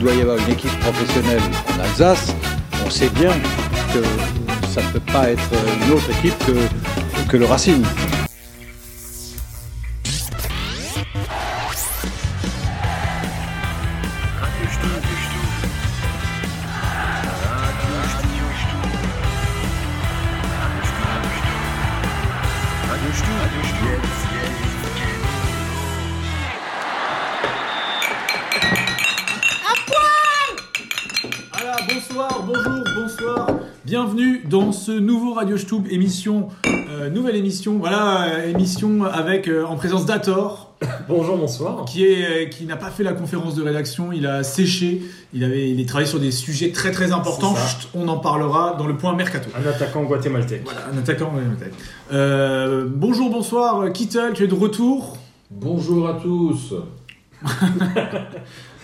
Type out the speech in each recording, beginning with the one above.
doit y avoir une équipe professionnelle en Alsace, on sait bien que ça ne peut pas être une autre équipe que, que le Racing. Voilà, bonsoir, bonjour, bonsoir. Bienvenue dans ce nouveau Radio Stub émission, euh, nouvelle émission. Voilà, euh, émission avec euh, en présence d'Ator, Bonjour, bonsoir. qui est euh, qui n'a pas fait la conférence de rédaction. Il a séché. Il avait il est travaillé sur des sujets très très importants. C'est ça. Chut, on en parlera dans le point mercato. Un attaquant guatémaltèque. Voilà, un attaquant. ouais, peut-être. Euh, bonjour, bonsoir, euh, Kittel, tu es de retour. Bonjour à tous.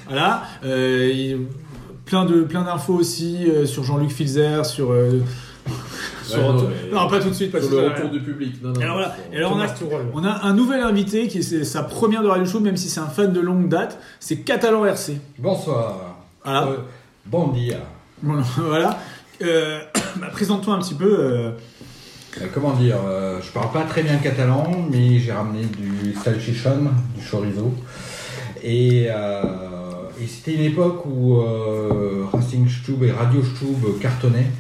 Voilà. Euh, il- plein de plein d'infos aussi euh, sur Jean-Luc Filzer, sur. euh, sur- Ouais, non, mais- non, pas tout de suite, pas tout Sur de le suite. retour du public. Non, non, Et alors voilà. c'est- Et alors on a, Thomas Tuchel. on a un nouvel invité qui est c'est sa première de Radio Show, même si c'est un fan de longue date. C'est Catalan RC. Bonsoir. Voilà. Euh, bon dia. Bon, voilà. Euh, bah, Présente-toi un petit peu. euh, Euh, comment dire euh, Je parle pas très bien catalan, mais j'ai ramené du salchichon, du chorizo. Et, euh, et c'était une époque où euh, Racing Stube et Radio Stube cartonnaient,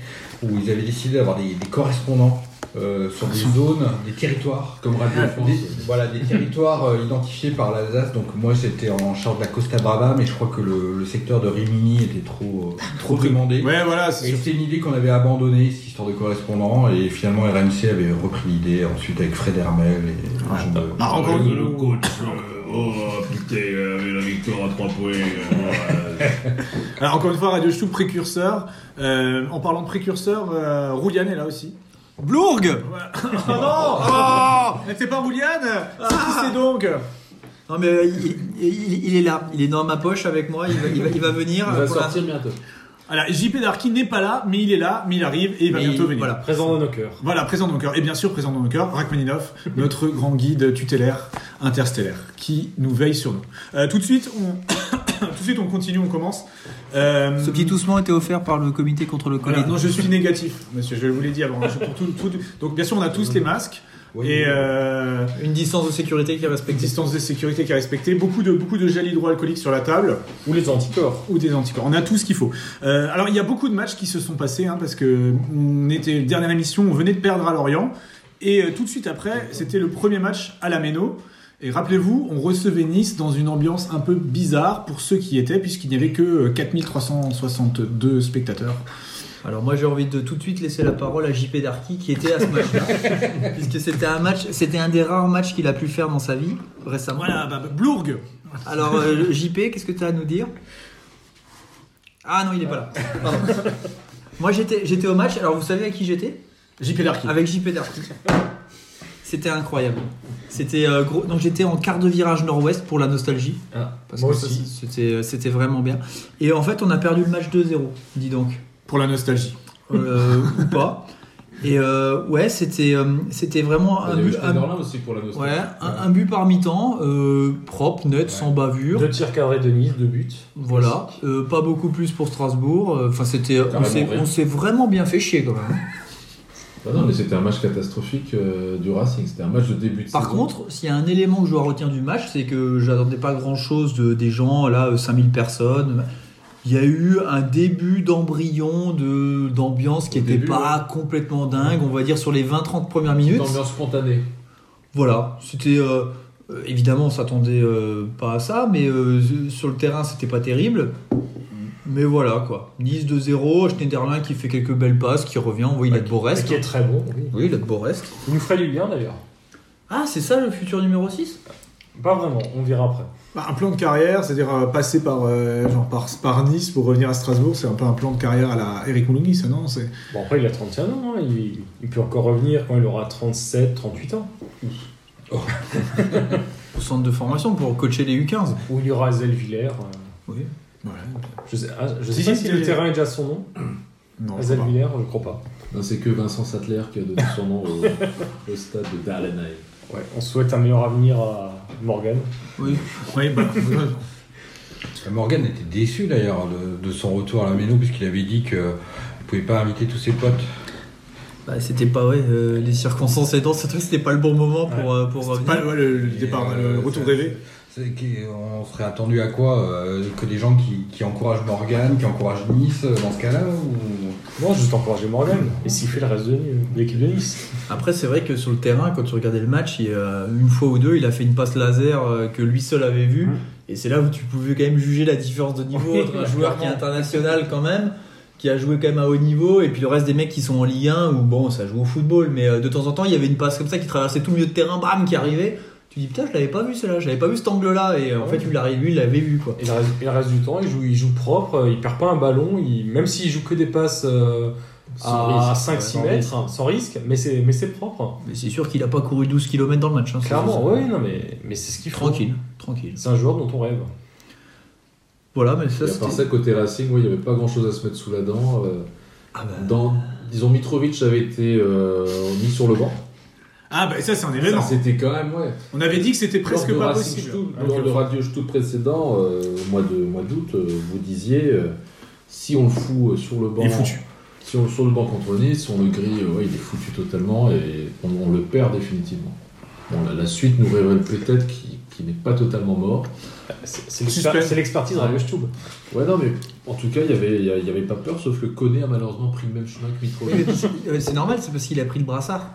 où ils avaient décidé d'avoir des, des correspondants. euh, sur des zones, des territoires, Ah, Comme Radio France. Des- voilà, des territoires euh, identifiés par l'Alsace. Donc moi, c'était en charge de la Costa Brava, mais je crois que le, le secteur de Rimini était trop, euh, trop demandé. Ouais, voilà. c'est Et sûr. c'était une idée qu'on avait abandonnée, cette histoire de correspondant, et finalement RMC avait repris l'idée ensuite avec Fred Hermel et un genre de- Ah, encore une- le coach, euh, oh putain, euh, avec la victoire à 3 points. euh, voilà. Alors, encore une fois, Radio Show précurseur. Euh, en parlant de précurseur, euh, Rouliane est là aussi. Blourg Oh non C'est pas Rouliane C'est qui c'est donc Non mais euh, il, il- il est là, il est dans ma poche avec moi, il va, il va- il va venir. Il va pour la- sortir bientôt. Alors, JP Darky n'est pas là, mais il est là, mais il arrive et il va Mais bientôt venir. voilà. Présent dans nos cœurs. Voilà, présent dans nos cœurs. Et bien sûr, présent dans nos cœurs, Rachmaninoff, notre grand guide tutélaire interstellaire, qui nous veille sur nous. Euh, tout, de suite, on... tout de suite, on continue, on commence. Euh, Ce petit toussement était offert par le comité contre le Covid. voilà. Non, je suis négatif, monsieur, je vous l'ai dit avant. Je- pour tout- tout- Donc, bien sûr, on a tous les masques. Ouais, Et mais- euh, Une distance de sécurité qui est respectée. distance de sécurité qui est respectée, beaucoup de, beaucoup de gel hydroalcoolique sur la table Ou les anticorps. ou des anticorps. On a tout ce qu'il faut. Euh, alors il y a beaucoup de matchs qui se sont passés hein, parce que on était dernière émission, on venait de perdre à Lorient et euh, tout de suite après, c'était le premier match à la Méno. Et rappelez-vous, on recevait Nice dans une ambiance un peu bizarre pour ceux qui y étaient, puisqu'il n'y avait que euh, 4362 spectateurs. Alors moi j'ai envie de tout de suite laisser la parole à JP Darky qui était à ce match-là, puisque c'était un match, c'était un des rares matchs qu'il a pu faire dans sa vie récemment. Voilà, bah, Blourg Alors euh, JP, qu'est-ce que tu as à nous dire Ah non, il est pas là. Pardon. moi j'étais, j'étais au match. Alors vous savez à qui j'étais JP Darky. Avec JP Darty. C'était incroyable. C'était euh, gros. Donc j'étais en quart de virage nord-ouest pour la nostalgie. Ah, Parce moi que ça, aussi. C'était, euh, c'était vraiment bien. Et en fait, on a perdu le match 2-0, dis donc. Pour la nostalgie. Euh, ou pas. Et euh, ouais, c'était, euh, c'était vraiment Il y un a eu but, un, Schneiderlin aussi pour la nostalgie. ouais, un, un but par mi-temps, euh, propre, net, sans bavure. Deux tirs cadrés de Nice, deux buts. Voilà, Euh, pas beaucoup plus pour Strasbourg. Euh, Enfin, c'était, on Carrément s'est, rien. on s'est vraiment bien fait chier quand même. Bah non, mais c'était un match catastrophique euh, du Racing. C'était un match de début de Par saison. contre, s'il y a un élément que je dois retenir du match, c'est que j'attendais pas grand chose de, des gens, là, euh, 5000 personnes. Il y a eu un début d'embryon de, d'ambiance qui Au n'était début, pas complètement dingue, on va dire sur les 20-30 premières Une minutes. ambiance spontanée. Voilà, c'était. euh, euh, évidemment, on s'attendait euh, pas à ça, mais euh, sur le terrain, c'était pas terrible. Mais voilà quoi. Nice 2-0, Schneiderlin qui fait quelques belles passes, qui revient, on voit il a de beau Ce reste. qui est très bon. Oui. Oui, il a de beau reste. Il nous ferait du bien d'ailleurs. Ah, c'est ça le futur numéro 6 Pas vraiment, on verra après. Bah, un plan de carrière, c'est-à-dire euh, passer par, euh, genre par, par Nice pour revenir à Strasbourg, c'est un peu un plan de carrière à la Eric Moulougny, ça non c'est... Bon, après, il a 31 ans. hein. Il, il peut encore revenir quand il aura 37, 38 ans. Au centre de formation pour coacher les U15. Ou il y aura Zelviller. Oui. Je sais, ah, je Si, sais pas si, si si, le si. terrain est déjà son nom. Non, faut pas. Zelviller, je crois pas. Non, c'est que Vincent Sattler qui a donné son nom au, au stade de Berlenheim. Ouais, on souhaite un meilleur avenir à Morgan. Oui. Oui, bah, Euh, Morgan était déçu d'ailleurs de, de son retour à la Méno, puisqu'il avait dit qu'il ne pouvait pas inviter tous ses potes. Bah, c'était pas ouais, euh, les circonstances aidant, c'est vrai que c'était pas le bon moment pour, euh, pour C'est revenir. pas ouais, le, le Et, départ, euh, le retour ça- rêvé. C'est qui- On serait attendu à quoi euh, Que des gens qui, qui encouragent Morgan, qui encouragent Nice euh, dans ce cas-là ou... Non, juste encourager Morgan et siffler le reste de de l'équipe de Nice. Après, c'est vrai que sur le terrain, quand tu regardais le match, il, euh, une fois ou deux, il a fait une passe laser euh, que lui seul avait vue. Mm. Et c'est là où tu pouvais quand même juger la différence de niveau Oui, entre un bah, joueur qui est clairement. international quand même, qui a joué quand même à haut niveau, et puis le reste des mecs qui sont en Ligue 1, où bon, ça joue au football, mais euh, de temps en temps, il y avait une passe comme ça qui traversait tout le milieu de terrain, bam, qui arrivait. Tu dis putain, je l'avais pas vu celle-là, je l'avais pas vu cet angle-là, et euh, en Ouais. fait, lui, il l'a- lui, il l'avait vu quoi. Et le reste, et le reste du temps, il joue, il joue propre, euh, il perd pas un ballon, il- même s'il joue que des passes euh, à risque, hein. 5-6 sans mètres, sans risque, mais c'est mais c'est propre. hein. Mais c'est sûr qu'il a pas couru 12 km dans le match. hein, ça, Clairement, je sais. oui, non, mais, mais c'est ce qu'il faut. Tranquille, tranquille. C'est un joueur dont on rêve. Voilà, mais ça Et à c'était. part ça, côté Racing, ouais, il n'y avait pas grand chose à se mettre sous la dent. euh, Ah bah, dans, disons, Mitrovic avait été euh, mis sur le banc. Ah, bah ça, c'est un Ça, événement. c'était quand même, ouais. On avait dit que c'était presque Lors de pas Racing possible. Ah, Stoop, lors de Radio Stoop précédent, euh, au mois de- au mois d'août, euh, vous disiez euh, si on le fout euh, sur le banc. Il est foutu. Si on le sur le banc contre Nice, on le grille, euh, ouais, il est foutu totalement et on, on le perd définitivement. Bon, la, la suite nous révèle peut-être qu'il qu'il n'est pas totalement mort. C'est c'est Suspense. l'expert- c'est l'expertise de Radio Stube. Ouais, non, mais en tout cas, il n'y avait, il y a- il y avait pas peur, sauf que Koné a malheureusement pris le même chemin que Oui, Mitrovic. mais c'est- euh, c'est normal, c'est parce qu'il a pris le brassard.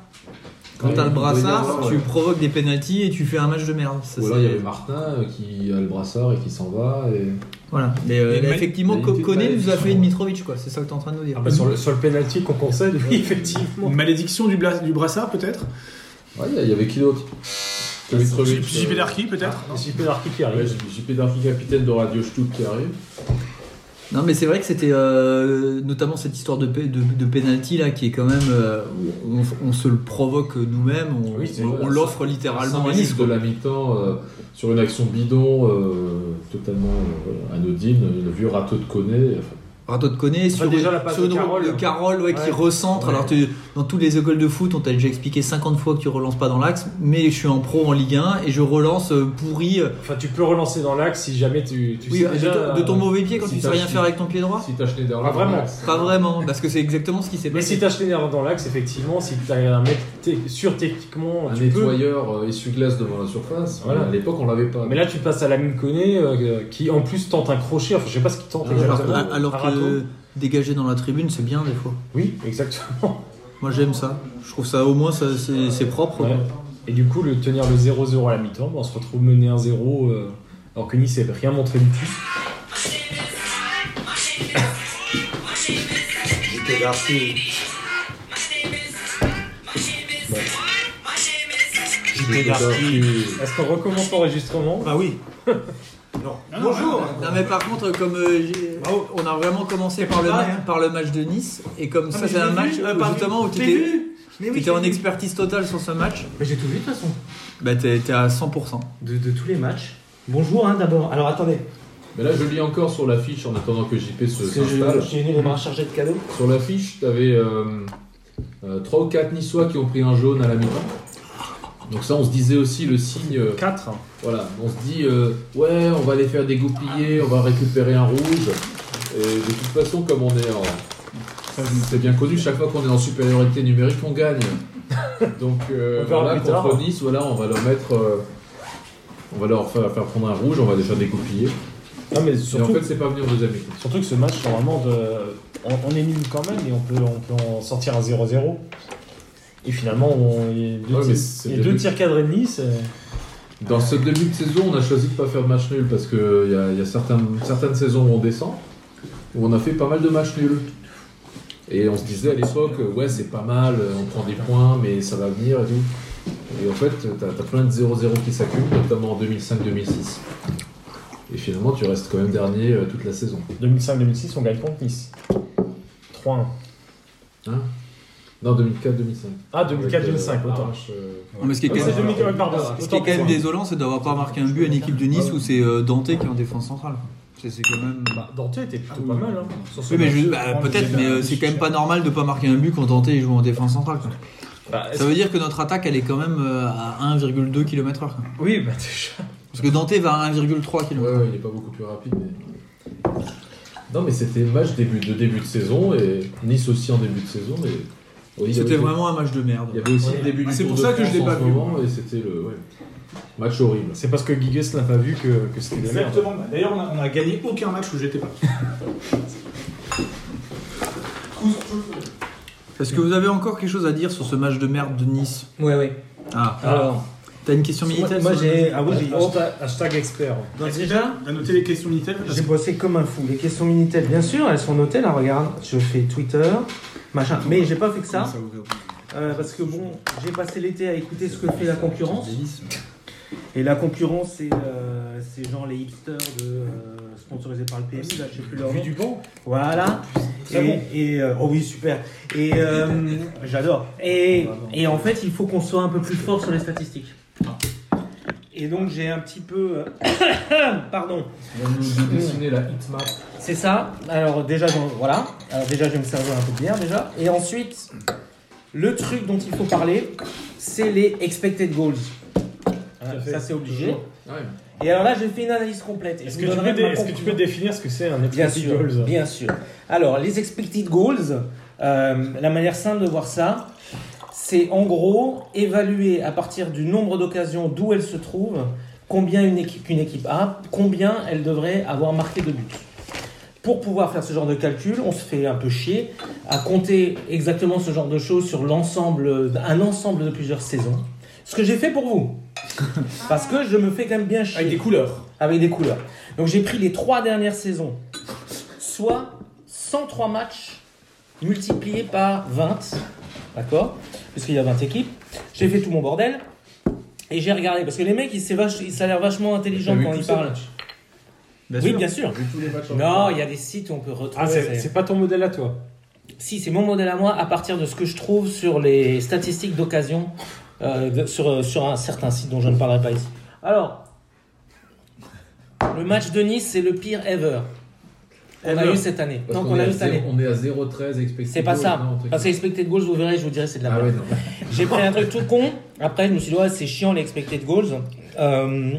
Quand Ouais, t'as le il doit y brassard, avoir, tu ouais. provoques des pénalties et tu fais un match de merde. Ça, Ou alors c'est- il y avait Martin euh, qui a le brassard et qui s'en va. Et... Voilà. Mais euh, Et là, mais- effectivement, mais il était Koné pas nous a évident. fait une Mitrovic, quoi. C'est ça que t'es en train de nous dire. Ah bah, sur le, sur le penalty qu'on concède, oui, effectivement. Une malédiction du, bla- du brassard, peut-être Ouais, il y a- il y avait qui d'autre Que Mitrovic. JP Darky, peut-être J'ai fait l'article qui Ouais, arrive. JP Darky, capitaine de Radio Stub qui arrive. Non, mais c'est vrai que c'était euh, notamment cette histoire de, pé- de, de penalty là qui est quand même. euh, on, on se le provoque nous-mêmes, on, Oui, c'est on- vrai. on l'offre Cinq littéralement à minutes Nice, de quoi. la mi-temps euh, sur une action bidon euh, totalement euh, anodine, le vieux râteau de Koné. enfin, Rato de Koné sur, Bah, déjà, une- la passe sur de une Carole. roue de Carole ouais, qui Ouais. recentre. Ouais. Alors, tu- dans toutes les écoles de foot, on t'a déjà expliqué 50 fois que tu relances pas dans l'axe, mais je suis en pro en Ligue 1 et je relance euh, pourri. euh, Enfin, tu peux relancer dans l'axe si jamais tu, tu oui, sais de, déjà, ton- de ton euh, mauvais pied quand si tu sais t'as- rien si- faire avec ton pied droit Si t'as Schneider Ah, là, vraiment relax. Pas vraiment, parce que c'est exactement ce qui s'est Mais si passé. t'as Schneider dans l'axe, effectivement, si t'as un mec té- sur-techniquement, Un tu peux. Ah, nettoyeur euh, essuie-glace devant la surface. Voilà. À l'époque, on l'avait pas. Mais là, tu passes à la Koné, euh, qui en plus tente un crochet. Enfin, je sais pas ce qu'il tente Ah, Euh, Alors, exactement. alors- alors Un râteau. que dégager dans la tribune, c'est bien des fois. Oui, exactement. Moi j'aime ça. Je trouve ça au moins ça, c'est c'est propre. Ouais. Et du coup, le tenir le 0-0 à la mi-temps, bah, on se retrouve mené 1-0, euh, alors que Nice n'avait rien montré du tout. Schneider qui- Ah. Est-ce qu'on recommence l'enregistrement Bah oui. Ah Bonjour Non mais par contre comme euh, j'ai- on a vraiment commencé par le, hein. ma- par le match de Nice et comme ça c'est un match euh, justement où tu t'es t'étais en expertise totale sur ce match. Mais j'ai tout vu de toute façon, Bah t'es t'es à 100%. de, de tous les matchs. Bonjour hein, d'abord. Alors attendez, Mais là, je lis encore sur l'affiche en attendant que JP se parce que je- s'installe. j'ai une les bras chargés de cadeaux. Sur l'affiche, t'avais euh, 3 ou 4 niçois qui ont pris un jaune à la mi-temps. Donc ça, on se disait aussi le signe... euh, 4 Voilà, on se dit, euh, ouais, on va aller faire des goupillés, on va récupérer un rouge. Et de toute façon, comme on est en. C'est bien connu, chaque fois qu'on est en supériorité numérique, on gagne. Donc euh, On verra voilà, plus tard. contre Nice, voilà, on va leur mettre. euh, on va leur faire, faire prendre un rouge, on va les faire dégoupiller. Non, mais Et en surtout, fait, c'est pas venu en deuxième mi-temps. surtout que ce match, normalement, de... on, on est nul quand même et on peut, on peut en sortir un 0-0. Et finalement, on... il y a deux, Ouais, mais tirs- c'est il y a bien deux vu. tirs cadrés de Nice. euh, Dans ce début de saison, on a choisi de pas faire de match nul parce qu'il y a, y a certaines, certaines saisons où on descend, où on a fait pas mal de matchs nuls. Et on se disait à l'époque, euh, ouais, c'est pas mal, euh, on prend des points, mais ça va venir et tout. Et en fait, t'as as plein de 0-0 qui s'accumulent, notamment en 2005-2006. Et finalement, tu restes quand même dernier euh, toute la saison. 2005-2006, on gagne contre Nice. 3-1. Non, 2004-2005. Ah, Avec, euh, 2004-2005, autant. Arrache, euh, Non, mais ce qui est Oui, quand Ah, c'est même, 2004, pardon. ce qui est autant quand même pour moi. désolant c'est d'avoir pas marqué un but à une équipe de Ah Nice où c'est euh, Dante qui est en défense centrale. C'est c'est quand même. Bah, Dante était plutôt pas Ah mal. Hein, sur ce Oui, mais match. je- bah, peut-être, mais euh, c'est quand même pas normal de pas marquer un but quand Dante joue en défense centrale. quoi. Bah, est-ce Ça veut dire que notre attaque, elle est quand même euh, à 1,2 km/h. quoi. que- Oui, bah déjà. Parce que Dante va à 1,3 km. Ouais, ouais, il est pas beaucoup plus rapide. mais- Non, mais c'était match début, de début de saison et Nice aussi en début de saison. Mais... Oui, il y C'était avait- vraiment un match de merde. Il y avait aussi Ouais. le début du C'est Tour pour de ça que je France l'ai en pas ce vu. moment, et c'était le ouais. match horrible. C'est parce que Gigas n'a pas vu que, que c'était de la merde. Exactement. D'ailleurs, on a, on a gagné aucun match où j'étais pas. Est-ce que vous avez encore quelque chose à dire sur ce match de merde de Nice Ouais, ouais. Ah, Alors, t'as une question moi, militaire moi, ça j'ai. Ah oui, j'ai. Hashtag, hashtag expert. Donc, déjà, À noter les questions Minitel. parce j'ai bossé comme un fou. Les questions Minitel, bien sûr, elles sont notées là, regarde. Je fais Twitter, machin. Mais j'ai pas fait que ça. euh, parce que bon, j'ai passé l'été à écouter ce que fait la concurrence. Et la concurrence, c'est euh, c'est genre les hipsters de, euh, sponsorisés par le PMU, là, je sais plus leur nom. du banc Voilà. Très Et, bon. et, euh, oh oui, super. Et euh, j'adore. Et, et en fait, il faut qu'on soit un peu plus fort sur les statistiques. Ah. Et donc, j'ai un petit peu. euh, Pardon. On va nous dessiner la hitmap. C'est ça. Alors déjà, j'en- voilà. Alors déjà, je vais me servir un peu de bière déjà. Et ensuite, le truc dont il faut parler, c'est les expected goals. Hein, Tout à fait. ça, c'est obligé. Toujours. Ouais. Et alors là, j'ai fait une analyse complète. Et Est-ce je que, vous tu donnerai peux, dé- ma est-ce que tu peux conclusion. définir ce que c'est un Bien expected sûr, goals bien sûr. Alors, les expected goals, euh, la manière simple de voir ça, c'est en gros évaluer à partir du nombre d'occasions d'où elle se trouve, combien une équipe, une équipe a, combien elle devrait avoir marqué de buts. Pour pouvoir faire ce genre de calcul, on se fait un peu chier à compter exactement ce genre de choses sur l'ensemble, un ensemble de plusieurs saisons. Ce que j'ai fait pour vous. Parce que je me fais quand même bien chier Avec des couleurs. avec des couleurs. Donc j'ai pris les trois dernières saisons, soit 103 matchs multipliés par 20, d'accord Puisqu'il y a 20 équipes. J'ai fait tout mon bordel et j'ai regardé parce que les mecs, ils, s'est vache- ils- ça a l'air vachement intelligent T'as vu quand tous ils ces parlent. matchs oui, bien sûr. Vu tous les matchs en Non, il y a des sites où on peut retrouver. Ah, c'est, ça. c'est pas ton modèle à toi. Si, c'est mon modèle à moi à partir de ce que je trouve sur les statistiques d'occasion euh, de- sur, euh, sur un certain site dont je ne parlerai pas ici. Alors, le match de Nice, c'est le pire ever qu'on a Ever. eu cette année. Parce Tant qu'on qu'on est a à eu cette zéro- année. On est à 0,13 expected. C'est pas goals, ça. non, un truc Parce que expected goals, vous verrez, je vous dirai, c'est de la Ah merde. ouais, non. J'ai pris un truc tout con. Après, je me suis dit, ouais, c'est chiant les expected goals. Euh,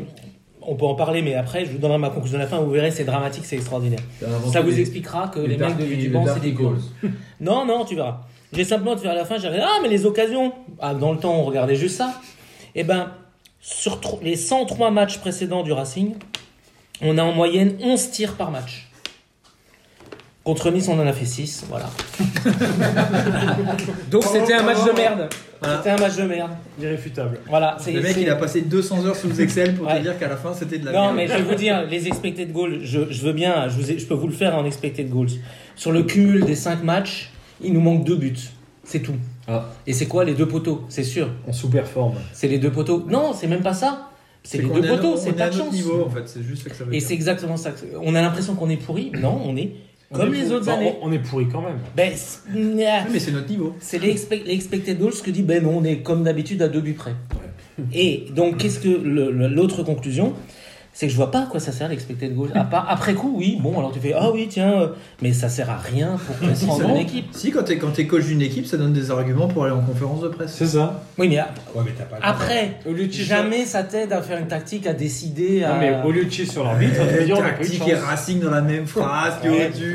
on peut en parler, mais après, je vous donnerai ma conclusion à la fin. Vous verrez, c'est dramatique, c'est extraordinaire. T'as inventé Ça vous des- expliquera que des les mecs dark- de des du banc, c'est dark des goals. goals. Non, non, tu verras. J'ai simplement fait à la fin, j'ai regardé, ah, mais les occasions. Ah, dans le temps, on regardait juste ça. Eh ben, sur tro- les 103 matchs précédents du Racing, on a en moyenne 11 tirs par match. Contre Nice, on en a fait 6, voilà. Donc c'était un match de merde. C'était un match de merde. Irréfutable. Voilà, c'est Le mec, c'est- il a passé 200 heures sous Excel pour Ouais. te dire qu'à la fin, c'était de la non, merde. mais je vais vous dire, les expected goals, je, je veux bien, je, vous ai- je peux vous le faire en expected goals. Sur le cumul des 5 matchs, il nous manque deux buts. C'est tout. Ah. Et c'est quoi les deux poteaux C'est sûr. On sous-performe. C'est les deux poteaux. Non, c'est même pas ça. C'est les qu'on deux est à- poteaux, on c'est est pas à de notre chance. niveau, en fait. C'est juste ça que ça veut Et dire. c'est exactement ça. que- On a l'impression qu'on est pourri. Non, on est comme les autres années. On est pourri quand même. Ben, c'est- Oui, mais c'est notre niveau. c'est l'expe- l'expected goals que dit ben non, on est comme d'habitude à deux buts près. Et donc qu'est-ce que le- le- l'autre conclusion c'est que je vois pas à quoi ça sert l'expected goal. À part- après coup, oui, bon, alors tu fais ah oui, tiens, euh, mais ça sert à rien pour Si, ça prendre une donne- équipe. Si, quand t'es, quand t'es coach d'une équipe, ça donne des arguments pour aller en conférence de presse. C'est ça. Oui, mais a- Ouais, mais t'as pas le droit. après, jamais ça t'aide à faire une tactique, à décider. À... Non, mais au lieu de chier sur l'arbitre, on peut Eh, dire on a pas eu de tactique et chance. Racing dans la même phrase, Ouais, que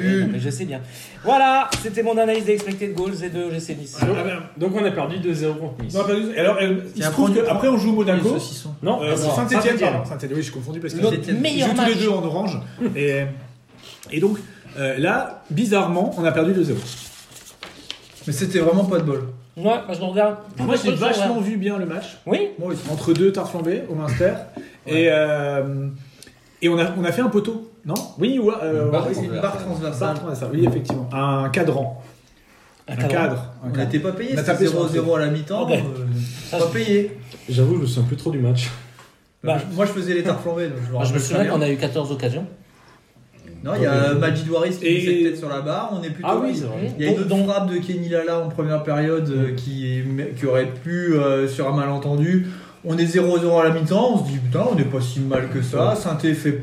ouais, mais je sais bien. Voilà, c'était mon analyse des expected goals et de GC Nice. Donc, Ah, merde. donc on a perdu 2-0 contre Nice. Non, pas du tout. Alors, euh, il Tiens, se trouve prends- qu'après, on joue au Monaco. saucisson. Non, Euh, non, Saint-Étienne, Saint-Étienne. pardon. Saint-Étienne, oui, je suis confondu parce que Notre C'était- ils jouent meilleur tous match. les deux en orange. Et, euh, et donc, euh, là, bizarrement, on a perdu 2-0. Mais c'était vraiment pas de bol. Ouais, moi je le regarde. Moi, Je j'ai le vachement regarde. vu bien le match. Oui, Moi aussi. Entre deux tartes flambées au Minster. Et, euh, et on, a, on a fait un poteau, non Oui, ou euh, Une barre on- transversale. Une barre transversale. barre, on a ça. Oui, effectivement. Un cadran. Un, cadran. cadre. Un On cadre. n'était pas payé, On a c'était tapé sur un 0-0 à la mi-temps. Ok. euh, Ça, pas je- payé. J'avoue, je me souviens plus trop du match. Bah, Je- Moi, je faisais les tartes flambées. donc je me Moi, je me rappelle souviens très qu'on bien. a eu 14 occasions. Non, il y a Majid Waris qui Et- met cette tête sur la barre. On est plutôt. c'est vrai. Il y a une Ah Donc- autre donc- frappe de Kenny Lala en première période Mm. euh, qui, qui aurait pu, euh, sur un malentendu, on est 0-0 à la mi-temps, on se dit putain, on n'est pas si mal que ça, Saint-Étienne fait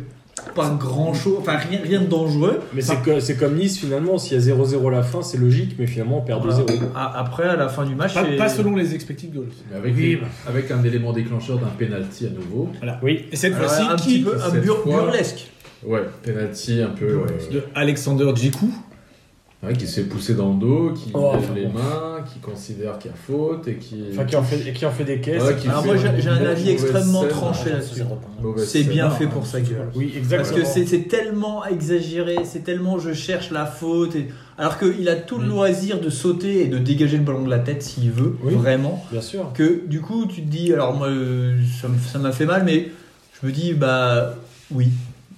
pas grand chose, enfin rien, rien de dangereux. Mais c'est que- c'est comme Nice finalement, s'il y a 0-0 à la fin, c'est logique, mais finalement on perd 2-0. A- Après, à la fin du match, Pas, c'est- pas selon les expected goals. Mais avec, bah, avec un élément déclencheur d'un penalty à nouveau. Oui. Et cette Ouais, fois-ci, un qui petit peu un cette bur- fois- burlesque. Ouais, penalty un peu. euh, de Alexander Djikou. ouais, qui s'est poussé dans le dos, qui Oh, lève enfin les bon. mains, qui considère qu'il y a faute et qui. Enfin, qui en fait, et qui en fait des caisses. Ouais, qui Alors fait moi, un j'ai j'ai un bon avis mauvais extrêmement scène, tranché un là-dessus. mauvais C'est scène. bien fait pour sa gueule. Oui, Parce exactement. que c'est c'est tellement exagéré, c'est tellement je cherche la faute, et... alors qu'il a tout le Mm. loisir de sauter et de dégager le ballon de la tête s'il veut, Oui. vraiment. Bien sûr. Que du coup, tu te dis, alors moi, euh, ça me- ça m'a fait mal, mais je me dis, bah oui.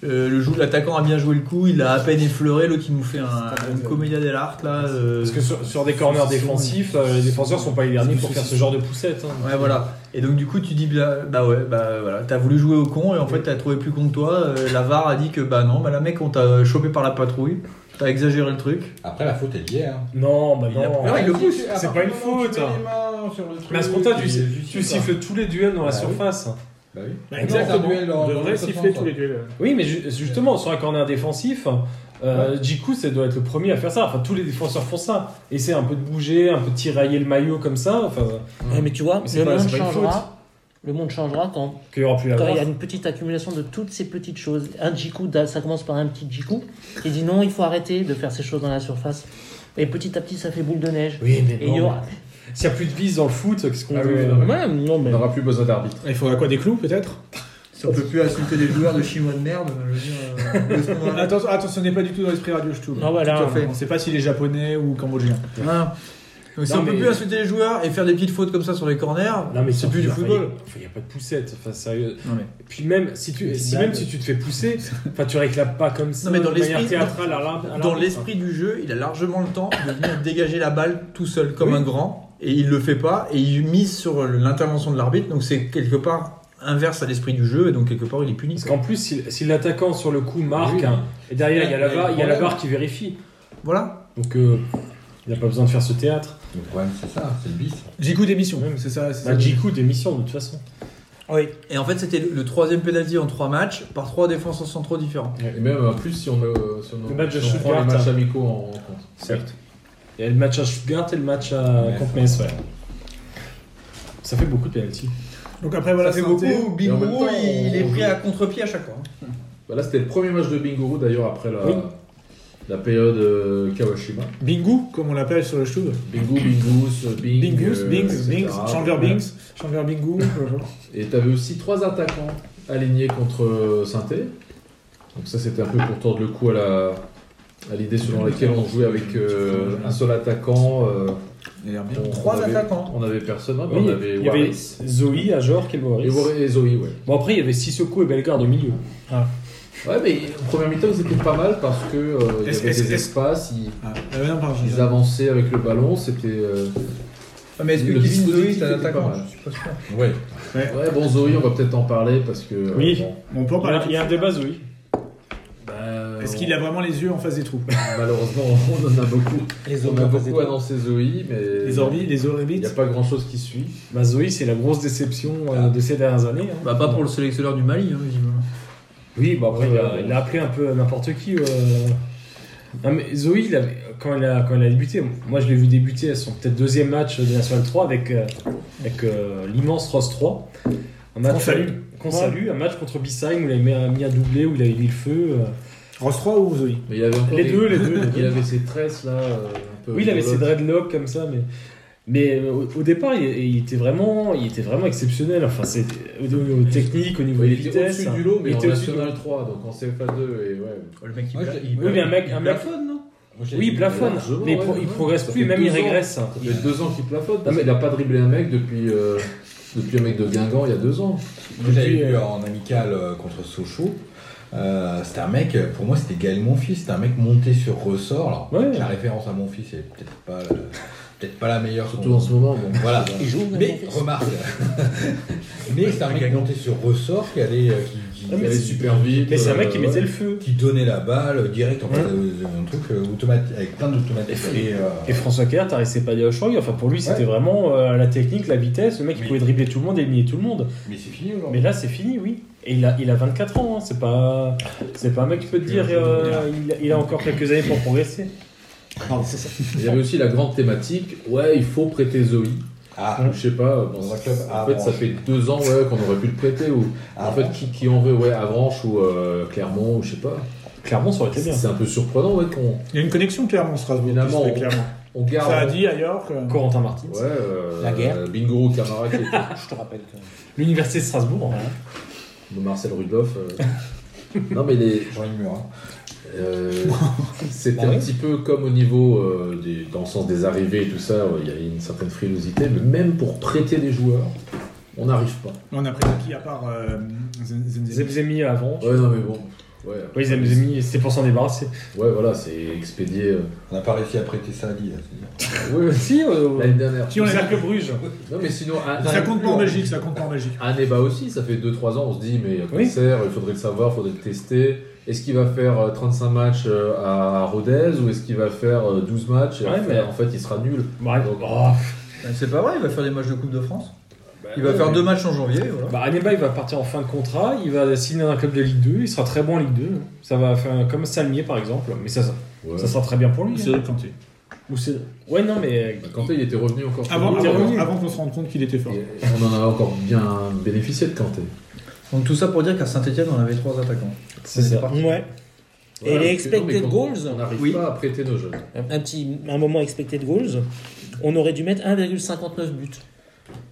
Euh, le joue de l'attaquant a bien joué le coup, il l'a à peine effleuré, l'autre il nous fait un, une comédia dell'arte là. euh, Parce que sur, sur des corners défensifs, euh, les défenseurs sont pas les derniers pour faire ce genre de poussette. hein. Ouais, voilà. Et donc, du coup, tu dis, bah, bah ouais, bah voilà, t'as voulu jouer au con et en fait, t'as trouvé plus con que toi. Euh, la VAR a dit que, bah non, bah la mec, on t'a chopé par la patrouille, t'as exagéré le truc. Après, la faute est liée. hein. Non, bah non. Ah ouais, il le pousse. Ah, C'est par pas une contre, non, faute. tu hein. mets les mains sur le Mais à ce truc, moment-là, et- tu, tu sais pas. siffles tous les duels Ah dans la Bah oui. surface. Bah oui. exactement. Non, c'est un duel en- On devrait en- siffler en- tous les duels. Oui, mais ju- justement, sur un corner défensif, euh, Djikou, ça doit être le premier à faire ça. Enfin, tous les défenseurs font ça. Essayer un peu de bouger, un peu de tirailler le maillot comme ça. Enfin, Ouais, mais tu vois, Mais c'est le pas- monde c'est pas une changera. Le monde changera quand, qu'il y aura plus la quand il y a VAR. une petite accumulation de toutes ces petites choses. Un jiku, ça commence par un petit jiku qui dit non, il faut arrêter de faire ces choses dans la surface. Et petit à petit, ça fait boule de neige. Oui, mais Et il y aura. S'il n'y a plus de vis dans le foot, qu'est-ce qu'on Ah veut euh oui, non, mais- Ouais, non, On mais. n'aura plus besoin d'arbitre. Ah, Il faudra quoi des clous peut-être Ça peut plus insulter des joueurs de chinois de merde, je veux dire. euh, où est-ce qu'on en est Attention, attention, ce n'est pas du tout dans l'esprit radio, je trouve. Ah, voilà. Tout à fait. On ne sait pas s'il est japonais ou cambodgien. Voilà. Donc, si Non, on peut mais- plus insulter les joueurs et faire des petites fautes comme ça sur les corners, Non, mais c'est plus du enfin, football. il- enfin, Il n'y a pas de poussette. Enfin, sérieux. Non, mais- Et Puis même si tu, Une si blague. même si tu te fais pousser, enfin, tu réclames pas comme ça. Non, mais dans de manière l'esprit- théâtrale à l'arbitre- à Dans l'arbitre. l'esprit du jeu, il a largement le temps de venir dégager la balle tout seul comme Oui. un grand et il le fait pas et il mise sur l'intervention de l'arbitre donc c'est quelque part inverse à l'esprit du jeu et donc quelque part il est puni. Parce qu'en plus, si, si l'attaquant sur le coup marque, Oui. hein, et derrière il y a la Mais le barre, il y a la problème- barre qui vérifie. Voilà. Donc euh, il n'y a pas besoin de faire ce théâtre. Le problème, c'est ça, c'est le bis. Jiku d'émission, Ouais, mais c'est ça. c'est Bah, ça. Jiku démission de toute façon. Oui. Et en fait c'était le le troisième penalty en trois matchs par trois défenses centraux différents. Et même en plus si on, euh, si on, Le match de si on prend Stuttgart, les matchs hein. amicaux en en compte. Certes. Il y a le match à Stuttgart et le match à Ouais. contre Metz, ouais. Ça fait beaucoup de pénalty. Donc après, voilà, ça fait santé. beaucoup. Big Et en même Bro, temps, on- il est pris à contre-pied à chaque fois. hein. Bah là c'était le premier match de Binguru d'ailleurs après la, Oui. la période euh, Kawashima. Bingu, comme on l'appelle sur le Stube. Bingu, Bingus, euh, Bing, Bingus, euh, Bings, etc. Bings, Chanver Ouais. Bings, euh, Chanver Bingu. Et t'avais aussi trois attaquants alignés contre euh, Sainté. Donc ça c'était un peu pour tordre le coup à la à l'idée selon laquelle on jouait avec euh, un seul attaquant. euh, on- Trois on avait- attaquants. On avait personne, hein, Oui, on avait il y avait Waris. Zoé, Ajor, Kelboris. Et, Waris- et Zoé, ouais. Bon après il y avait Sissoko et Bellegarde au milieu. Ouais, mais en première mi-temps, ils étaient pas mal parce que euh, il y Est-ce- avait est-ce- des est-ce- espaces, ils, Ah, euh, non, pardon, ils j'ai- avançaient avec le ballon, c'était. euh, Ah, mais est-ce que Le Kevin Zoé dispositif est un était pas attaquant mal. Je suis pas sûr. Ouais. Ouais, bon, Zoé, on va peut-être en parler parce que. euh, Oui. bon, Bon, on peut en Il y parler a, tout il de y a un suite. débat Zoé. bah, Est-ce on- qu'il a vraiment les yeux en face des trous Malheureusement, on en a beaucoup. Les On autres, a on faisait beaucoup tout. annoncé Zoé, mais. Les orbites, les Il n'y a orbites pas grand-chose qui suit. Bah Zoé c'est la grosse déception euh, de ces dernières années. hein. Bah pas pour le sélectionneur du Mali hein, visiblement. Oui, bah après, Ouais, il, a, ouais. il a appelé un peu n'importe qui. euh. Non, mais Zoé, il avait- quand, il a, quand il a débuté, moi je l'ai vu débuter à son peut-être deuxième match de National 3 avec, euh, avec euh, l'immense Ross 3. Un match Qu'on salue. qu'on salue, un match contre Bissheim où il avait mis un doublé, où il avait mis le feu. euh. Ross 3 ou Zoé Mais il y avait encore Les des- deux, les deux. les Il deux. avait ses tresses là. euh, un peu Oui, il avait ses rigolotes. dreadlocks comme ça, mais. Mais euh, au, au départ, il, il était vraiment, il était vraiment exceptionnel. Enfin, c'est au niveau technique, au niveau Ouais, de il était vitesse. au-dessus du lot, Il mais en était au-dessus du National 3, donc en CFA2. Et ouais. Le mec il, Moi, pla- je- il Oui, mais un mec, un mec, oui, il plafonne, Largement, mais ouais, pro- il ouais. progresse Ça plus, fait même il deux ans. régresse. Ça fait deux ans qu'il plafonne. parce qu'il n'a pas dribblé un mec depuis, euh, depuis un mec de Guingamp il y a deux ans. Moi, j'avais vu en amical euh, contre Sochaux. Euh, c'était un mec, euh, pour moi c'était Gaël Monfils, c'était un mec monté sur ressort. Alors, Ouais. La référence à Monfils est peut-être pas, la- peut-être pas la meilleure. Surtout en ce moment. bon. Voilà. Il joue, Mais remarque, mais c'est un mec monté sur ressort qui allait, euh, qui, qui- Ah, mais Il allait c'est- super vite. Mais c'est un mec euh, qui mettait ouais. le feu. qui donnait la balle direct en fait, Ouais. euh, un truc euh, automatique avec plein d'automatiques. Et, euh, Et François Kerr, t'as resté pas dire au choix. Enfin, pour lui, c'était Ouais. vraiment euh, la technique, la vitesse. Le mec, il Mais- pouvait dribbler tout le monde, éliminer tout le monde. mais c'est fini aujourd'hui. Mais là, c'est fini, oui. Et il a, il a 24 ans, hein, c'est pas, c'est pas un mec qui peut te dire euh, il, a- il a encore quelques années pour progresser. Il y avait aussi la grande thématique, ouais, il faut prêter Zoé. Ah, Je sais pas, dans Dans un un club. club En à fait, ça Avranches. fait deux ans ouais, qu'on aurait pu le prêter. Ou, en fait, qui, qui en veut, ouais, Avranches ou euh, Clermont, ou je sais pas. Clairement, ça aurait été bien. C'est un peu surprenant, ouais, qu'on Il y a une connexion clairement Strasbourg. Évidemment, qui se fait on- clairement. on garde. Ça a dit ailleurs. que- Corentin Ah, Martins, Ouais, euh, La guerre. Bingo Camara qui était. Je te rappelle que. l'université de Strasbourg. hein. Marcel Rudolph. euh. non, mais les, Jean-Yves Murat. Euh, c'était Bah un ouais. petit peu comme au niveau euh, des- dans le sens des arrivées et tout ça, ouais, il y avait une certaine frilosité, mais même pour prêter des joueurs, on n'arrive pas. On a pris qui à part euh, Zen- Zenzele Zemzemi avant. Ouais, non, mais bon. Ouais, Oui, Zemzemi, c'était pour s'en débarrasser. ouais voilà, c'est expédié. euh. On n'a pas réussi à prêter ça à Lille. c'est-à-dire. Ouais, ouais, Si, L'année dernière. qui on est que Bruges. Non, mais sinon, un, Ça un- compte pas en Belgique, ça compte pas en Belgique. un débat aussi, ça fait 2-3 ans, on se dit, mais il y a Oui. cancer, il faudrait le savoir, il faudrait le tester. Est-ce qu'il va faire euh, 35 matchs euh, à Rodez ou est-ce qu'il va faire euh, 12 matchs et Ouais, après, mais- En fait, il sera nul. Bah, Donc, oh, Ben, C'est pas vrai, il va faire des matchs de Coupe de France. Il va faire deux matchs en janvier, voilà. Bah, Aneba, il va partir en fin de contrat, il va signer dans un club de Ligue 2, il sera très bon en Ligue 2. hein. Ça va faire comme Salmier par exemple, mais ça, ça, ouais. ça sera très bien pour lui. hein. Cyril Kanté. Ou c'est- Ouais, non, mais. Bah, Kanté, il était revenu encore. Avant, Il est avant, revenu. avant qu'on se rende compte qu'il était fort. Et On en a encore bien bénéficié de Kanté. Donc tout ça pour dire qu'à Saint-Etienne, on avait trois attaquants. C'est ça. Ouais. Et les parce que non, mais expected quand goals On n'arrive Oui. pas à prêter nos jeunes. Un un petit, un moment expected goals. On aurait dû mettre 1,59 buts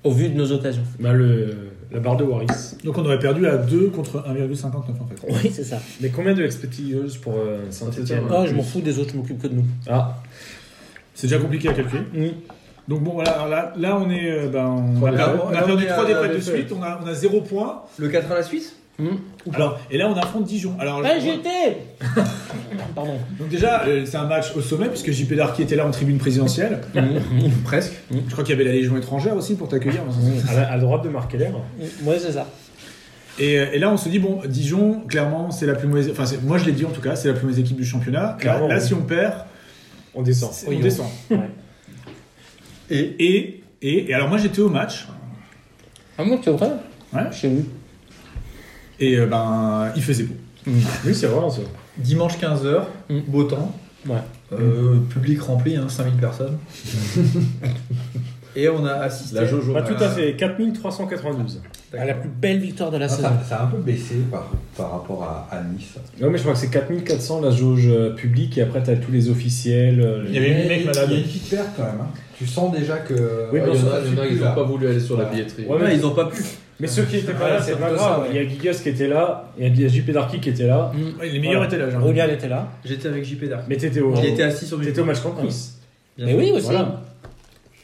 au vu de nos occasions. Bah, le... La barre de Waris. Donc on aurait perdu à 2 contre 1,59 en fait. Oui, c'est ça. Mais combien de expected goals pour euh, Saint-Etienne Saint-Étienne, Ah, je m'en fous des autres, je m'occupe que de nous. Ah, C'est déjà compliqué à calculer. Mm. Donc bon voilà, alors là, là on est euh, ben, on, Trois a, perdu- défaites. on a Là, on perdu est à- 3 défaites de défaites. suite, on a, on a 0 points. Le 4 à la Suisse Alors, et là on affronte Dijon. Alors, Ah, je- j'y étais Pardon. donc déjà euh, c'est un match au sommet puisque JP Darky était là en tribune présidentielle. Mm. Presque. Je crois qu'il y avait la Légion étrangère aussi pour t'accueillir. dans un sens. à, la- à droite de Markeller. Ouais, c'est ça. Et, euh, et là on se dit bon Dijon clairement c'est la plus mauvaise, enfin c'est- moi je l'ai dit en tout cas c'est la plus mauvaise équipe du championnat. Là, Clairement, là, oui. si on perd, On descend. c'est- on descend. Et, et, et, et alors moi j'étais au match Ah bon, c'est vrai Ouais. Chez nous. et euh, ben il faisait beau. Oui, c'est vrai, ça. Dimanche 15h, Mm. beau temps. Ouais. Euh, Public rempli, hein, 5000 personnes. Et on a assisté. La jauge au Pas max. tout à fait, 4392. À Ah, la plus belle victoire de la Ah, saison. ça, ça a un peu baissé par, par rapport à, à Nice. Non, mais je crois que c'est 4400 la jauge euh, publique et après t'as tous les officiels. euh, Il y avait Mais huit mecs il y a malades. une petite perte quand même. hein. Tu sens déjà que. euh, Oui, Ouais, mais il y en ça a, il y en suffit a, ils plus, n'ont là. pas voulu aller sur la Voilà. billetterie. Ouais, Ouais, ils ont pas pu. Mais ceux qui étaient pas là, c'est pas plutôt grave. ça, ouais. Il y a Gigas qui était là, il y a- il y a JP Darky qui était là, Ouais, Les meilleurs Voilà. étaient là. Mmh. j'ai envie de dire. Rugal était là. J'étais avec JP Dark. mais t'étais au, Il était assis sur mes t'étais au match contre Nice. Bien Mais sûr. oui, aussi. Voilà.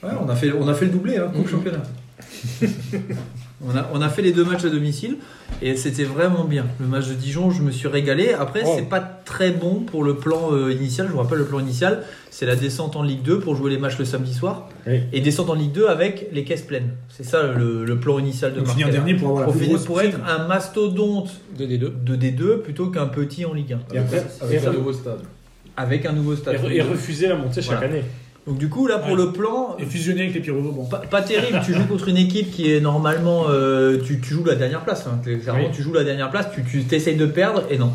Ouais, on, a fait, on a fait le doublé, hein, Coupe Mhm. Championnat. on, a, on a fait les deux matchs à domicile et c'était vraiment bien. Le match de Dijon, je me suis régalé. Après, Oh. c'est pas très bon pour le plan euh, initial. Je vous rappelle, le plan initial, c'est la descente en Ligue 2 pour jouer les matchs le samedi soir Oui. et descente en Ligue 2 avec les caisses pleines. C'est ça le, le plan initial de Donc, finir Martel. dernier pour avoir la Pour plus finir- grosse pour être un mastodonte De D2. de D2 plutôt qu'un petit en Ligue 1 Et après, et, Avec un nouveau stade. avec un nouveau et stade. re- et refuser la montée chaque ah, Voilà. année. Donc du coup là pour Ouais. le plan Et fusionner avec les Pyrovaux, bon. Pas, pas terrible, tu joues contre une équipe qui est normalement. euh, tu, tu joues la dernière place. hein. Clairement, Oui. tu joues la dernière place, tu, tu t'essayes de perdre et non.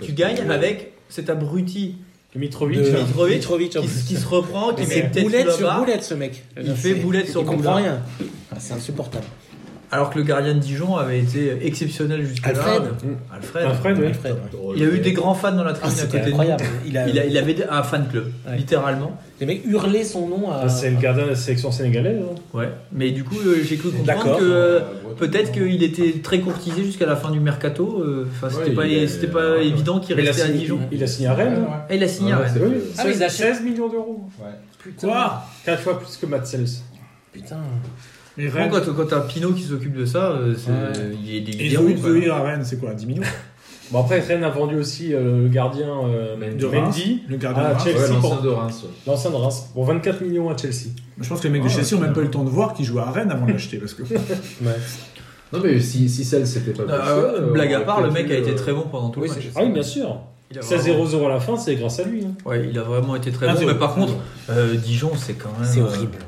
Tu gagnes avec cet abruti Mitrovic, de là. Mitrovic Mitrovic, en qui, plus. qui se reprend, qui Mais met C'est peut-être boulette sous la sur barre, boulette, ce mec. Il fait boulette sur Il comprend boulette. rien. Ah, C'est insupportable. Alors que le gardien de Dijon avait été exceptionnel jusqu'à là. Alfred. Mmh. Alfred. Alfred, oui. Alfred. Il y a eu des grands fans dans la Ah, tribune à c'était côté de lui. incroyable. Il a, Il, a- il avait un fan club, Ouais. littéralement. Les mecs hurlaient son nom à. Ah, c'est le gardien de la sélection sénégalaise. hein. Ouais. Mais du coup, euh, j'ai cru comprendre D'accord. que euh, peut-être qu'il était très courtisé jusqu'à la fin du mercato. euh, Enfin, c'était Ouais, pas, il est- c'était pas ouais. évident qu'il Mais il, a restait à signé, Dijon. il a signé à Rennes. hein. Et il a signé à Rennes. Ouais, Oui, Ah, mais ils 16, achètent. 16 millions d'euros. Quoi 4 fois plus que Matzels. Putain. Mais Franchement, Rennes. Quand, quand t'as Pinot qui s'occupe de ça, euh, c'est- Ouais. il est Et délirant. Zoé quoi. Euh, Zoé à Rennes, c'est quoi 10 millions Bon, après, Rennes a vendu aussi euh, le gardien euh, De Mendy, Rennes, le Ah, gardien de Reims. Chelsea. Ouais, l'ancien pour- de Reims. ouais. l'ancien de Reims, pour 24 millions à Chelsea. Je pense que les mecs de Chelsea n'ont même pas eu le temps de voir qu'ils jouaient à Rennes avant de l'acheter. Parce que... Non, mais si, si celle, c'était pas Euh, euh, possible, blague on à aurait part, le peut-être mec a eu, été euh, très bon pendant tout le match. Ah oui, bien sûr. Il a 16 vraiment- 0 à la fin, c'est grâce à lui. hein. Ouais, il a vraiment été très Ah, bon. c'est Mais bon. par contre, euh, Dijon, c'est quand même. C'est euh, horrible.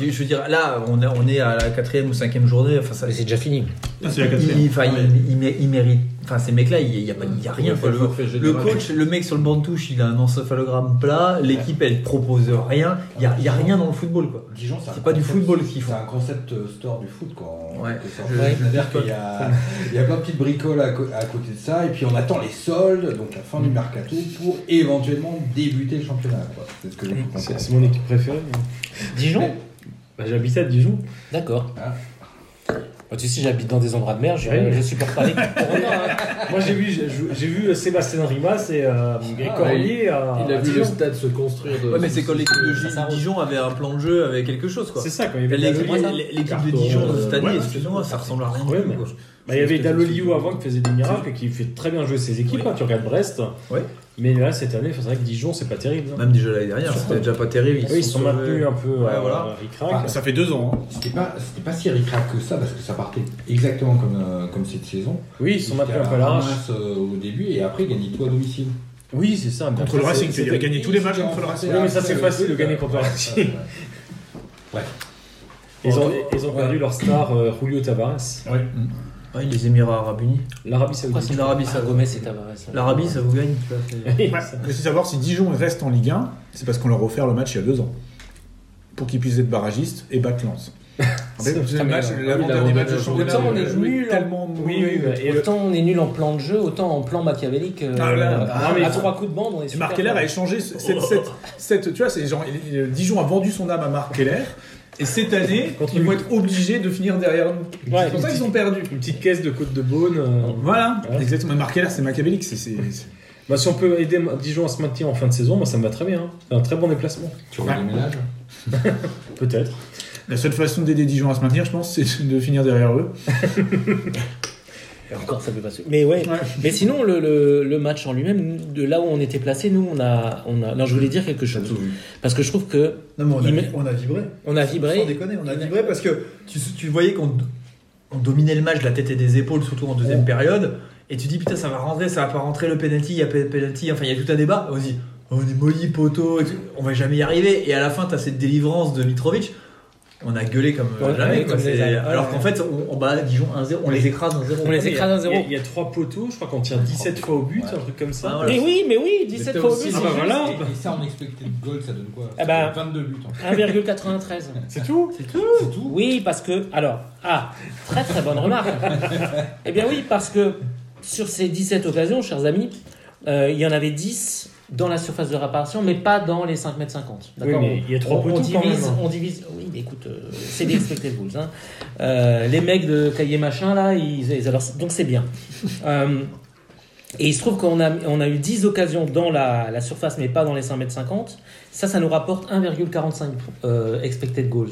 Je je veux dire, là, on, a- on est à la quatrième ou cinquième journée. Enfin, ça, Mais c'est déjà fini. Ah, c'est la quatrième. il, enfin, il- il mé- il mérite. Enfin, ces mecs-là, il n'y a, pas- il y a rien. Ouais, quoi. le Le, forfait le général. coach, le mec sur le banc de touche, il a un encéphalogramme plat. L'équipe, elle propose rien. Il n'y a, il y a rien dans le football, quoi. Dijon, C'est pas du football qu'ils font. C'est un concept euh, store du foot, quoi. en Ouais. quelque sorte. Ouais. C'est-à-dire qu'il y a, il y a plein de petites bricoles à, co- à côté de ça, et puis on attend les soldes, donc la Mm. fin du mercato, pour éventuellement débuter le championnat, quoi. C'est ce que j'ai pu comprendre. C'est c'est mon équipe préférée. hein. Dijon Bah, J'habitais à Dijon. D'accord. Ah. Bah, tu sais, j'habite dans des endroits de merde, je, Oui. je supporte pas les Moi j'ai vu, j'ai j'ai vu euh, Sébastien Rimas et, euh, et Ah, Corlier à, Il a à vu Dijon. le stade se construire. de- Ouais, mais c'est quand l'équipe de Ça, ça Gi- Dijon avait un plan de jeu, avait quelque chose, quoi. C'est ça quand il y avait L'équipe Daloliu. l'équipe de Carton, Dijon de euh, cette année, ouais, excuse-moi, ça ressemble à rien. Ouais, du mais- tout, quoi. Bah, il y avait Daloliu avant qui faisait des miracles et qui fait très bien jouer ses équipes. hein, tu regardes Brest. Ouais. Mais là cette année, c'est vrai que Dijon c'est pas terrible. hein. Même déjà l'année dernière, c'était déjà pas terrible. Oui, ils se sont sauvés. maintenus un peu Ouais, euh, voilà. ric-rac. Ça fait deux ans. hein. C'était pas, c'était pas si ricrac que ça, parce que ça partait exactement comme, euh, comme cette saison. Oui, ils se sont Jusqu'à maintenus un peu à l'arrache. ramasse, euh, au début, et après, gagner tout à domicile. Oui, c'est ça. mais Contre après, le Racing, c'est- tu veux dire, gagner tous les matchs contre le Racing. Oui, mais ça, c'est facile de gagner contre le Racing. Ils ont, ils ont perdu leur star euh, Julio Tavares. Hmm. Ouais, les Émirats Arabes Unis. L'Arabie Saoudite. C'est l'Arabie, ça. hein. Ah, Gomez et Tavares. L'Arabie, ça vous gagne. tu vois, c'est- Oui, Ouais, ça- mais c'est savoir si Dijon reste en Ligue 1, c'est parce qu'on leur a offert le match il y a deux ans. Pour qu'ils puissent être barragistes et battre Lens. En fait, le match, hein. Ah l'avant-dernier match de championnat, Autant on est euh, nul en- tellement Oui, oui, mauvais. oui. Et le- Autant on est nul en plan de jeu, autant en plan machiavélique. euh, Ah, là, euh, ah, Oh. mais à il faut- trois coups de bande, on est Et super. Marc Keller a échangé ce- cette, cette- cette- tu vois, c'est genre, il- il- Dijon a vendu son âme à Marc Keller. Et cette année, Contre ils vont lui. être obligés de finir derrière nous. Ouais, c'est pour ça qu'ils ont perdu. Une petite caisse de Côte de Beaune. euh, Voilà, Ouais. exactement. Marc Keller, c'est machiavélique. c'est- c'est- c'est- Bah, si on peut aider Dijon à se maintenir en fin de saison, moi, ça me va très bien. hein. C'est un très bon déplacement. Tu redéménages Peut-être. La seule façon d'aider Dijon à se maintenir, je pense, c'est de finir derrière eux. Et Encore, ça peut passer. Mais ouais. Mais sinon, le, le- le match en lui-même, de là où on était placé, nous, on a, on a. Non, je voulais dire quelque chose. Parce que je trouve que Non, mais on a, Il met- on a vibré. on a Sans vibré. déconner, on a il- vibré parce que. tu, tu voyais qu'on on dominait le match de la tête et des épaules, surtout en deuxième période. Et tu dis, putain, ça va rentrer, ça va pas rentrer, le penalty, il y a pe- penalty, enfin, il y a tout un débat. On se dit, on est molli, poteau, et tout, on va jamais y arriver. Et à la fin, t'as cette délivrance de Mitrovic. On a gueulé comme Ouais, jamais. ouais, quoi. comme C'est- des ânes. Alors Ouais, qu'en fait, on, on bat Dijon 1-0, on les écrase 1-0. On les écrase à Il y, a, zéro. il y a trois poteaux, je crois qu'on tient 17 fois au but, un truc comme ça. Ah, voilà. Mais oui, mais oui, 17 Mais fois au t'as but, aussi- c'est Ah bah juste voilà. Et, et ça, en expected goal, ça donne quoi Ah bah. 22 buts. en fait. 1,93. C'est tout C'est tout. Oui, parce que. Alors, ah, très très bonne remarque. eh bien, oui, parce que sur ces 17 occasions, chers amis, euh, il y en avait 10 dans la surface de réparation, mais pas dans les 5 mètres 50. D'accord Oui, mais il y a trois on, on poteaux quand divise, même. on divise. Oui, mais écoute, euh, c'est des expected goals. hein. Euh, les mecs de Cahier Machin, là, ils, ils- alors, donc c'est bien. Euh, et il se trouve qu'on a, on a eu 10 occasions dans la, la surface, mais pas dans les 5 mètres 50. Ça, ça nous rapporte 1,45 euh, expected goals.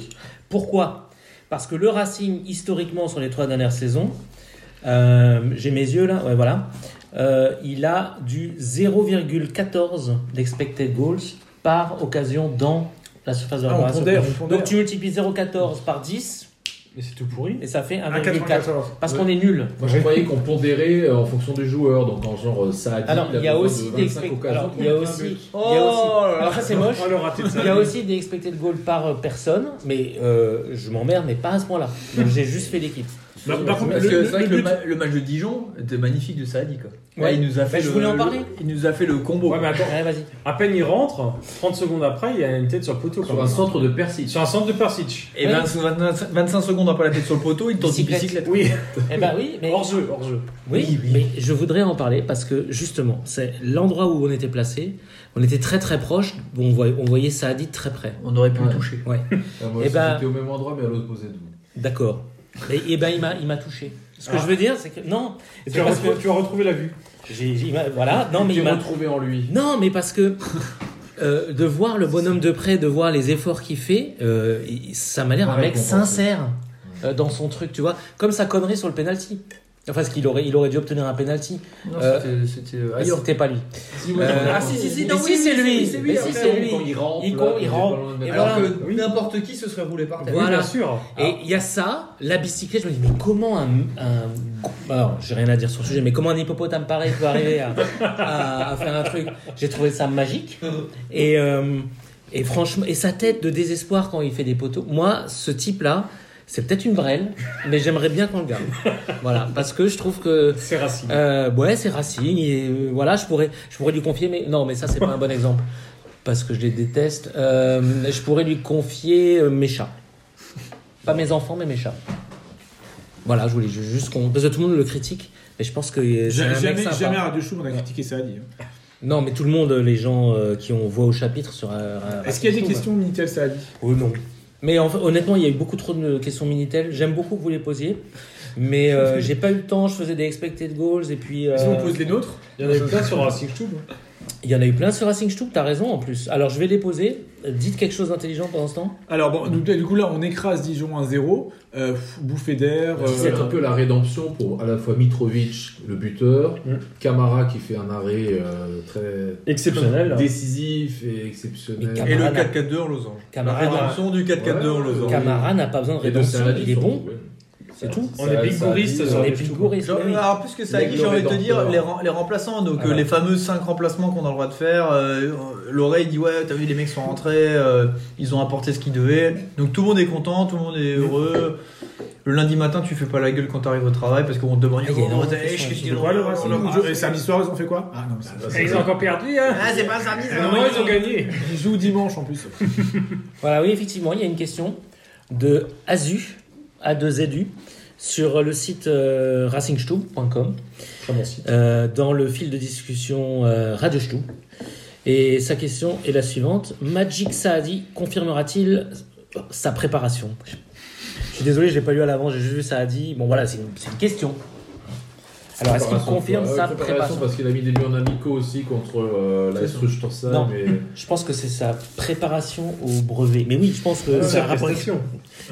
Pourquoi Parce que le Racing, historiquement, sur les trois dernières saisons, euh, j'ai mes yeux là, ouais, voilà, euh, il a du 0,14 d'expected goals par occasion dans la surface de Ah, on réparation. pondère, on pondère. Donc tu multiplies 0,14 par 10 Mais c'est tout pourri. et ça fait 1,4. 1,94. Parce qu'on est nul. Moi, je croyais qu'on pondérait euh, en fonction du joueur, donc en genre euh, ça a dit, Alors, a il y a besoin de aussi des 25 expect- occasions alors, pour il y a mettre un aussi, but. il y a aussi- Oh là là. alors ça c'est moche. Oh, le raté de ça. Il y a aussi des expected goals par euh, personne, mais euh, je m'emmerde, mais pas à ce point-là. Donc, J'ai juste fait l'équipe. Bah, par contre, Parce le- que le- c'est vrai le que le, but- ma- le match de Dijon était magnifique de Saadi. Quoi. Là, Ouais. il nous a fait je le- voulais en le- parler. il nous a fait le combo. Ouais, mais attends, Ouais, vas-y. à peine il rentre, 30 secondes après, il y a une tête sur le poteau. Sur quand un même. centre de Percy. Sur un centre de Persic. Et 20 25, 25 secondes après la tête sur le poteau, il tente une bicyclette. Bicyclette. Oui, Eh ben oui, mais hors jeu, hors jeu. Oui, mais je voudrais en parler parce que justement, c'est l'endroit où on était placé. On était très très proche. On voyait, on voyait Saadi très près. On aurait pu le Ouais. toucher. Ouais, Ah, moi Eh aussi, ben- j'étais au même endroit, mais à l'opposé de vous. d'accord. Et, et ben il m'a il m'a touché. Ce que Ah. je veux dire, c'est que non. Et c'est tu as, parce retrouvé, tu as retrouvé la vue. que j'ai- j'ai- il m'a- voilà. Non mais J'ai il m'a retrouvé en lui. non mais parce que euh, de voir le bonhomme de près, de voir les efforts qu'il fait, euh, il- ça m'a l'air un Ouais, mec bon, sincère euh, dans son truc, tu vois. Comme sa connerie sur le penalty. Enfin, ce qu'il aurait, il aurait dû obtenir un penalty. Non, Euh, c'était- c'était Ah, ailleurs. C'était pas lui. Euh, Ah, si, si, si, Mais non, si, oui, c'est oui, lui. c'est Mais si, après, c'est on- lui. Quand il rampe, Il là, court, il est rampe. pas loin de mettre Et Alors un voilà. but. que n'importe qui se serait roulé par terre. Voilà. Oui, bien sûr. Et il y a ça, la bicyclette, je me dis, mais comment un. un- alors, j'ai rien à dire sur le sujet, mais comment un hippopotame pareil peut arriver à, à- à faire un truc J'ai trouvé ça magique. Et, euh, et franchement, et sa tête de désespoir quand il fait des poteaux. Moi, ce type-là, C'est peut-être une brêle, mais j'aimerais bien qu'on le garde. Voilà, parce que je trouve que c'est Racing. Euh, ouais, c'est Racing et euh, voilà, je pourrais, je pourrais lui confier. Mais non, mais ça c'est pas un bon exemple parce que je les déteste. Euh, je pourrais lui confier euh, mes chats, pas mes enfants, mais mes chats. Voilà, je voulais ju- juste qu'on parce que tout le monde le critique, mais je pense que euh, c'est Ja- un mec Jamais, sympa. jamais à Radio Show, on a critiqué hein. ça. dit. Non, mais tout le monde, les gens euh, qui ont voix au chapitre sur. euh, Est-ce qu'il y a des Racing, questions Minitel Saadi Oh non. Mais en fait, honnêtement, il y a eu beaucoup trop de questions Minitel. J'aime beaucoup que vous les posiez. Mais euh, j'ai pas eu le temps, je faisais des expected goals et puis. euh, Si on pose les nôtres Il y en a eu plein sur Racing Stube. Il y en a eu plein sur Racing Stube, t'as raison en plus. Alors je vais les poser. Dites quelque chose d'intelligent pendant ce temps. Alors, bon, nous, du coup, là, on écrase Dijon 1-0, euh, pff, bouffée d'air. euh, C'est un peu la rédemption pour à la fois Mitrovic, le buteur, Mm. Camara qui fait un arrêt euh, très Exceptionnel. décisif et hein. Mais exceptionnel. Camara Et le n'a- 4-4-2 en losange. Camara- La rédemption du 4-4-2 en losange. Camara n'a pas besoin de Et de rédemption, Saadi il est surtout, bon, ouais. c'est tout. Ça- On est ça- bigouriste ça dit, sur On les est petits pigouriste, Genre, mais oui. Alors, plus que ça, Les dit, j'ai envie de te glorieux dire, danseurs. les, ren- les remplaçants, donc Ah euh, ouais. les fameux 5 remplacements qu'on a le droit de faire, euh, l'oreille dit Ouais, t'as vu, les mecs sont rentrés, euh, ils ont apporté ce qu'ils devaient. Donc tout le monde est content, tout le monde est heureux. Le lundi matin, tu fais pas la gueule quand t'arrives au travail parce qu'on te demande Ah, il y a Oh, énormément de t'as- eh, questions. qu'est-ce Je qu'ils ont- voilà, voilà, on c'est leur le a- jeu. Et samedi soir, ils ont fait quoi Ah non, mais ça- Bah, ça- Et ils ont encore perdu, hein Ah, c'est pas ça, mais ça- Non, ils ont gagné. ils jouent dimanche en plus. Voilà, oui, effectivement, il y a une question de Azu, A2ZU, sur le site euh, racingstube.com, Très bon site. euh, dans le fil de discussion euh, Radio Stube. Et sa question est la suivante Magic Saadi confirmera-t-il euh, sa préparation Je suis désolé, je l'ai pas lu à l'avant, j'ai juste vu Saadi. Bon, voilà, c'est une, c'est une question. Alors, est-ce qu'il Préparation, confirme ouais, sa préparation, préparation Parce qu'il a mis des buts en amicaux aussi contre euh, la C'est Struge Torsal. Non. Mais... Je pense que c'est sa préparation au brevet. Mais oui, je pense que c'est un rapport. Là,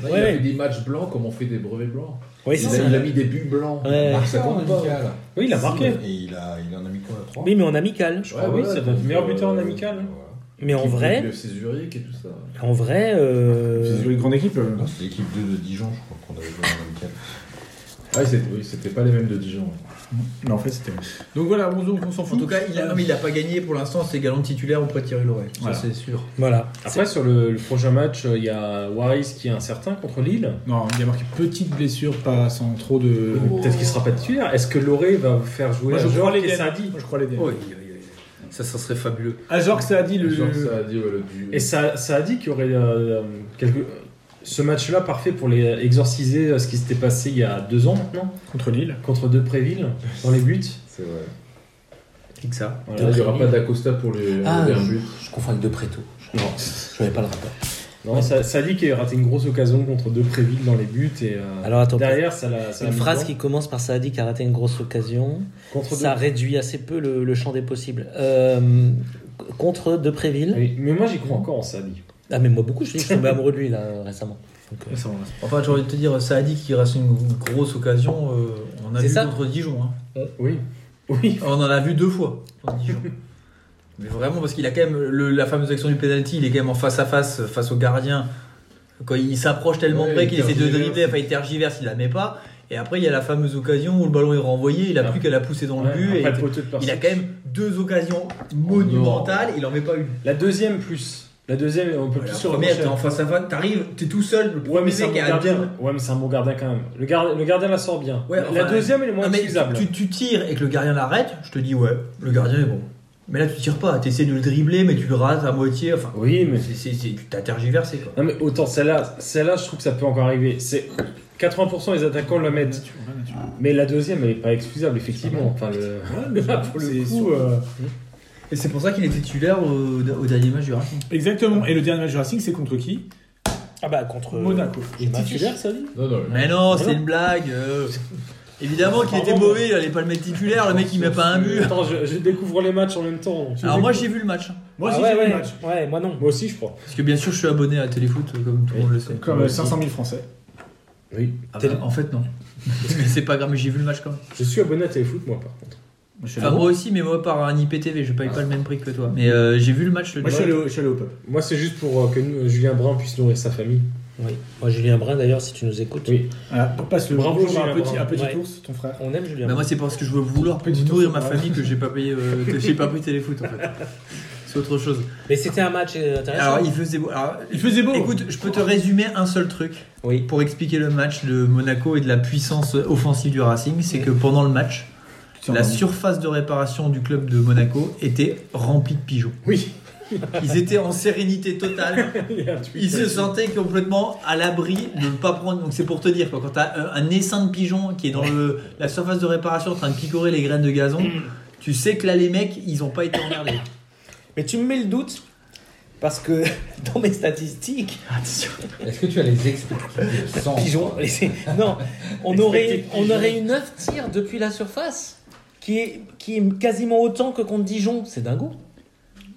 Ouais. Il a fait des matchs blancs comme on fait des brevets blancs. Oui, il, c'est a, ça. il a mis des buts blancs. Ouais. Ah, Ça compte pas. amical. Oui, il a marqué. Et il, a, il en a mis quoi 3 Oui, mais en amical. Ah oui, c'est notre meilleur euh, buteur en amical. hein. Mais en vrai, Le FC Zurich et tout ça. En vrai, euh, Ils jouent une grande équipe. euh. Non, c'est l'équipe 2 de Dijon, je crois qu'on avait joué en amical. Ah, c'est- oui, c'était pas les mêmes de Dijon. Mais en fait, c'était. Donc voilà, on, on s'en fout. En tout cas, il a, non, mais il a pas gagné pour l'instant, c'est galant titulaire auprès de Thierry Loret. Voilà. Ça, c'est sûr. voilà. Après, sur le, le prochain match, euh, il y a Waris qui est incertain contre Lille. Euh, Non, il y a marqué petite blessure, pas sans trop de. Peut-être qu'il sera pas titulaire. Est-ce que Loré va faire jouer Moi, je à crois Jorge les et Gaines. Saadi Moi, je crois les Oui, Gaines. oui, oui. Ça, ça serait fabuleux. Ah, genre que ça a dit le. Genre, ça a dit ouais, le but. Et ça, ça a dit qu'il y aurait euh, quelque- ce match-là parfait pour les exorciser euh, ce qui s'était passé il y a deux ans maintenant Contre Lille. contre Depréville dans les buts. C'est vrai. Fixe ça. Voilà. Là, Ah, il n'y aura pas d'Acosta pour les Ah, les derniers je, buts. je confonds avec De Preto. Je non, je n'avais pas le rapport. Non, ça, ça a dit qu'il a raté une grosse occasion contre Depréville dans les buts et euh, Alors attends, derrière ça l'a. ça une l'a mis phrase dedans. qui commence par Saadi qui a raté une grosse occasion. contre Ça De- réduit assez peu le, le champ des possibles. Euh, contre Depréville. Oui, Mais moi j'y crois encore en Saadi. Ah mais moi beaucoup, je te dis que je suis tombé amoureux de lui là récemment. Donc, euh, Enfin, j'ai envie de te dire, ça a dit qu'il reste une grosse occasion. euh, on a C'est vu ça. contre Dijon. hein. Oui. Oui. On en a vu deux fois contre Dijon. Mais vraiment, parce qu'il a quand même le- la fameuse action du penalty, il est quand même en face à face, euh, face au gardien. Quand il s'approche tellement Ouais, près il qu'il essaie de tergiverse. dribbler, enfin il tergiverse, il la met pas. Et après, il y a la fameuse occasion où le ballon est renvoyé, il a Ouais. plus qu'à la pousser dans Ouais, le but. après, et le poteau de il a Percy. quand même deux occasions monumentales, il en met pas une. La deuxième plus. La deuxième on peut La plus sur première, t'es en face à face, t'arrives, t'es tout seul, le Ouais premier mais, c'est un bon mec est à deux. gardien. ouais mais c'est un bon gardien quand même. Le, gardien le gardien la sort bien. Ouais, la enfin, deuxième elle est moins Ah, mais excusable. tu, tu tires et que le gardien l'arrête, je te dis ouais, le gardien est bon. Mais là tu tires pas, tu essaies de le dribbler mais tu le rates à moitié, enfin Oui mais c'est- c'est- c'est- tu t'as tergiversé quoi. Non mais autant celle-là, celle-là je trouve que ça peut encore arriver. C'est 80% des attaquants la mettent. Mais la deuxième elle est pas excusable effectivement. Enfin le, là, pour le c'est coup, sûr. euh, Et c'est pour ça qu'il est titulaire au, au dernier match du Racing. Exactement. Et le dernier match du Racing, c'est contre qui Ah bah Euh. contre Monaco. Il est titulaire Saadi Non, non. Mais non, c'est une blague. euh. Évidemment qu'il était mauvais, il allait pas le mettre titulaire, le mec il met pas un but. Attends, je, je découvre les matchs en même temps. Je Alors les moi découvre. j'ai vu le match, hein. Moi, Ah j'ai ouais, vu ouais. le match. Ouais, moi non. moi aussi je crois. parce que bien sûr je suis abonné à Téléfoot comme tout le monde le sait. Comme euh, 500 000 Français. Oui. Ah bah, en fait non. mais c'est pas grave, mais j'ai vu le match quand même. Je suis abonné à Téléfoot moi par contre. Moi, je suis Enfin allé au- moi aussi, mais moi par un IPTV, je paye pas le même prix que toi. Mais euh, j'ai vu le match le moi, je suis allé au- je suis allé au pub. Moi c'est juste pour euh, que nous- Julien Brun puisse nourrir sa famille. Oui. Moi Julien Brun d'ailleurs si tu nous écoutes. Oui. Voilà, pour pas se Bravo, bonjour à Julien, un petit, bravo. un petit Ouais. ours, ton frère. On aime Julien. Bah Brun. moi c'est parce que je veux vouloir Petit nourrir ma tour. famille que j'ai pas payé euh, que j'ai pas pris téléfoot en fait. Parce c'est autre chose. Mais c'était un match euh, intéressant. Alors, il faisait beau. Alors, Il faisait beau. Écoute, je peux te résumer un seul truc pour expliquer le match de Monaco et de la puissance offensive du Racing, c'est que pendant le match, la surface de réparation du club de Monaco était remplie de pigeons. Oui. Ils étaient en sérénité totale. Ils se sentaient complètement à l'abri de ne pas prendre. Donc c'est pour te dire quoi, quand t'as un- un essaim de pigeons qui est dans le, la surface de réparation en train de picorer les graines de gazon, tu sais que là les mecs ils ont pas été emmerdés. Mais tu me mets le doute parce que dans mes statistiques, Est-ce que tu as les explications sans pigeon, non, on aurait, on aurait eu 9 tirs depuis la surface qui est, qui est quasiment autant que contre Dijon. C'est dingo.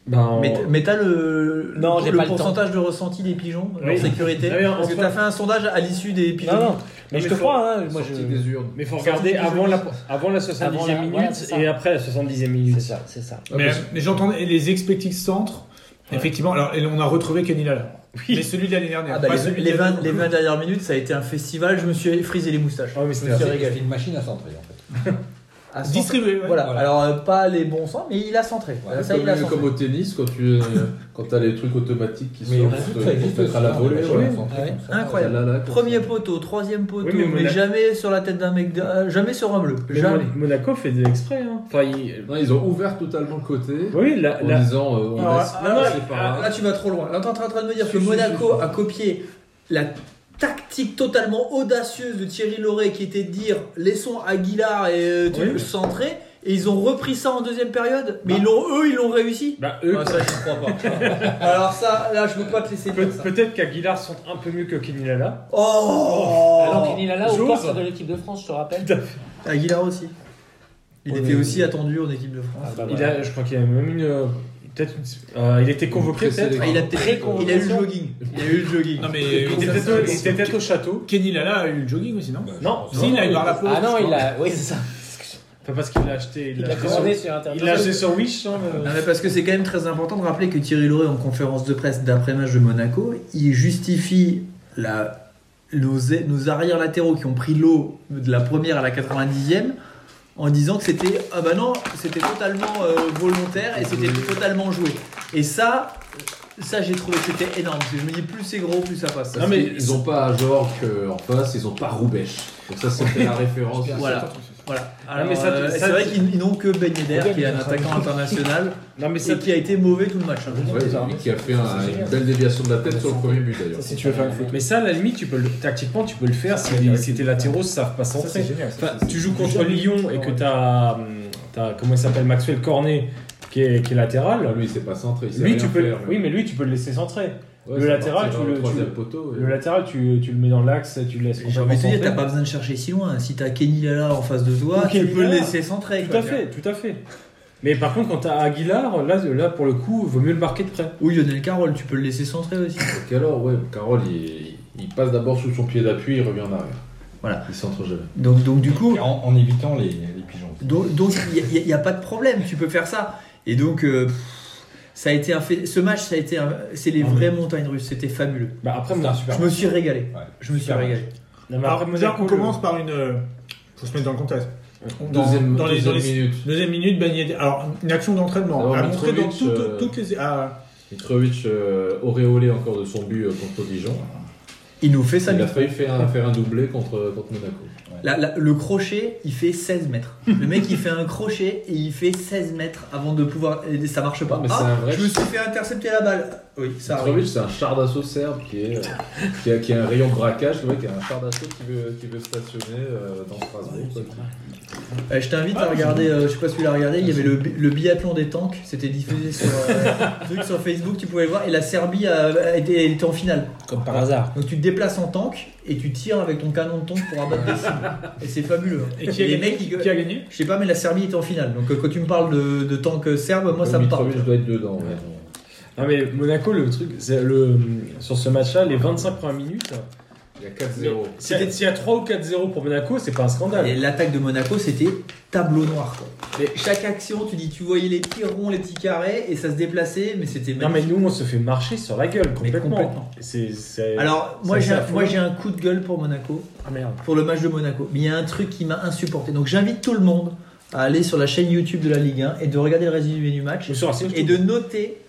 Ben, Mais, mais t'as le, Non, j'ai le pas le temps. pourcentage de ressenti des pigeons en Oui. sécurité D'ailleurs, Parce en que fait- t'as fait un sondage à l'issue des pigeons. Non, non, mais Non, mais je te faut- crois, hein, moi je. Sortie des urnes. Mais faut regarder avant la, avant la 70e Avant la- minute voilà, c'est ça. et après la 70e C'est minute. ça, c'est ça. Mais, mais j'entendais les expected centres. Effectivement, alors et on a retrouvé Kenny là. Mais celui de l'année dernière. Ah bah, pas les, celui de les l'année 20, les 20 dernières minutes, ça a été un festival. Je me suis frisé les moustaches. Ah oui, mais je c'est me suis vrai. C'est régalé. une machine à centrer en fait. À centrer. Distribué. ouais. Voilà. alors euh, pas les bons sens, mais il a centré. Ah, Ouais, ça, il a Comme, centré. comme au tennis, quand tu euh, quand as les trucs automatiques qui Mais sortent on a vu que ça euh, pour existe te mettre à aussi, la volée. hein, ouais. la machine à Ah centrer, comme ça. Incroyable. Là, là, Premier poteau, troisième poteau, Oui, mais mais, Monaco- jamais sur la tête d'un mec, de- euh, jamais sur un bleu. Mais Jamais. Mon- Monaco fait de l'exprès. Hein. Enfin, il- Non, ils ont ouvert totalement le côté Oui, la, en la- Ah, disant euh, on Alors, laisse là, passer là, par là, là. là, tu vas trop loin. Là, t'es en train en train de me dire que Si, si, Monaco si, si. a copié la tactique totalement audacieuse de Thierry Loret qui était de dire laissons Aguilar et euh, tu- Oui. centrer et ils ont repris ça en deuxième période. Mais ils l'ont, eux, ils l'ont réussi. bah, eux, Ah, ça, je crois pas. Alors ça, là, je peux pas te laisser peut- dire ça. peut-être qu'Aguilar sont un peu mieux que Kinilala. Oh, Alors qu'il est là aux j'ose. portes de l'équipe de France, je te rappelle. Aguilar aussi. Il On était est- aussi attendu en équipe de France. Il a, je crois qu'il a même une. euh, Peut-être une- euh, il était convoqué, Pressé peut-être. Ah, il a peut-être- il a eu le jogging. Il a eu le jogging. Non mais euh, Il était peut-être au- il était peut-être au château. Kenny Lala a eu le jogging aussi non Bah, Non, Si il a eu par la peau. Ah non, il a. Oui, c'est ça. Enfin, parce qu'il l'a acheté. Il Il l'a a acheté commandé sur- sur Internet. il l'a acheté sur Wish. hein, le- Non, Ah, mais parce que c'est quand même très important de rappeler que Thierry Loret, en conférence de presse d'après-match de Monaco, il justifie la, nos, nos arrières latéraux qui ont pris l'eau de la première à la 90e en disant que c'était ah bah non c'était totalement euh, volontaire et c'était totalement joué et ça ça j'ai trouvé que c'était énorme parce que je me dis plus c'est gros plus ça passe Parce Non, Ah, mais- qu'ils- ils ont pas Georges euh, en face, ils ont pas Roubaix. Donc ça c'était la référence. voilà voilà Non, Ah, mais Alors, ça, euh, ça, c'est vrai tu- qu'ils n'ont que Ben Yedder qui est un attaquant international Non, mais ça, et qui a été mauvais tout le match hein. Ouais, c'est lui qui a fait un- une belle déviation de la tête sur le premier but d'ailleurs. si tu veux faire une faute. Mais ça, à la limite, tu peux le- tactiquement, tu peux le faire si, les- si tes latéraux savent pas centrer. Enfin, tu joues contre Lyon et que t'as, hum, t'as comment il s'appelle, Maxwell Cornet, qui est, qui est Là, latéral. Ah, lui il s'est pas centré. Il sait Lui, rien tu peux, faire, oui, mais lui, tu peux le laisser centrer. Ouais, le c'est latéral, parti tu dans le- tu troisième le- poteau. et- Le latéral, tu, tu le mets dans l'axe, tu le laisses. J'ai envie de te dire, t'as pas besoin de chercher si loin. Si t'as Kenny Lala en face de toi, Ou tu Kenny peux le Lala. laisser centrer. Tout quoi, à tu fait, tout à fait. Mais par contre, quand t'as Aguilar, là, là, pour le coup, vaut mieux le marquer de près. vois. Ou Lionel Carroll, tu peux le laisser centrer aussi. Donc alors, ouais, Carole, il, il passe d'abord sous son pied d'appui, il revient en arrière. Voilà. Il centre jamais. Donc, donc du coup, En, en évitant les, les pigeons. donc donc, il n'y a, pas de problème. Tu peux faire ça. Et donc, euh, pff, ça a été un fait. Ce match, ça a été. un- C'est les vraies montagnes russes. C'était fabuleux. Bah après, C'est mon- un super. Je me suis régalé. Ouais. Je me suis Super régalé. non, mais Alors, après, déjà, Monaco, on le- commence par une. euh, Faut se mettre dans le contexte. Dans- Deuxième, dans les- dans deuxième les- minute. Deuxième minute, Ben Yedder. Alors, une action d'entraînement. Alors, À montrer dans Mitrovic, toutes- euh, toutes les. ah, à- Mitrovic euh, auréolé encore de son but euh, contre Dijon. Il nous fait ça. Il lui. a failli faire un, faire un doublé contre, contre Monaco. La- la- le crochet, il fait 16 mètres. Le mec, il fait un crochet et il fait 16 mètres avant de pouvoir. et Ça marche pas. Non, mais c'est Ah, un vrai- je me suis fait intercepter la balle. Oui, ça arrive. Mitrovic, c'est un char d'assaut serbe qui, est, euh, qui, a, qui a un rayon de braquage. Le mec a un char d'assaut qui veut, qui veut stationner euh, dans Strasbourg. quoi. Euh, je t'invite à regarder, euh, je sais pas si tu l'as regardé, il y avait Ah, le, bi- le biathlon des tanks, c'était diffusé sur, euh, truc sur Facebook, tu pouvais le voir, et la Serbie a, a été, elle était en finale. Comme par hasard. Donc tu te déplaces en tank et tu tires avec ton canon de tank pour abattre des cibles. Et c'est fabuleux. hein. Et qui a les gagné mecs, ils- Qui a gagné Je sais pas, mais la Serbie était en finale. Donc euh, quand tu me parles de, de tank serbe, moi Donc, Oh, ça me parle. Mitrovic doit être dedans. ouais. Non mais Monaco, le truc, c'est le sur ce match-là, les 25 premières minutes. Il y a 4-0. S'il y, a- s'il y a 3 ou 4-0 pour Monaco, c'est pas un Et scandale. l'attaque de Monaco, c'était tableau noir. quoi. Mais chaque action, tu dis, tu voyais les petits ronds, les petits carrés, et ça se déplaçait, mais c'était Non mais magnifique. nous, on se fait marcher sur la gueule complètement. complètement. C'est- c'est- Alors moi Ça, j'ai c'est un- affolant. moi, j'ai un coup de gueule pour Monaco. ah merde. pour le match de Monaco. Mais il y a un truc qui m'a insupporté. Donc j'invite tout le monde à aller sur la chaîne YouTube de la Ligue 1 et de regarder le résumé du match Je me suis rassis. et de noter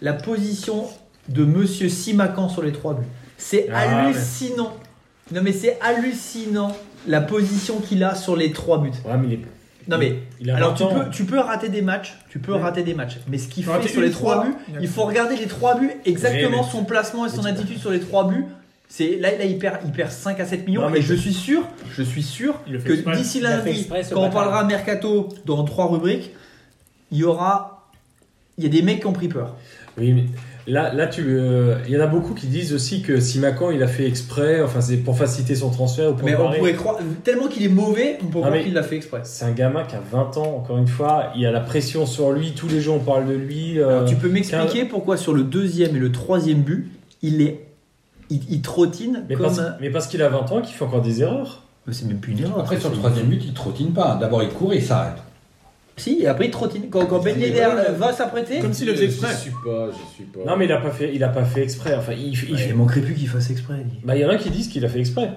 la position de Monsieur Simacan sur les trois buts. C'est Ah, hallucinant. Non mais c'est hallucinant la position qu'il a sur les trois buts. Non mais Il a alors tu 20 ans. peux, tu peux rater des matchs, tu peux rater des matchs, mais ce qu'il Rater fait sur une les trois fois, buts, il y a il tout. faut regarder les trois buts exactement Oui, mais- son placement et son attitude sur les trois buts. C'est là, là il perd, il perd 5 à 7 millions Non, mais et je suis sûr, je suis sûr Il le fait que exprès. d'ici Il a fait lundi, exprès, ce quand on bâtard. parlera mercato dans trois rubriques, il y aura, il y a des mecs qui ont pris peur. Oui, mais là, là tu, euh, il y en a beaucoup qui disent aussi que Simacan, il a fait exprès, enfin, c'est pour faciliter son transfert ou pour Mais le on barrer. pourrait croire tellement qu'il est mauvais, on pourrait Ah, croire mais- qu'il l'a fait exprès. C'est un gamin qui a 20 ans, encore une fois, il y a la pression sur lui, tous les jours on parle de lui. euh, Alors, tu peux qu'un- m'expliquer pourquoi sur le deuxième et le troisième but, il est, il, il trottine Mais, comme. parce, mais parce qu'il a 20 ans, qu'il fait encore des erreurs. Mais c'est même plus une erreur. Après, ça, sur le c'est- troisième but, il trottine pas. D'abord, il court et il s'arrête. Si, et après il trottine. Quand, quand Ben Yedder va s'apprêter, Comme s'il le faisait exprès. J'y suis pas, j'y suis pas. Non, mais il a pas fait, il a pas fait exprès. Enfin, il, il, il manquerait plus qu'il fasse exprès. lui. bah, il y en a qui disent qu'il a fait exprès.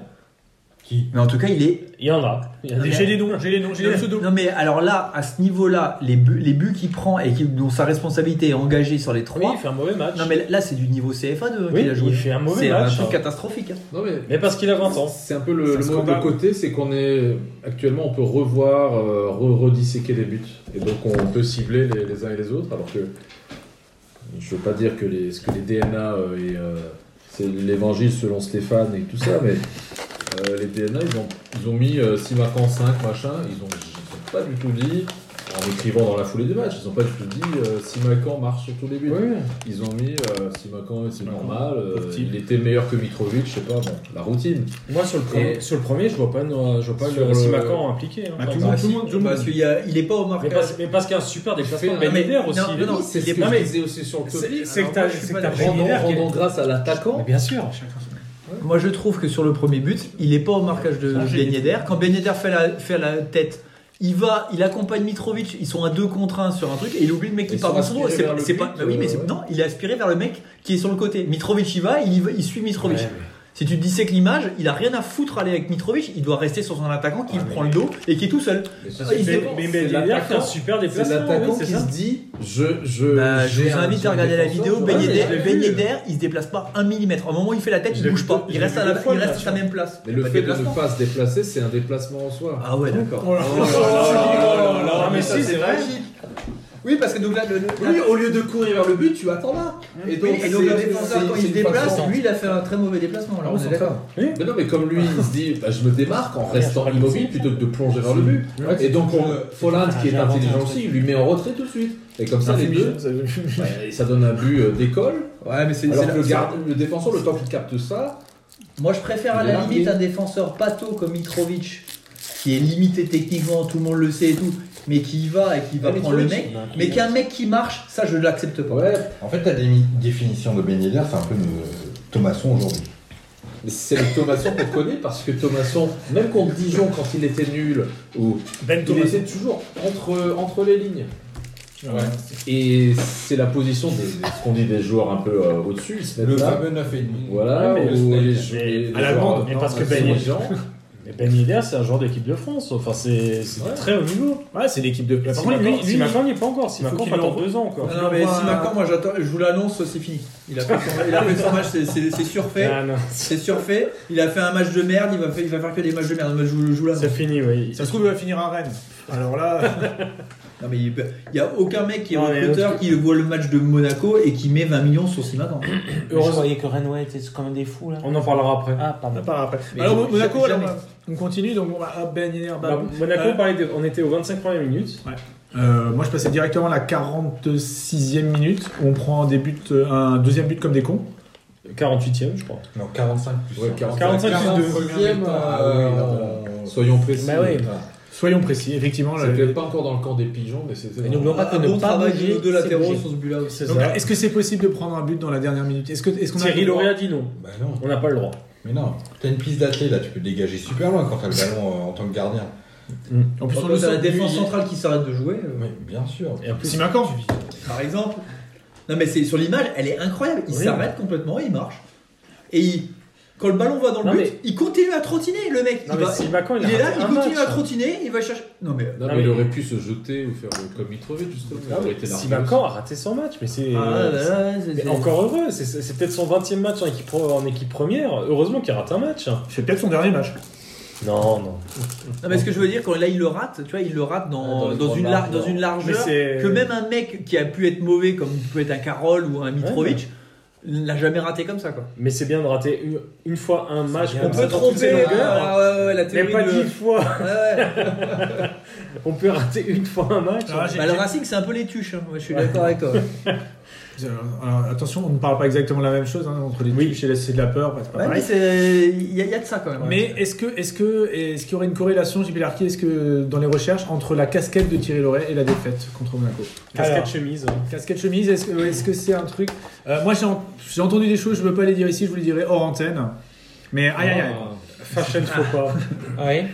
Mais en tout cas, il est. Il y en a. Il y en a. J'ai les noms, j'ai les noms, j'ai les pseudos. Non mais alors là, à ce niveau-là, les buts, les buts qu'il prend et qui- dont sa responsabilité est engagée sur les Oui, trois. il fait un mauvais match. non mais là, c'est du niveau CFA de Oui, qu'il a joué. il fait un mauvais C'est match, un truc hein. catastrophique. hein. Non, mais Mais parce qu'il a 20 ans. C'est un peu le, Ça le se mot de compare. côté, c'est qu'on est actuellement, on peut revoir, euh, re- redisséquer les buts, et donc on peut cibler les, les uns et les autres, alors que je veux pas dire que les, ce que les DNA euh, et euh, c'est l'évangile selon Stéphane et tout ça, mais euh, les DNA ils ont, ils ont mis 6 vacances 5 machin, ils ont, ils ont pas du tout dit. En écrivant dans la foulée du match, ils ont pas du tout dit euh, Simakan marche sur tous les buts. Ils ont mis euh, Simakan, c'est normal, euh, Pauvre-t-il. il était meilleur que Mitrovic, je sais pas, bon, la routine. Moi, sur le, premier, Et- sur le premier, je vois pas, une- je vois pas Sur le le- Simacan impliqué. hein. Bah, Enfin, tout le monde, bah, tout le monde, tout le monde. Parce qu'il y a- il est pas au mais, marquage. parce, mais parce qu'il y a un super déplacement de Il fait Ben un- Yedder non, aussi. non, non, c'est il est ce que pas- je mais- disais aussi sur le C'est Toby. c'est que t'as je suis c'est que pas t'as d'accord. Ben Rendons, Yedder qui est- rendons grâce à Mais l'attaquant. Bien sûr. Moi, je trouve que sur le premier but, il n'est pas au marquage de Ah, Ben j'ai dit. Yedder. Quand Ben Yedder fait la, fait la tête, il va, il accompagne Mitrovic. Ils sont à deux contre un sur un truc et il oublie le mec qui Ils part sont dans son dos. aspirés C'est vers pas- le c'est but, pas, bah oui, mais c'est- euh, ouais. non, il est aspiré vers le mec qui est sur le côté. Mitrovic y va, il, y va- il suit Mitrovic. Si tu dissèques l'image, il a rien à foutre à aller avec Mitrovic. Il doit rester sur son attaquant qui prend le dos et qui est tout seul. Mais Ah, il Ah, c'est- s'est- Mais- Mais c'est Ben Yedder fait un l'attaquant- super C'est déplacement. l'attaquant oui, c'est qui ça. se dit je je. Bah, je j'ai vous un- invite j'ai à un regarder la défenseur, vidéo. je- Ben Ouais, Yedder, mais je l'ai Ben vu. Yedder, il se déplace pas un millimètre. Au moment où il fait la tête, Je il l'ai bouge vu pas. deux- Il je l'ai reste vu à la- deux fois, il le reste à match. sa même place. Il Mais y a le pas fait de déplacement. ne pas se déplacer, c'est un déplacement en soi. Ah ouais, d'accord. Oh, Oh, Ah, mais si, c'est vrai. Oui, parce que donc là, le, le- Oui, au lieu de courir vers le but, tu attends là. Et donc, et donc, le c'est- défenseur, c'est- quand c'est il se une déplace, façon- lui, il a fait un très mauvais déplacement. Ah, Alors, on on est s'en d'accord. Oui. Mais non, mais comme lui, il se dit, bah, je me démarque Ah, en restant immobile plutôt que de plonger vers le but. Et donc, on, Folland, Ah, qui est intelligent aussi, il lui met en retrait tout de suite. Et comme ça, les deux, ouais, et ça donne un but euh, d'école. Ouais, mais c'est. Alors c'est que la- le, garde- le défenseur, le temps qu'il capte ça, Moi, je préfère à Il est la marqué. limite un défenseur pato comme Mitrovic, qui est limité techniquement, tout le monde le sait et tout, mais qui y va et qui Ah, va Ouais, prendre le mec. Mitrovic, Mais qu'un mec qui marche, ça, je l'accepte pas. ouais, En fait, la dé- définition de Ben Yedder, c'est un peu de Thomasson aujourd'hui. mais c'est le Thomasson qu'on connaît parce que Thomasson, même contre Dijon, quand il était nul, ou Ben il Thomas. était toujours entre, entre les lignes. Et c'est la position des, des- ce qu'on dit des joueurs un peu euh, au-dessus, ils se mettent Le là. fameux 9,5. Voilà, Ouais, mais ou le Snake. les jou- Mais les à la joueurs, demande, euh, mais non, parce que c'est Ben- les gens. Mais Ben Yedder, c'est un joueur d'équipe de France. Enfin, c'est c'est Ouais. très haut niveau. Ouais, c'est l'équipe de. Par Si contre, lui, Macron- Si lui, Macron n'y est pas encore, si il faut Macron qu'il attend l'envoie. deux ans encore. Non, mais si Macan, moi j'attends, je vous l'annonce, c'est fini. Il a fait son, il a fait son match, c'est- c'est c'est surfait. Ah, non. C'est surfait. Il a fait un match de merde, il va, faire- il va faire que des matchs de merde. Je vous, je vous l'annonce. C'est fini, oui. Ça se trouve, il va finir à Rennes. Alors là, Non, mais il n'y a aucun mec qui est Non, mais recruteur qui voit le match de Monaco et qui met 20 millions sur Simacan. Mais Je croyais que Renway était quand même des fous là. On en parlera après. Ah, on pardon. part après. Mais Alors, jamais- Monaco, jamais. alors, on continue. Donc, on va à Ben Yedder, bah, Bah, Monaco, euh, on parlait de- on était aux 25 premières minutes. Euh, moi, je passais directement à la 46e minute où on prend des buts, euh, un deuxième but comme des cons. 48e, je crois. Non, 45 plus. Ouais, 45. 45 plus deux. 46e, Ah oui, euh, non. Soyons précis. Bah oui. Soyons précis, effectivement. là, C'était pas encore dans le camp des pigeons, mais c'était. Et n'oublions pas que Un ne bon pas travail de bouger, nos deux c'est latéraux bouger. sur ce but-là aussi. Donc, est-ce que c'est possible de prendre un but dans la dernière minute Est-ce que, est-ce qu'on a Thierry le droit Lauré a dit non. Bah non. On n'a pas le droit. Mais non, t'as une piste d'athlète là, tu peux te dégager super loin quand t'as le ballon euh, en tant que gardien. En plus, on Quand le on a la sent. défense centrale qui s'arrête de jouer, euh, Oui, bien sûr. Et en plus, Si Macan par exemple. Non mais c'est sur l'image, elle est incroyable. Il Oui. s'arrête complètement, il marche. Et il, quand le ballon va dans le Non, but, mais- il continue à trottiner, le mec. Non, il mais va- si Macan, il il a est là, raté il un continue match, à hein. trottiner, il va chercher. Non, mais. Non, Non, mais Ah il mais- aurait pu se jeter ou faire le- comme Mitrovic, justement. Il aurait été Si largué Macan a raté son match, mais c'est. Ah, euh, ouais, c'est- ouais, ouais, c'est- mais c'est- encore heureux, c'est- c'est c'est peut-être son 20 e match en équipe, pro- en équipe première. Heureusement qu'il rate un match. C'est peut-être son dernier match. Non, non. Non, mais ce que je veux dire, quand là il le rate, tu vois, il le rate Ah, dans dans, les dans grandes une, lar- marges, dans non. une largeur Mais c'est- que même un mec qui a pu être mauvais, comme peut être un Carole ou un Mitrovic, l'a jamais raté comme ça, quoi. Mais c'est bien de rater une, une fois un match. On comme ça peut dans toutes ses tromper Ah, longueurs. ouais, ouais, la Mais théorie pas de- dix fois. Ouais, ouais. On peut rater une fois un match. Ah, j'ai- Bah, le j'ai- Racing, c'est un peu les tuches, hein. Ouais, je suis d'accord avec toi. Alors, alors, attention, on ne parle pas exactement la même chose hein, entre les oui. et la- c'est de la peur, c'est pas Ouais, mais pareil. c'est- il y, a- il y a de ça quand même. Mais est-ce que est-ce que est-ce qu'il y aurait une corrélation, JP Larquet, est-ce que dans les recherches entre la casquette de Thierry Loret et la défaite contre Monaco Casquette Alors, chemise. Casquette chemise, est-ce que ouais, est-ce que c'est un truc Euh, Moi j'ai en- j'ai entendu des choses, je ne veux pas les dire ici, je vous les dirai hors antenne. Mais aïe aïe aïe. Ah, Fashion faux pas. Ouais.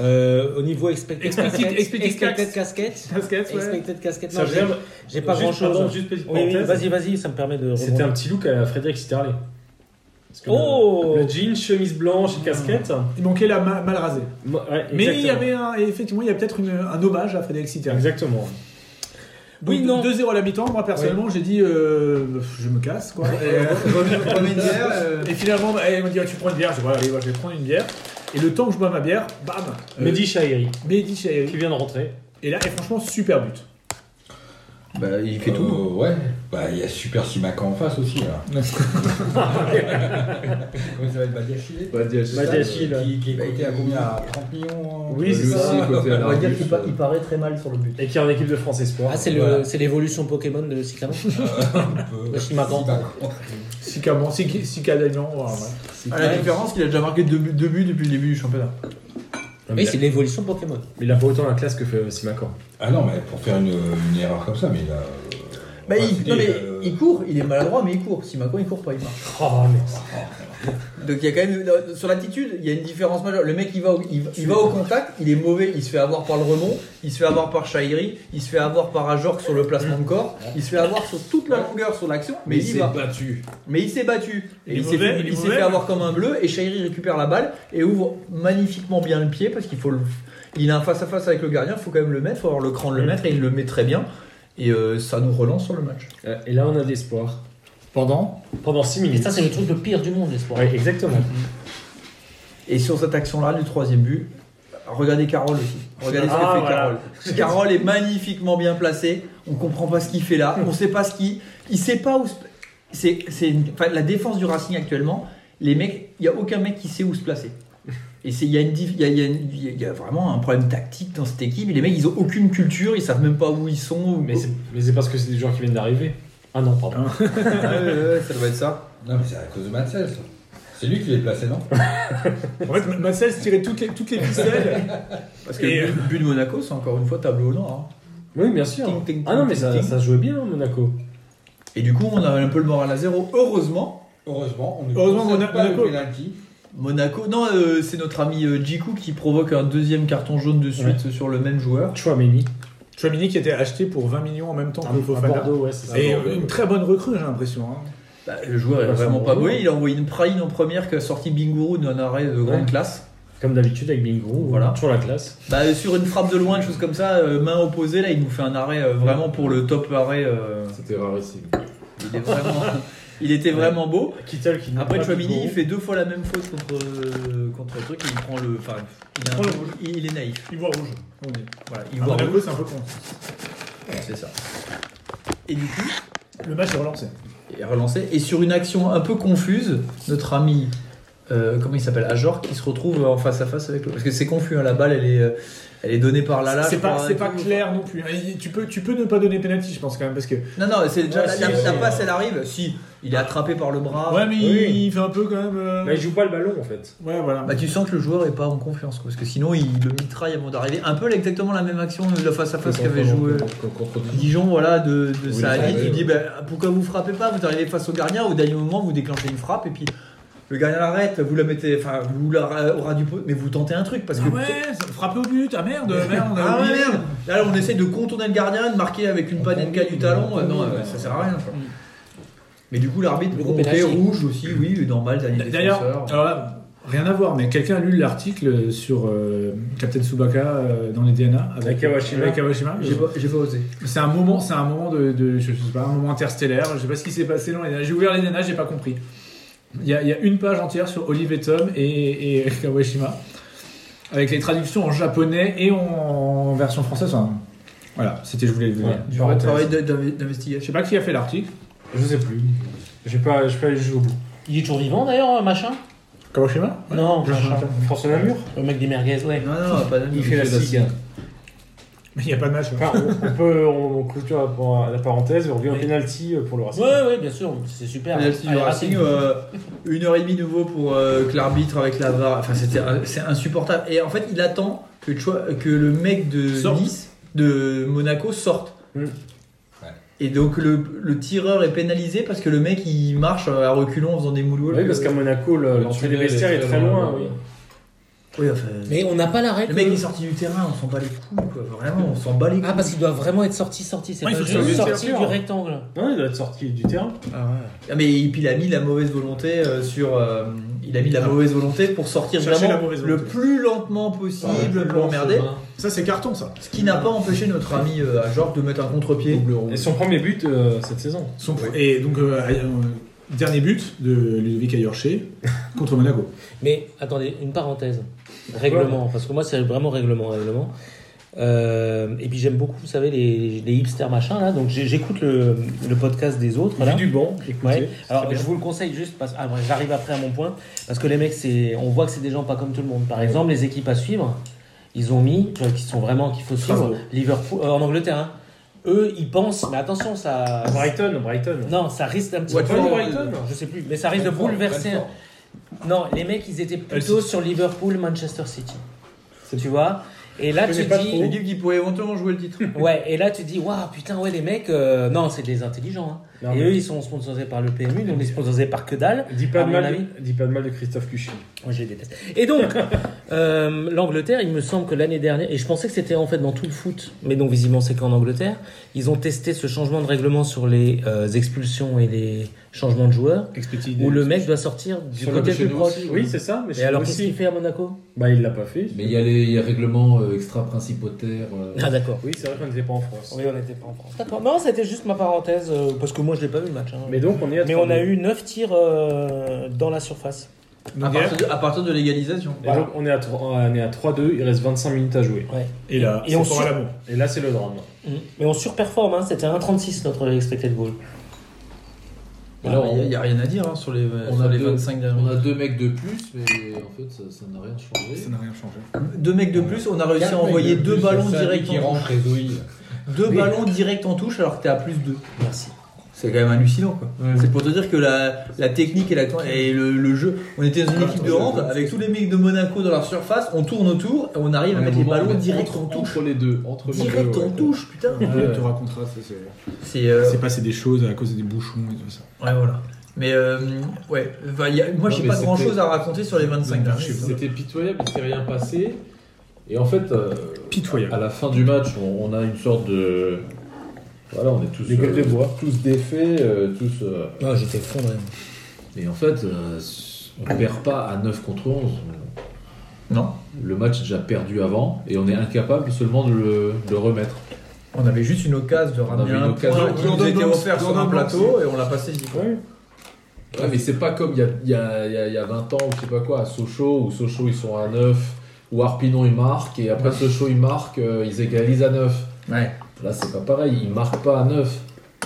Euh, au niveau expected, Expected- casquette, expected expected casquette, Casquette, ouais. expected casquette. Ça Non, j'ai- veut dire- j'ai pas juste, grand pardon, chose. juste petite Oui, oui, parenthèse. vas-y, vas-y, ça me permet de. C'était un rebondir. petit look à la Frédéric Sterlet. Parce que Oh le, le jean, chemise blanche, casquette. Ils manquaient la ma- mal rasée. Mo- ouais, Mais il y exactement. avait un- effectivement, il y a peut-être une- un hommage à Frédéric Citer. Exactement. Oui, non. 2-0 à la mi-temps, moi personnellement, j'ai dit euh, je me casse quoi. Et, euh, Prenez une bière, euh, Et finalement, bah, elle m'a dit Ah, tu prends une bière, je dis Ouais, allez, ouais, je vais prendre une bière. Et le temps que je bois ma bière, bam euh, Mehdi Chahiri, Mehdi qui Chahiri. vient de rentrer. Et là, et franchement, super but. Bah, il fait tout. ouais. Bah, il y a Super Simacan en face aussi. Là. Comment ça va être Badiachile Badiachile. Badiachile. Qui, qui a coté à combien À 30 millions hein, Oui, c'est Lui ça. aussi, côté à On va dire l'arbitre. qu'il pa- il paraît très mal sur le but. Et qui est en équipe de France Espoir. Ah, c'est le- Voilà. c'est l'évolution Pokémon de Cyclamon. euh, Simacan. Simacan. Sicamon, Sic- Sicadagnan, voilà, ouais. Ah, À la différence qu'il a déjà marqué deux buts deux buts depuis le début du championnat. Oui, c'est l'évolution Pokémon. Mais il a pas autant la classe que fait Simacan. Ah non, mais pour faire une, une erreur comme ça, mais là. Bah, Ouais, il, c'est non, des, mais euh, il court, il est maladroit, mais il court. Si Macron, il court pas, il marche. Oh, mais... Donc il y a quand même sur l'attitude, il y a une différence majeure. Le mec, il va, au, il, va- il va au contact, il est mauvais, il se fait avoir par le remont, il se fait avoir par Chahiri, il se fait avoir par Ajorc sur le placement de corps, il se fait avoir sur toute la longueur sur l'action, mais, il y va. battu. Mais il s'est battu. Il Et est il s'est mauvais, fait, il est il s'est mauvais. fait avoir comme un bleu. Et Chahiri récupère la balle et ouvre magnifiquement bien le pied parce qu'il faut le. Il a un face à face avec le gardien. Il faut quand même le mettre. Il faut avoir le cran de le mettre et il le met très bien. Et euh, ça nous relance sur le match. Euh, Et là, on a de l'espoir. Pendant Pendant 6 Et minutes. ça, c'est le truc le pire du monde, l'espoir. Ouais, exactement. Et sur cette action-là du troisième but, regardez Carole aussi. Regardez ce que Ah, fait voilà. Carole. Carole est magnifiquement bien placé. On comprend pas ce qu'il fait là. On sait pas ce qu'il. Il sait pas où. se- C'est c'est une- enfin, la défense du Racing actuellement. Les mecs, il y a aucun mec qui sait où se placer. Et c'est il y a une diff- il y a- il y a une- il y a- il y a vraiment un problème tactique dans cette équipe. Et les mecs, ils ont aucune culture. Ils savent même pas où ils sont. Mais c'est- mais c'est parce que c'est des joueurs qui viennent d'arriver. Ah non, pardon. Ouais, ouais, ouais, ça doit être ça. Non, mais c'est à cause de Matzel, ça. C'est lui qui l'est placé, non En fait, Marcel se tirait toutes les, toutes les ficelles. Parce que Et, le but- but de Monaco, c'est encore une fois tableau au noir. hein. Oui, bien sûr. Ting, ting, ah non, ting, mais ça, ting. ça se jouait bien, Monaco. Et du coup, on a un peu le moral à zéro. Heureusement, Heureusement, on ne Heureusement, concède Monaco- pas le Monaco- penalty. Monaco, non, euh, c'est notre ami euh, Djikou qui provoque un deuxième carton jaune de suite sur le même joueur. Chouameni. Chouamini qui était acheté pour 20 millions en même temps À, que à Fofana. Bordeaux, ouais, c'est ça. Et euh, Bordeaux. une très bonne recrue, j'ai l'impression. hein. Bah, le joueur est Ouais, vraiment c'est pas bon. beau. Il a envoyé une praline en première qui a sorti Bingourou d'un arrêt de grande Ouais. classe. Comme d'habitude avec Bingo. Voilà. Toujours la classe. Bah, euh, sur une frappe de loin, une chose comme ça, euh, main opposée, là, il nous fait un arrêt euh, vraiment pour le top arrêt. euh, C'était rarissime. il, est vraiment- il était vraiment beau. Kittel qui n'a Après, pas Chouamini, Bingourou. il fait deux fois la même faute contre, euh, contre le truc et il prend le. Enfin, il, a un prend le Ah, peu- il- il est naïf. Il voit rouge, on dit. Voilà, il À voit Monaco, rouge, c'est un peu con. c'est ça. Et du coup. Le match est relancé. et relancé. Et sur une action un peu confuse, notre ami, euh, comment il s'appelle, Ajor, qui se retrouve en face à face avec l'autre. Parce que c'est confus, hein, la balle, elle est, euh, elle est donnée par Lala. c'est je pas, crois, c'est et pas tout. clair non plus. Et Tu peux, tu peux ne pas donner penalty, je pense quand même, parce que. Non, non, c'est déjà, Ouais, la, si, la- si, la ouais. passe, elle arrive. Si, il est attrapé par le bras. Ouais, mais il, Ah. Oui. il fait un peu quand même. euh, Là, Bah, il joue pas le ballon en fait. Ouais, voilà. Bah, tu sens que le joueur est pas en confiance, quoi, parce que sinon il le mitraille avant d'arriver. Un peu exactement la même action de la face à face qu'avait joué Contre Dijon, voilà, de, de Saadi. ça, Tu oui. dis, bah, pourquoi vous frappez pas Vous arrivez face au gardien, au dernier moment, vous déclenchez une frappe, et puis le gardien l'arrête, vous la mettez, enfin, vous la au ras du pot, mais vous tentez un truc, parce que. Ah ouais, ça- frappé au but, ah merde, merde, on a Ah ouais, oublié. merde Là, Mm. on essaye de contourner le gardien, de marquer avec une panenka du talon. euh, non, euh, ça sert à rien. quoi. Mais du coup, l'arbitre, Le bon, gros ok, pénalty. rouge aussi, oui, normal, dernier D'ailleurs, défenseur. alors là, rien à voir, mais quelqu'un a lu l'article sur euh, Captain Tsubaka euh, dans les DNA avec Avec Kawashima. avec Kawashima. J'ai pas- j'ai pas osé. C'est un moment, c'est un moment de, de- je sais pas, un moment interstellaire. Je sais pas ce qui s'est passé dans les DNA. J'ai ouvert les DNA, j'ai pas compris. Il y, a, il y a une page entière sur Olive et Tom et, et Kawashima avec les traductions en japonais et en version française. Enfin, voilà, c'était je voulais le dire. Du vrai travail d'in- d'in- d'investigation. Je sais pas qui a fait l'article. Je sais plus. J'ai pas, j'ai pas allé jusqu'au bout. Il est toujours vivant d'ailleurs, euh, machin Kawashima Non, machin. François Namur Le mec des merguez, ouais. Non, non, pas Il fait la sigue. Mais il n'y a pas de match. Enfin, on, on peut, on, on clôture la, la parenthèse et on revient au penalty euh, pour le Racing. Ouais, ouais, bien sûr, c'est super. Ah, Penalty du Allez, Racing, Racing. euh, une heure et demie nouveau pour euh, que l'arbitre avec la VAR. Enfin, c'était, c'est insupportable. Et en fait, il attend que, Choi- que le mec de Sorte. Hmm. Nice, de Monaco, sorte. Mm. Et donc le, le tireur est pénalisé parce que le mec il marche à reculons en faisant des moulots. Oui, parce qu'à Monaco, le- l'entrée des vestiaires est très loin. Oui. Oui, enfin, Mais on n'a pas l'arrêt. le que- mec est sorti du terrain, on s'en bat les couilles quoi. Vraiment, on s'en bat les couilles. Ah, parce qu'il doit vraiment être sorti, sorti. C'est Ouais, il pas faut que ça juste soit sorti sûr. du rectangle. Non, il doit être sorti du terrain. Ah ouais. Ah, mais et puis il a mis la mauvaise volonté euh, sur. euh, il a mis la mauvaise volonté pour sortir Ah. Chercher la vraiment mauvaise le volonté. plus lentement possible pour emmerder. Ça c'est carton ça. Ce qui n'a pas empêché notre ami euh, à Georges de mettre un contre-pied. Et son premier but euh, cette saison. Son- Et donc, euh, euh, dernier but de Ludovic Ayorché contre Monaco. Mais attendez, une parenthèse. Règlement, parce que moi c'est vraiment règlement, règlement. Euh, et puis j'aime beaucoup, vous savez, les, les hipsters machin là. Donc j'ai- j'écoute le, le podcast des autres. Là. Vu du banc, Ouais. écoutez. c'est Alors très je bien. vous le conseille juste parce ah, bref, j'arrive après à mon point parce que les mecs c'est on voit que c'est des gens pas comme tout le monde. Par exemple les équipes à suivre, ils ont mis tu vois, qui sont vraiment qu'il faut suivre Liverpool euh, en Angleterre. hein. Eux ils pensent mais attention ça Brighton, Brighton. non ça risque un petit Watford, peu Brighton. je sais plus mais ça risque de bouleverser. Non les mecs ils étaient Ah, plutôt sur Liverpool Manchester City. Tu vois et là Je tu connais pas dis L'équipe qui pourrait éventuellement jouer le titre. Ouais, et là tu dis, waouh, putain, ouais, les mecs, euh, non, c'est des intelligents. hein. Non, et mais- eux, ils sont sponsorisés par le PMU, donc ils sont sponsorisés par que dalle. Dis pas, À de mon mal, avis. de- dis pas de mal de Christophe Cuchy. Moi, je les déteste. Et donc, euh, l'Angleterre, il me semble que l'année dernière, et je pensais que c'était en fait dans tout le foot, mais non, visiblement, c'est qu'en Angleterre, ils ont testé ce changement de règlement sur les euh, expulsions et les changements de joueurs, où le mec doit sortir du Sur le côté chez le plus nous proche. aussi, Oui, c'est ça, mais Et alors, qu'est-ce aussi. qu'il fait à Monaco Bah, il l'a pas fait. Mais il y a les, il y a règlements euh, extra-principautaires. euh, Ah, d'accord. Oui, c'est vrai qu'on n'était pas en France. Oui, on n'était pas en France. D'accord. Non, c'était juste ma parenthèse, euh, parce que moi, je l'ai pas vu le match. hein. Mais donc, on est à Mais on a 3-2. eu 9 tirs euh, dans la surface. à, Donc, partir de, à partir de l'égalisation. Et donc, on est à trois- on est à 3-2, il reste 25 minutes à jouer. Et là, Et c'est on pour suit- Alamo. Et là, c'est le drame. Mais on surperforme, hein. c'était 1,36 notre expected goal. mais là, Ah, Il n'y on, a, rien à dire hein, sur les, on sur a les deux- 25 dernières on a minutes. deux mecs de plus, mais en fait, ça ça n'a rien changé. Ça n'a rien changé. Deux mecs de plus, on a réussi à envoyer deux ballons directs qui en rentrent touche. et Zoï. Deux Oui. ballons directs en touche alors que t'es à plus deux. Merci. C'est quand même hallucinant quoi. C'est pour te dire que la, la technique et, la, et le, le jeu. On était dans une équipe de hand avec tous les mecs de Monaco dans leur surface, on tourne autour et on arrive à Un mettre les moment, ballons Ah, mais direct entre, en touche. entre les deux. Entre les Direct deux, en ouais. touche, putain. On te racontera, ça, c'est C'est euh, c'est passé des choses à cause des bouchons et tout ça. ouais voilà. Mais euh, ouais, enfin, y a- moi Non, j'ai mais pas c'était- grand chose à raconter sur les 25 derniers. C'était pitoyable, il s'est rien passé. Et en fait, euh, Pitoyable. à la fin du match, on, on a une sorte de. Voilà, on est tous, euh, Des gueules de bois. tous défaits, euh, tous. euh, Non, j'étais effondré. Et en fait, euh, on perd pas à 9 contre 11. Ah Non, Le match est déjà perdu avant et on est incapable seulement de le, de le remettre. on avait juste une occasion de ramener avait une un occasion. point qui nous était offert sur un plateau et on l'a passé vite. Ouais. Ouais, mais c'est pas comme il y a, il y a- il y a- il y a 20 ans ou je sais pas quoi, à Sochaux, où Sochaux ils sont à 9, où Arpinon ils marquent et après Sochaux ils marquent, euh, ils égalisent à 9. Ouais. Là c'est pas pareil, ils marquent pas à 9,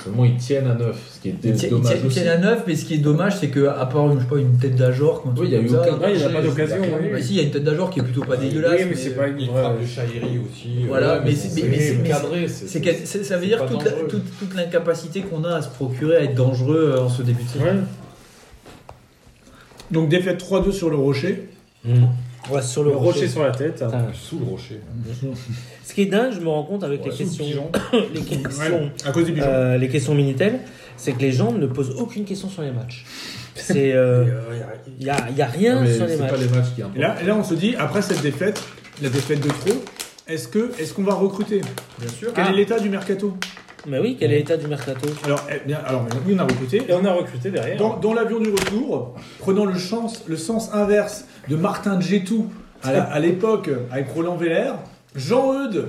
seulement ils tiennent à 9, ce qui était Ils tiennent- ils dommage tiennent- ils aussi. tiennent à 9, mais ce qui est dommage, c'est que à part une, je sais pas, une tête d'Ajor, quand Oui, il y a eu aucun Ouais, il n'y a pas d'occasion. oui. Bah si, il y a une tête d'Ajor qui est plutôt pas bah, dégueulasse. Oui, mais c'est pas une Il vraie. frappe de Chahiri aussi. Voilà, Ouais, mais bon, c'est- mais- mais c'est- mais cadré, C'est qu'elle- c'est- ça veut c'est dire pas toute, la- dangereux. toute- toute l'incapacité qu'on a à se procurer, à être dangereux euh, en ce début de saison. Ouais. Donc, défaite 3-2 sur le Rocher. Ouais, sur Le le, rocher sur la tête. Putain. Sous le rocher. Ce qui est dingue, je me rends compte avec les questions, les questions, à cause des pigeons. euh, les questions Minitel, c'est que les gens ne posent aucune question sur les matchs. C'est, euh, il y, a, il y a rien Non, mais sur les c'est matchs. pas les matchs qui Et importent. là, et là, on se dit, après cette défaite, la défaite de trop, est-ce que est-ce qu'on va recruter Bien sûr. Quel est l'état du mercato Mais oui, quel est l'état du mercato Ah. Alors, eh bien, alors, oui, on a recruté. Et on a recruté derrière. Dans, dans l'avion du retour, prenant le, chance, le sens inverse de Martin Gétou à la- à l'époque avec Roland Veller, Jean-Eudes.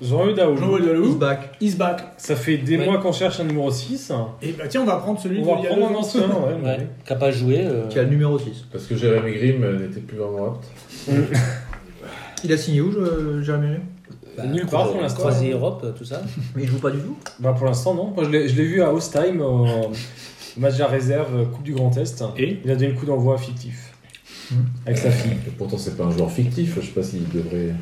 Jean-Eudes Aoulou. Jean-Eudes Aoulou. Is back. Is back. Ça fait des Ouais. mois qu'on cherche un numéro 6. Et bah tiens, on va prendre celui On de va il y a prendre deux un ans. ancien, ouais. ouais. Qui a pas joué. euh, Qui a le numéro 6. Parce que Jérémy Grimm euh, n'était plus vraiment apte. Il a signé où, je- Jérémy Ré bah, Nulle part pour l'instant. Croisé Europe, euh, tout ça. Mais il joue pas du tout. Bah pour l'instant non. Moi je l'ai je l'ai vu à Ostheim, au match de la réserve euh, Coupe du Grand Est. Et Mmh. Il a donné le coup d'envoi fictif. Avec sa fille. Et pourtant, c'est pas un joueur fictif. Je sais pas s'il devrait.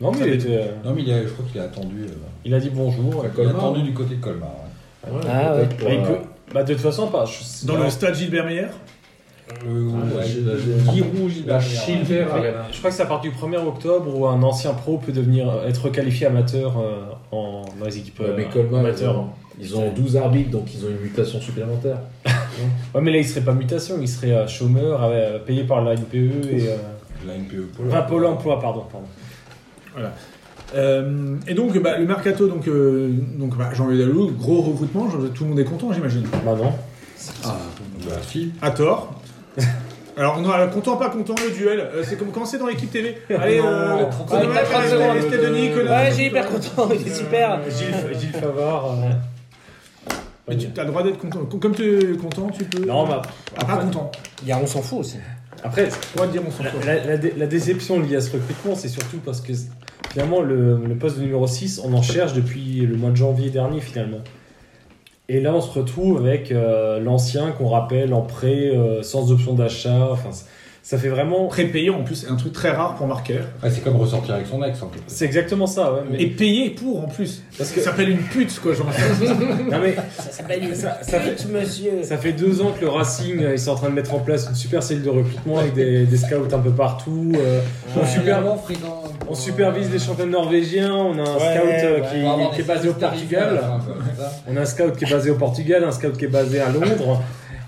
Non mais il, était, euh, Non, mais il a- je crois qu'il a attendu. euh, il a dit bonjour. il À a Colmar. hein. attendu du côté de Colmar. hein. ouais. Ouais, Ah, peut-être Bah, pour, il euh, peut- bah, de toute façon pas. Je- Dans bah, le stade Gilbert Meyer. Ah, Euh, Ouais, j'ai- le j'ai- Giroud, Gilbert La Meyer, ouais. Schiller Arena. Je crois que ça part du 1er octobre où un ancien pro peut devenir euh, être qualifié amateur euh, en, dans les équipes Ouais, euh, mais Colmar, ils amateurs. ont, ils ont 12 arbitres, donc ils ont une mutation supplémentaire. Ouais, mais là, il serait pas mutation, il serait euh, chômeur, euh, payé par la NPE et. Euh... La E. NPE Pôle Enfin, Pôle emploi, pardon. pardon. Euh, et donc, bah, le mercato, donc, euh, donc bah, Jean-Eudes Aoulou, gros recrutement, je- tout le monde est content, j'imagine. Bah non. Bah, si. À tort. Alors, on aura content, pas content, le duel. Euh, c'est comme quand c'est dans l'équipe TV. Allez, euh, Non. Conrad, Ouais, t'as Alvarez, raison. Alvarez, Denis, Conrad. Ouais, j'ai hyper content, il est super. Euh, Gilles, Gilles Favard. euh, Mais tu as le droit d'être content. Com- Comme tu es content, tu peux. Non, bah, Ah, pas content. Il y a, on s'en fout aussi. après, On va dire, on s'en la, fout. la- la dé- la déception liée à ce recrutement, c'est surtout parce que finalement, le, le poste de numéro 6, on en cherche depuis le mois de janvier dernier finalement. Et là, on se retrouve avec euh, l'ancien qu'on rappelle en prêt, euh, sans option d'achat. Enfin, c- ça fait vraiment. Prépayé, en plus, c'est un truc très rare pour Marquer. Ah, c'est comme ressortir avec son ex. En fait. C'est exactement ça, ouais. Mais... Et payé pour, en plus. Parce que ça s'appelle une pute, quoi, genre. Non, mais Ça s'appelle une Ça- ça fait- pute, euh, monsieur. Ça fait deux ans que le Racing, euh, ils sont en train de mettre en place une super cellule de recrutement avec des, des scouts un peu partout. euh, Ah, on, super- hein. on supervise les champions norvégiens, on a un scout euh, qui, qui est basé au Portugal, on a un scout qui est basé au Portugal, un scout qui est basé à Londres.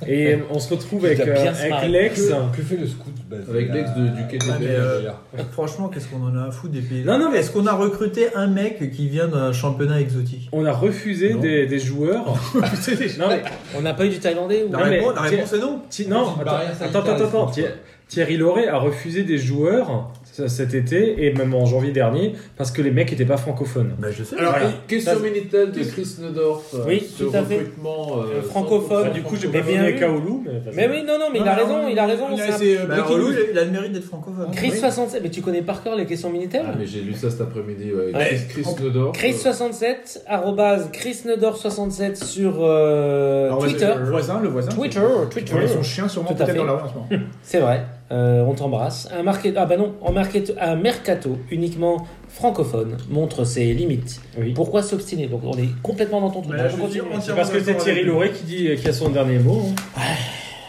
Et on se retrouve avec, doit euh, bien se avec marrer. l'ex. Que fait le scout basé Avec à- l'ex de- du Quai des Ah, mais, Belles, euh, Franchement, qu'est-ce qu'on en a à foutre des pays Non, non, mais- est-ce qu'on a recruté un mec qui vient d'un championnat exotique On a refusé Non. des, des joueurs. non, mais, On n'a pas eu du Thaïlandais ou La, Non, mais- réponse, la tiens- réponse est non. Thi- non, Petite attends, barrière sanitaire, attends, attends, attends. c'est Thi- Thierry Loret a refusé des joueurs ça, cet été et même en janvier dernier parce que les mecs n'étaient pas francophones. Bah, je sais. Alors, Voilà. question Minitel de Chris Nedorf. euh, Oui, ce tout à fait. recrutement, euh, Euh, francophone. sans- Bah, du coup, j'ai Mais pas eh bien donné vu. Kaoulou, mais. vas-y. Mais oui, non, non, mais il a raison, il a raison. Il c'est un- c'est, euh, Bah, breaking relou, news. il a- il a le mérite d'être francophone. Chris 67, mais tu connais par cœur les questions militaires Ah, mais j'ai lu ça cet après-midi. ouais. Ouais. Chris, Chris Nedorf. euh, Chris67, arrobase ChrisNedor67 sur euh, Alors, Twitter. Le voisin, le voisin. Twitter, Twitter. Ouais, son chien, sûrement, Tout à peut-être fait. dans la rue en ce moment. C'est vrai, euh, on t'embrasse. Un, market... ah bah non, en market... un mercato uniquement francophone montre ses limites. Oui. Pourquoi s'obstiner Donc on est complètement dans ton truc. Mais Bah, là, On je continue. veux dire, C'est parce que c'est Thierry Loret qui dit qui a son dernier mot. hein. Ah,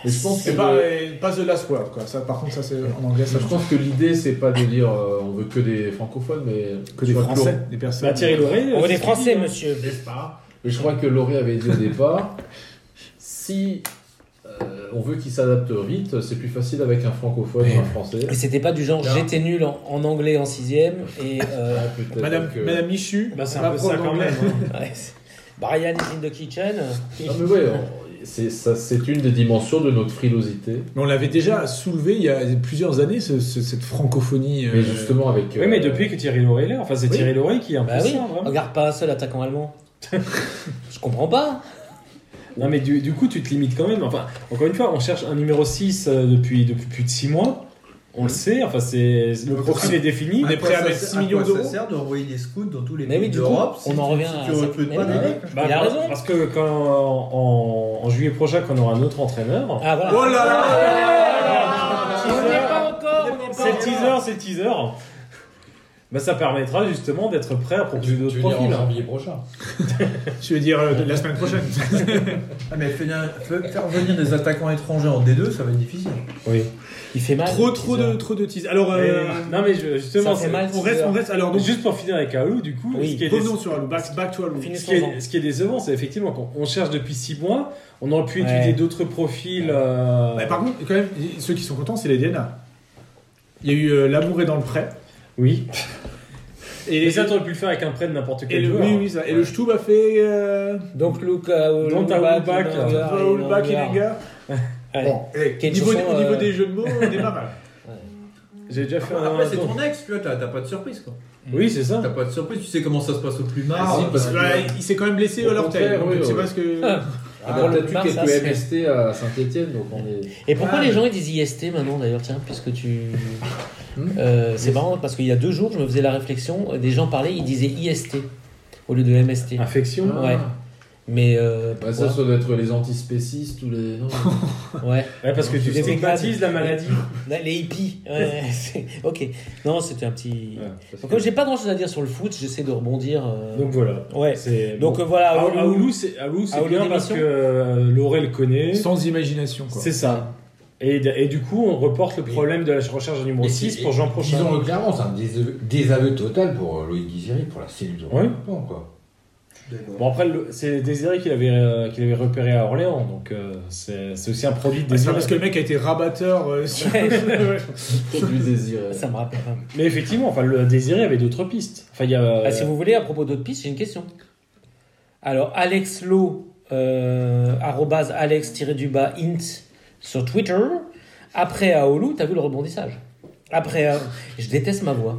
mais je pense que C'est pas, le- euh, pas The Last Word, quoi. Ça, par contre, ça, c'est en anglais, ça Je pense que l'idée, c'est pas de dire euh, on veut que des francophones, mais que des soit Français, Laurent- des Bah, personnes. Thierry Loret. On euh, est c'est- français, monsieur. Mais je crois que Lauré avait dit au départ si euh, on veut qu'ils s'adaptent vite, c'est plus facile avec un francophone ou un français. Et c'était pas du genre j'étais nul en, en anglais en 6ème et. Euh... Ah, peut-être Madame, que- Madame Michu, Bah, c'est va un peu ça prendre quand l'anglais. même. hein. ouais, c'est- Brian is in the kitchen. Non, mais ouais, on- c'est ça- c'est une des dimensions de notre frilosité. Mais on l'avait déjà soulevé il y a plusieurs années, ce- ce- cette francophonie. euh, Mais justement avec. euh, Oui, mais depuis que Thierry Loret est là, enfin c'est Thierry Loret qui est un peu Bah oui, ça, vraiment. regarde pas un seul attaquant allemand. Je comprends pas. Ah. Non, mais du, du coup, tu te limites quand même. Enfin, encore une fois, on cherche un numéro 6 euh, depuis, depuis plus de 6 mois. On Mmh. le sait, enfin, c'est le profil est défini. On est prêt à mettre 6 millions d'euros. Ça sert d'envoyer des scouts dans tous les Mais oui, pays du coup, d'Europe. si on tu- en revient si à tu ça. recrutes Mais pas oui. des mecs. Bah, Il a raison. Parce que quand en, en juillet prochain, quand on aura un autre entraîneur, Ah voilà. Oh là là Ah, On n'est pas encore. on n'est pas c'est encore. teaser, c'est teaser. Bah, ça permettra justement d'être prêt à proposer Tu, d'autres tu veux dire en profils. hein. hein. janvier prochain Je veux dire, euh, la semaine prochaine. Ah, mais faire faire venir des attaquants étrangers en D2, ça va être difficile. Oui. Il fait mal. trop, trop de, trop de teasers. Alors, euh, Mais- non, mais je- justement, ça fait c'est- mal. on reste, on reste. Alors, donc, juste pour finir avec Aou, du coup, Oui. ce qui est revenons sur Alou. Back, back to Alou. Finissons. Ce qui, est, ce qui est décevant, c'est effectivement qu'on on cherche depuis 6 mois, on aurait pu Ouais. étudier d'autres profils. euh, Bah, par contre, quand même, ceux qui sont contents, c'est les DNA. Il y a eu euh, L'amour est dans le prêt. Oui. Et ça, t'aurais pu le faire avec un prêt de n'importe Et quel le, joueur. oui, oui, ça. Et le Stub a fait. euh, Donc Luca Don't hold back, hold back, Ilinga. Bon, eh, niveau, au niveau des jeux de mots, on est pas mal. J'ai déjà fait un. Après, Ah, c'est ton ex, tu vois, t'as t'as pas de surprise quoi. Oui, c'est ça. T'as pas de surprise, tu sais comment ça se passe au plus Ah, marre. si, parce que- Bah, il s'est quand même blessé Au à l'orteil. contraire, donc oui, C'est oui. parce que. Ah, Pour bah, le t'as Mars, plus ça serait- quelques MST à Saint-Etienne, donc on est. Et pourquoi Ah, les mais- gens ils disent IST maintenant d'ailleurs tiens puisque tu Euh, c'est marrant parce qu'il y a deux jours je me faisais la réflexion euh, des gens parlaient ils disaient IST au lieu de MST Infection. ouais mais euh, Ah, Bah, ça, pourquoi ça doit être les antispécistes ou les. Non, ouais Ouais, parce que tu Les stigmatises la maladie. Là, les hippies ouais, c'est- ok non c'était un petit Ouais, Donc, parce comme que- j'ai pas grand chose à dire sur le foot j'essaie de rebondir euh, Donc voilà. ouais C'est- donc bon. Ah, euh, voilà Aoulou, Aoulou- Aoulou, c'est Aoulou, c'est Aoulou bien parce d'émission. que euh, Lauré le connaît. Sans imagination, quoi. Ah, C'est ça. Et, et du coup, on reporte le problème de la recherche du numéro Et 6 c'est- pour Jean Prochain. Disons-le clairement, c'est un désaveu, désaveu total pour euh, Loïc Guiziri, pour la cellule de Ouais. recrutement, quoi. Bon, après, le- c'est Désiré qui l'avait euh, qui l'avait repéré à Orléans, donc euh, c'est c'est aussi un produit de Ah, c'est Désiré. pas parce que le mec a été rabatteur euh, sur. c'est du désir. ça me rappelle un- Mais effectivement, enfin, le Désiré avait d'autres pistes. Enfin, il y a. euh, Ah, si vous voulez, à propos d'autres pistes, j'ai une question. Alors, Alex Lowe, euh, arrobase alex-du-bas int sur Twitter. Après Aoulou, t'as vu le rebondissage. Après, euh, je déteste ma voix.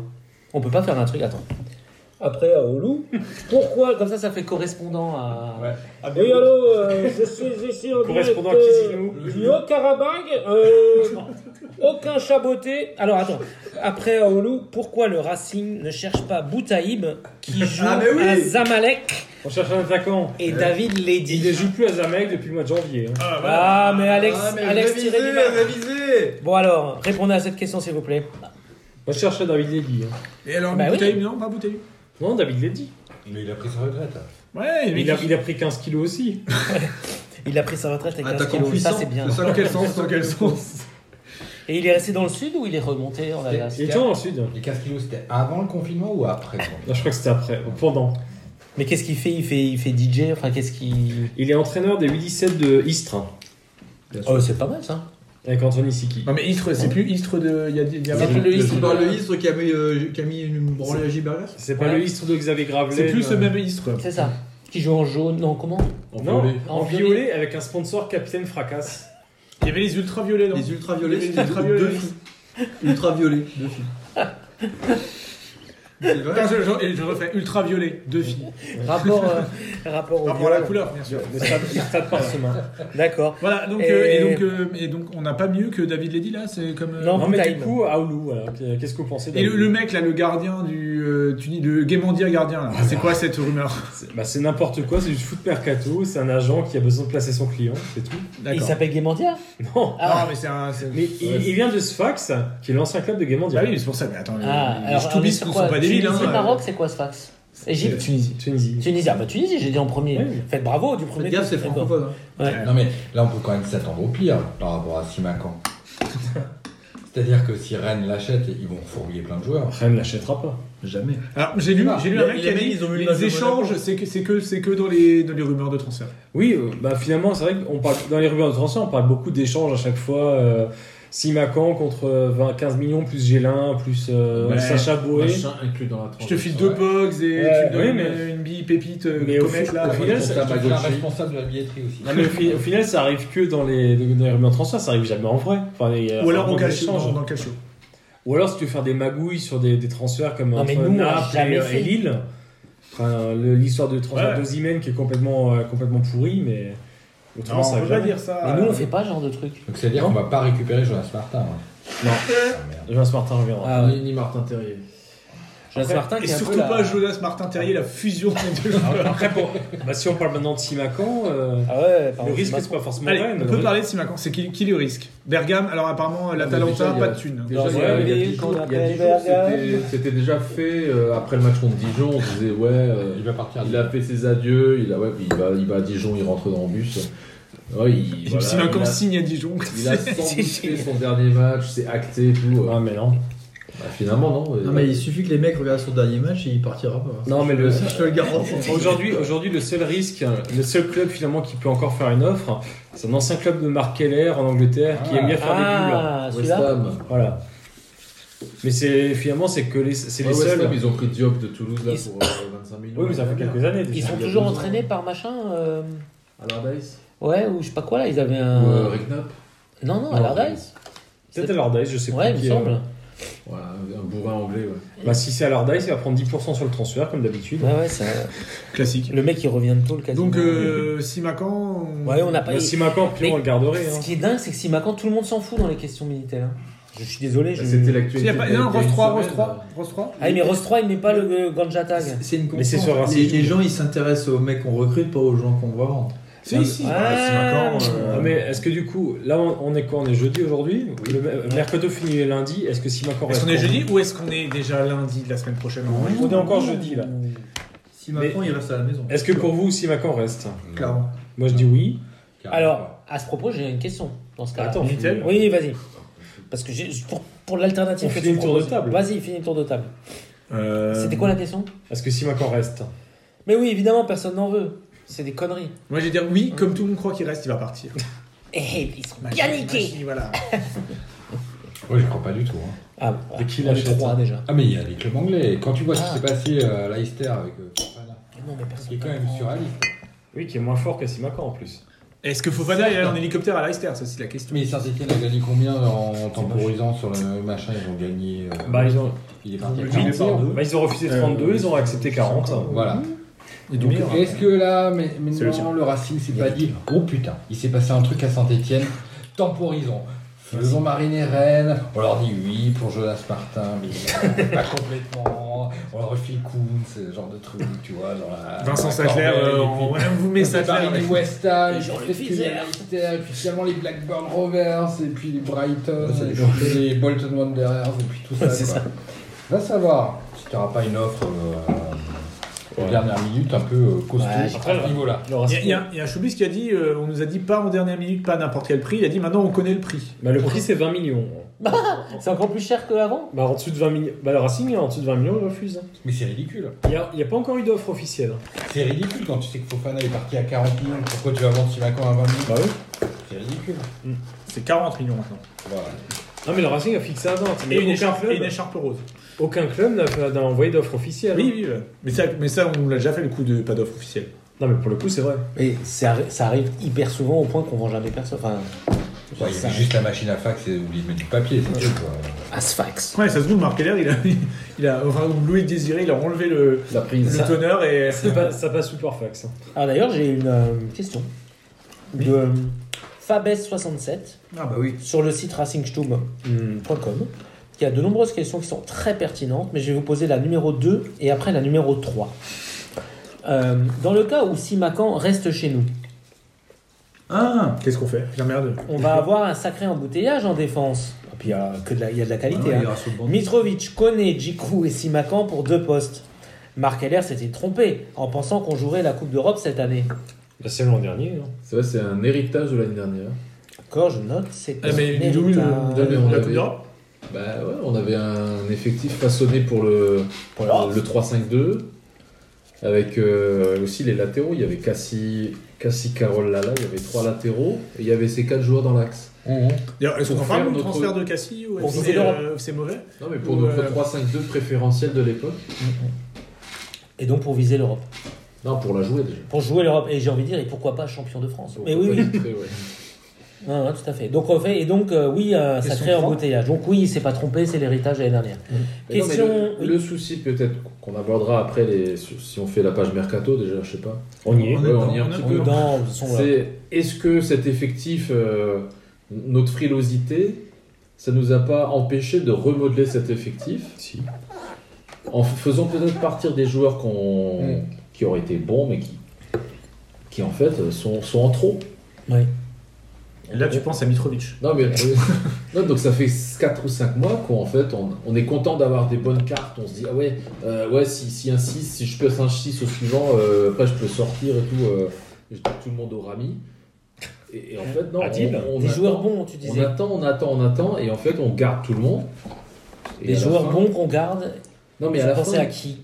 On peut pas faire un truc, attends. Après Aoulou, pourquoi Comme ça, ça fait correspondant à. Ouais. Oui, allô, euh, je suis ici en Correspondant direct, à euh, Kizilou. du Haut-Karabakh. euh, aucun chaboté. Alors attends, après Aoulou, pourquoi le Racing ne cherche pas Boutaïb qui joue Ah, mais oui à Zamalek On cherche un attaquant. et David Il ne Lady joue plus à Zamek depuis le mois de janvier. hein. Ah, mais Alex, Ah, mais Alex révisez, tiré du bas. révisez Bon alors, répondez à cette question s'il vous plaît. Moi, je cherchais David Ledy. hein. Et alors, Bah oui. Bouteille, non Pas Bouteille. Non, David Ledy. Mais il a pris sa retraite. hein. Ouais, mais Il a, il a pris 15 kilos aussi. Il a pris sa retraite avec 15 Attaquant kilos, ça puissant. c'est bien. Ah, C'est ça dans quel sens dans quel sens Et il est resté dans le sud ou il est remonté en Alaska Il était dans le sud. Les 15 kilos, c'était avant le confinement ou après le confinement Non, je crois que c'était après, pendant. Mais qu'est-ce qu'il fait Il fait il fait DJ, enfin qu'est-ce qu'il Il est entraîneur des U17 de Istres, hein, Oh, c'est pas mal ça. avec Anthony Siki. Non, mais Istre, c'est plus Istre de. Il y a, il y a C'est plus le Istre. Istre, le Istre qui a mis, euh, qui a mis une branlée à Gilbergas C'est pas Ouais. le Istres de Xavier Gravelet. C'est plus le euh, même Istre. C'est ça. Qui joue en jaune, non comment En Non, violet. en violet avec un sponsor Capitaine Fracasse. Il y avait les ultraviolets, non Les ultraviolets, Les c'est ultraviolets. deux filles. Ultraviolets, deux filles. C'est vrai Attends, je, je- je refais ultraviolet, deux filles. Rapport, euh, rapport au Ah, pour la violon. couleur, bien sûr. Le stade, le stade parchemin. D'accord. Voilà, donc, Et- euh, et... donc, euh, et donc on n'a pas mieux que David Ledy là, c'est comme. euh, Non, Non, mais Time. du coup, Aoulou, voilà. qu'est-ce que vous pensez Et le, d'Aoulou le mec là, le gardien du. euh, tu dis le Guémandia gardien là. C'est quoi cette rumeur C'est bah, c'est n'importe quoi, c'est du foot mercato, c'est un agent qui a besoin de placer son client, c'est tout. Il D'accord. s'appelle Guémandia Non Ah, Ah, mais c'est un. c'est- Mais il, il vient de Sfax, qui est l'ancien club de Guémandia. Bah oui, mais c'est pour ça. Mais attends, Ah, les- les alors, on est Stoubis sur ne quoi sont pas des villes. Tunisie, hein. Maroc, c'est quoi ce fax Égypte Euh, Tunisie. Tunisie. Tunisie, ah bah Tunisie, j'ai dit en premier. Oui. Faites bravo du premier. Faites gaffe, coup, c'est d'accord. francophone. hein. Non, mais là, on peut quand même s'attendre au pire hein, par rapport à Simacan. C'est-à-dire que si Rennes l'achète, ils vont fourguer plein de joueurs. Rennes ne l'achètera pas. Jamais. Alors j'ai lu, j'ai lu un Il y a- il mec qui y a a même, dit ils ont eu l'âge les de échanges, Monaco. c'est que c'est que c'est que dans les dans les rumeurs de transfert. Oui, euh, bah finalement, c'est vrai qu'on parle dans les rumeurs de transfert, on parle beaucoup d'échanges à chaque fois. euh, Simacan contre euh, 20, 15 millions, plus Gélin, plus euh, Ouais. Sacha Boué. Machin inclus dans la Je tranche. te file deux Pogs et Ouais, tu me donnes oui, mais- une bille pépite euh, Mais au comète, fi- là. au final, c'est c'est la Magochi. un responsable de la billetterie aussi. Non, mais au, fi- au final, ça arrive que dans les, dans les rumeurs de transfert, ça arrive jamais en vrai. Enfin, il y a Ou alors vraiment on des cache échanges. dans, dans le cachot. Ou alors, si tu veux faire des magouilles sur des, des transferts comme Non, mais entre nous, on l'a Naples et, jamais euh, fait. et Lille, enfin, le- l'histoire de transfert Ouais. d'Ozimène qui est complètement, euh, complètement pourrie, mais autrement, Non, ça on arrive peut pas jamais. dire ça. Mais nous, on fait pas ce genre de truc. Donc, c'est-à-dire qu'on va pas récupérer Jonas Martin. hein. Non, Ah, merde. Jonas Martin reviendra. Ah, Ni, ni Martin Terrier. Jonas Martin et qui est un surtout peu la- pas Jonas Martin Terrier, la fusion des deux joueurs. Après, bon, bah, si on parle maintenant de Simacan, euh, Ah ouais, pardon, le risque, c'est c'est pas forcément Allez, Rennes. on peut parler de Simacan, c'est qui, qui le risque Bergame, alors apparemment l'Atalanta, déjà, il y pas a- de thune. Déjà, Dans il y un a- il y a pays 10 jours, qu'on il y a appelle 10 jours, Bergame. c'était- c'était déjà fait euh, après le match contre Dijon. On disait, ouais, euh, Il va partir. il a fait ses adieux, il, a, ouais, puis il, va, il va à Dijon, il rentre dans le bus. Ouais, il, voilà, Simacan il a- signe à Dijon. il a sans doute fait son dernier match, c'est acté et tout. euh. de- Ah, mais non. Bah, finalement, non. Non, mais il suffit que les mecs regardent son dernier match et il partira pas. Non, mais le. Ça, je te le garantis. Aujourd'hui, aujourd'hui, le seul risque, le seul club finalement qui peut encore faire une offre, c'est un Ah. ancien club de Mark Keller en Angleterre qui aime bien faire des bulles. Ah, West celui-là Ham. Voilà. Mais c'est finalement, c'est que les, c'est Ouais, les West seuls. Ham, ils ont pris Diop de Toulouse là pour euh, 25 millions. Oui, mais ça fait quelques années déjà. Ils sont Il y a toujours deux ans. entraînés par machin. euh, Allardyce Ouais, ou je sais pas quoi là, ils avaient Ou euh, un. Redknapp Non, non, Non, Allardyce. Peut-être C'est- Allardyce, je sais Ouais, plus. il qui me est, euh, semble. Ouais, un bourrin anglais, ouais. Bah, si c'est Allardyce, il va prendre 10% sur le transfert, comme d'habitude. Ouais, ouais, ça- Classique. Le mec, il revient de tôt le quasiment. Donc, euh, Simacan. on- Ouais, on n'a pas. Bah, si Macan, Mais- plus on le garderait. Ce hein. qui est dingue, c'est que si Macan, tout le monde s'en fout dans les questions militaires. hein. Je suis désolé. Je... Bah, C'était Il y l'actualité. a pas... d'il y a Non, Rose une 3, Rose semaine, 3. là. Rose 3. Ah, mais Rose 3, il met pas le euh, Ganja Tag. C'est une Mais c'est sur constante. les, Racisme. les gens, ils s'intéressent aux mecs qu'on recrute, pas aux gens qu'on va vendre. Si, si. Ah, Non, mais est-ce que du coup, là on on est quoi On est jeudi aujourd'hui Le me- Mercato finit lundi. Est-ce que si Macan Est-ce reste qu'on est en- jeudi ou est-ce qu'on est déjà lundi de la semaine prochaine en vrai On est encore jeudi là. Si Macron, Mais- il reste à la maison. Est-ce que pour vous, si Macan reste Clairement. Moi je dis oui. Alors, à ce propos, j'ai une question dans ce cas-là. Attends, Minitel Oui, vas-y. Parce que j'ai- pour, pour l'alternative On que finit tu le tour de proposes. table. Vas-y, finis le tour de table. Euh, C'était quoi la question Est-ce que si Macan reste Mais oui, évidemment, personne n'en veut. C'est des conneries. Moi, je vais dire oui, comme tout le monde croit qu'il reste, il va partir. Eh, ils sont bien Magie, niqués magie, Voilà. Oui, je crois pas du tout. hein. Ah, bon, De qui on est l'achète, trois, hein déjà. Ah, mais il y a des clubs anglais. Quand tu vois ce Ah. qui s'est passé euh, à Leicester avec. euh, Fofana, Mais Non, mais personne. qui est quand n'en même prend. sur la liste. Oui, qui est moins fort que si Macan en plus. Est-ce que Fofana est allé en hélicoptère à Leicester Ça, c'est la question. Mais Saint-Etienne a gagné combien euh, en temporisant sur le machin Ils ont gagné. euh, Bah ils ont, Il est parti à Ils ont 40. gagné par bah, ils ont refusé Euh, 32, ils ont accepté 40. Voilà. Il y a du Donc, meilleur. Est-ce que là, mais, mais C'est le non, tien. le Racing s'est pas dit Oh putain, il s'est passé un truc à Saint-Etienne, temporisons. Faisons mariner Rennes, on leur dit oui pour Jonas Martin, mais pas complètement. On leur refile Kuhn, ce genre de truc, tu vois. Dans la, Vincent dans la Sattler, corbeille, euh, et on puis- on vous Mais met ça Sattler. du West Ham, Et genre les peut-être qu'il y a Fizzer. Leicester, et puis finalement les Blackburn Rovers, et puis les Brighton, c'est et des puis les Bolton Wanderers, et puis tout ça. quoi. Va savoir si tu n'auras pas une offre euh, aux dernières minutes un peu euh, costaud Ouais, à ce niveau-là. Le Racing- Il y a- il y a- il y a Choubis qui a dit euh, on nous a dit pas en dernière minute, pas à n'importe quel prix. Il a dit maintenant on connaît le prix. Bah, le prix c'est 20 millions. C'est encore plus cher qu'avant Bah en dessous de 20 millions. Bah le Racing en dessous de 20 millions il refuse. Mais c'est ridicule. Il n'y a, il y a pas encore eu d'offre officielle. C'est ridicule quand tu sais que Fofana est parti à 40 millions. Pourquoi tu vas vendre Simacan à 20 millions Bah oui. C'est ridicule. C'est 40 millions maintenant. Voilà. Non mais le Racing a fixé à 20. Mais Et une, aucun, écharpe, club, et une écharpe rose. Ah aucun club n'a fait- n'a envoyé d'offre officielle. hein. Oui, oui. ouais. Mais ça, mais ça on l'a déjà fait le coup de pas d'offre officielle. Non mais pour le coup c'est vrai. Et ça, arri- ça arrive hyper souvent au point qu'on vend jamais personne. Enfin, Ouais, il y ça- a juste la machine à fax et oublié de mettre du papier, c'est tout. quoi. Asfax. Ouais, ça se trouve, Marc Keller, il a, il a, enfin, ou Louis Désiré, il a enlevé le, La prise. le tonneur et. Ça passe, ça passe sous par fax. hein. Ah, d'ailleurs, j'ai une euh, question. De euh, Fabes67 Ah, bah oui. sur le site racingstube.com qui a de nombreuses questions qui sont très pertinentes, mais je vais vous poser la numéro 2 et après la numéro 3. Euh, dans le cas où Simacan reste chez nous, Ah Qu'est-ce qu'on fait La merde. on va avoir un sacré embouteillage en défense. Et puis il y a, que de la, il y a de la qualité. hein. Mitrovic, Koné, Djikou et Simakan pour deux postes. Marc Heller s'était trompé en pensant qu'on jouerait la Coupe d'Europe cette année. Bah, c'est l'an dernier. hein. C'est vrai, c'est un héritage de l'année dernière. Encore, je note, c'est Ah, mais il est où Ah, mais on le- la Coupe l'avait. d'Europe Bah ouais, on avait un effectif façonné pour le, pour Oh. le, le 3-5-2. Avec euh, aussi les latéraux, il y avait Cassie, Cassie Carole Lala, il y avait trois latéraux et il y avait ces quatre joueurs dans l'axe. D'ailleurs, Est-ce qu'on Pour fera faire le notre- transfert de Cassie ou Pour FC, viser l'Europe. euh, c'est mauvais Non mais pour Ouais. notre 3-5-2 préférentiel de l'époque. Ah. Et donc pour viser l'Europe. Non, pour la jouer déjà. Pour jouer l'Europe. Et j'ai envie de dire, et pourquoi pas champion de France. Pour Mais oui, oui. titrer, ouais. Non, non, tout à fait. Donc, on fait- et donc euh, oui, un sacré embouteillage. Donc oui, il s'est pas trompé, c'est l'héritage de l'année dernière. Mais non, mais Question- le, le souci peut-être qu'on abordera après les, si on fait la page mercato déjà, je sais pas. On y est. Ouais, on y est un petit On peu. est dans- ils sont là. C'est est-ce que cet effectif, euh, notre frilosité, ça nous a pas empêché de remodeler cet effectif Si. en f- faisant peut-être partir des joueurs qu'on Mm. qui auraient été bons mais qui qui en fait euh, sont, sont en trop. Ouais. Et Là, tu penses à Mitrovic. Non mais non, donc ça fait 4 ou 5 mois qu'en fait on, on est content d'avoir des bonnes cartes, on se dit ah ouais euh, ouais si, si un 6, si je passe un 6 au suivant, euh, après je peux sortir et tout, euh, je dis que tout le monde aura mis. Et, et en fait non, Adil, on, on Bah, Des attend. joueurs bons, tu On disais. attend, on attend, on attend, et en fait, on garde tout le monde. Et Des à la joueurs fin- bons qu'on garde. Non, mais Vous à la fin. pensez à qui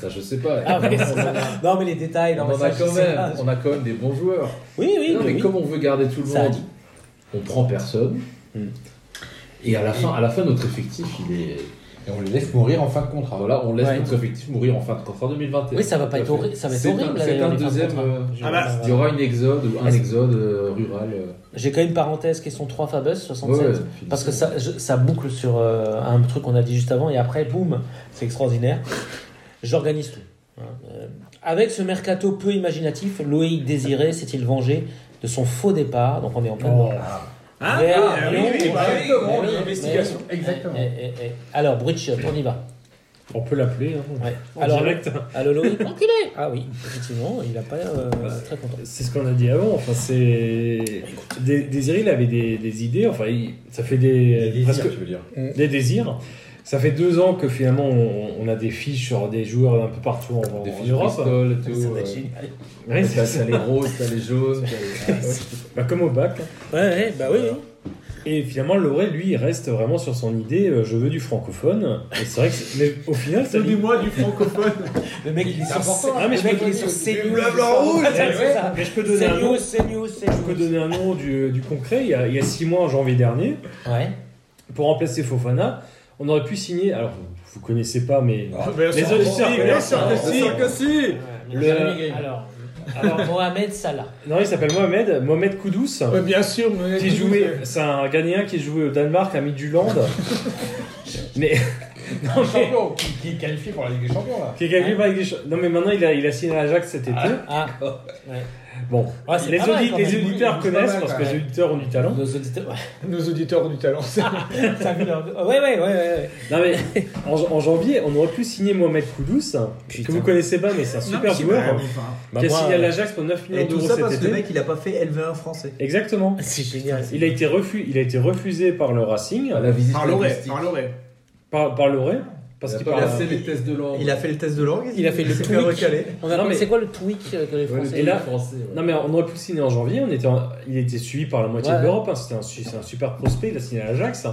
Ça, je sais pas. Ah, ouais, on, c'est en ça. a- Non, mais les détails. on Non, en mais ça, a je quand sais même. pas. On a quand même des bons joueurs. Oui, oui, non, mais mais oui. comme on veut garder tout le Ça a monde, dit. Mm. on prend personne. Et à la fin, à la fin notre effectif, il est. Et on les laisse mourir en fin de contrat. Voilà, on laisse Ouais. notre effectif mourir en fin de contrat 2021. Oui, ça va pas Tout à être fait. horri- ça va être C'est un- horrible, C'est d'ailleurs, un les fins de deuxième. contrat. euh, Ah bah. Il y aura une exode, ou un Est-ce- exode euh, rural. euh. J'ai quand même une parenthèse question 3 Fabus 67 Ouais, ouais, parce que ça, je- ça boucle sur euh, un truc qu'on a dit juste avant et après boum c'est extraordinaire. J'organise tout. hein. Euh, avec ce mercato peu imaginatif, Loïc Désiré s'est-il vengé de son faux départ Donc on est en Oh. plein dedans. Ah, Vers oui, oui, Lyon, oui, oui, on bah, cherche- exactement, mais oui, l'investigation. mais- Exactement. eh, eh, eh. Alors Brutch, on y va. On peut l'appeler. hein. Ouais. En Alors, direct. allô Loïc, enculé Ah oui, effectivement, il a pas l'air euh, très content. C'est ce qu'on a dit avant. Enfin, c'est. Dé- Désiré, il avait des, des idées. Enfin, il- ça fait des. désirs, presque- tu veux dire. Des désirs. Ça fait deux ans que finalement on, on a des fiches sur des joueurs un peu partout en, Des en fiches Europe. Bristol et tout. euh, Ouais, t'as- c'est T'as les roses, t'as les jaunes. t'as les- Ah, Bah, comme au bac. Ouais, ouais, bah oui. Et finalement, Loré, lui, il reste vraiment sur son idée euh, je veux du francophone. Et c'est vrai que. c'est- Mais au final, ça. Donnez-moi du francophone. Le mec, il est sur Ah, mais le je mec, peux il est donner- sur CNews. Bleu, blanc, rouge. Ouais, c'est Ouais. ça. Mais je peux donner un nom. CNews, CNews, Je peux donner un nom du, du concret. Il y, a, il y a six mois, en janvier dernier, Ouais. pour remplacer Fofana, on aurait pu signer. Alors, vous connaissez pas, mais. bien sûr que si, Ah, bien sûr que si. Le- Alors, alors, Mohamed Salah. Non, il s'appelle Mohamed, Mohamed Koudous. bien sûr, Mohamed qui Koudous. jouait, c'est un Ghanéen qui jouait au Danemark à Midtjylland. mais non, mais Champion, qui, qui est qualifié pour la Ligue des Champions là. qui est qualifié par la Ligue des Cha- Non, mais maintenant il a, il a signé à Ajax cet été. Ah, ouais. Bon, Ouais, c'est les, pas mal, audi- quand les auditeurs même. Oui, c'est pas connaissent mal, parce quand que les même. auditeurs ont du talent. Nos auditeurs. ouais. Nos auditeurs ont du talent. c'est- T'as vu leur. Ouais, ouais, ouais, ouais. ouais. Non mais en, en janvier, on aurait pu signer Mohamed Koudous, que vous connaissez pas, mais c'est un super si, joueur, bah, enfin. qui a Bah, moi, signé à euh, l'Ajax pour 9 millions Et tout d'euros ça cet parce été. que le mec, il a pas fait LV1 français. Exactement. C'est génial. Ah, Il a été refusé, il a été refusé par le Racing, à la visite Par l'oreille, linguistique. par l'oreille. par, par le Ray, parce Il qu'il a pas parle. passé les tests de langue. Il a fait le test de langue. Il a fait le s'est tweak. recaler. On a- Non, mais- C'est quoi le tweak euh, que les Ouais, le Français Et là- français. ouais. Non mais on aurait pu le signer en janvier, on était en- il était suivi par la moitié Ouais. de l'Europe, hein, c'était un, su- c'est un super prospect, il a signé à l'Ajax.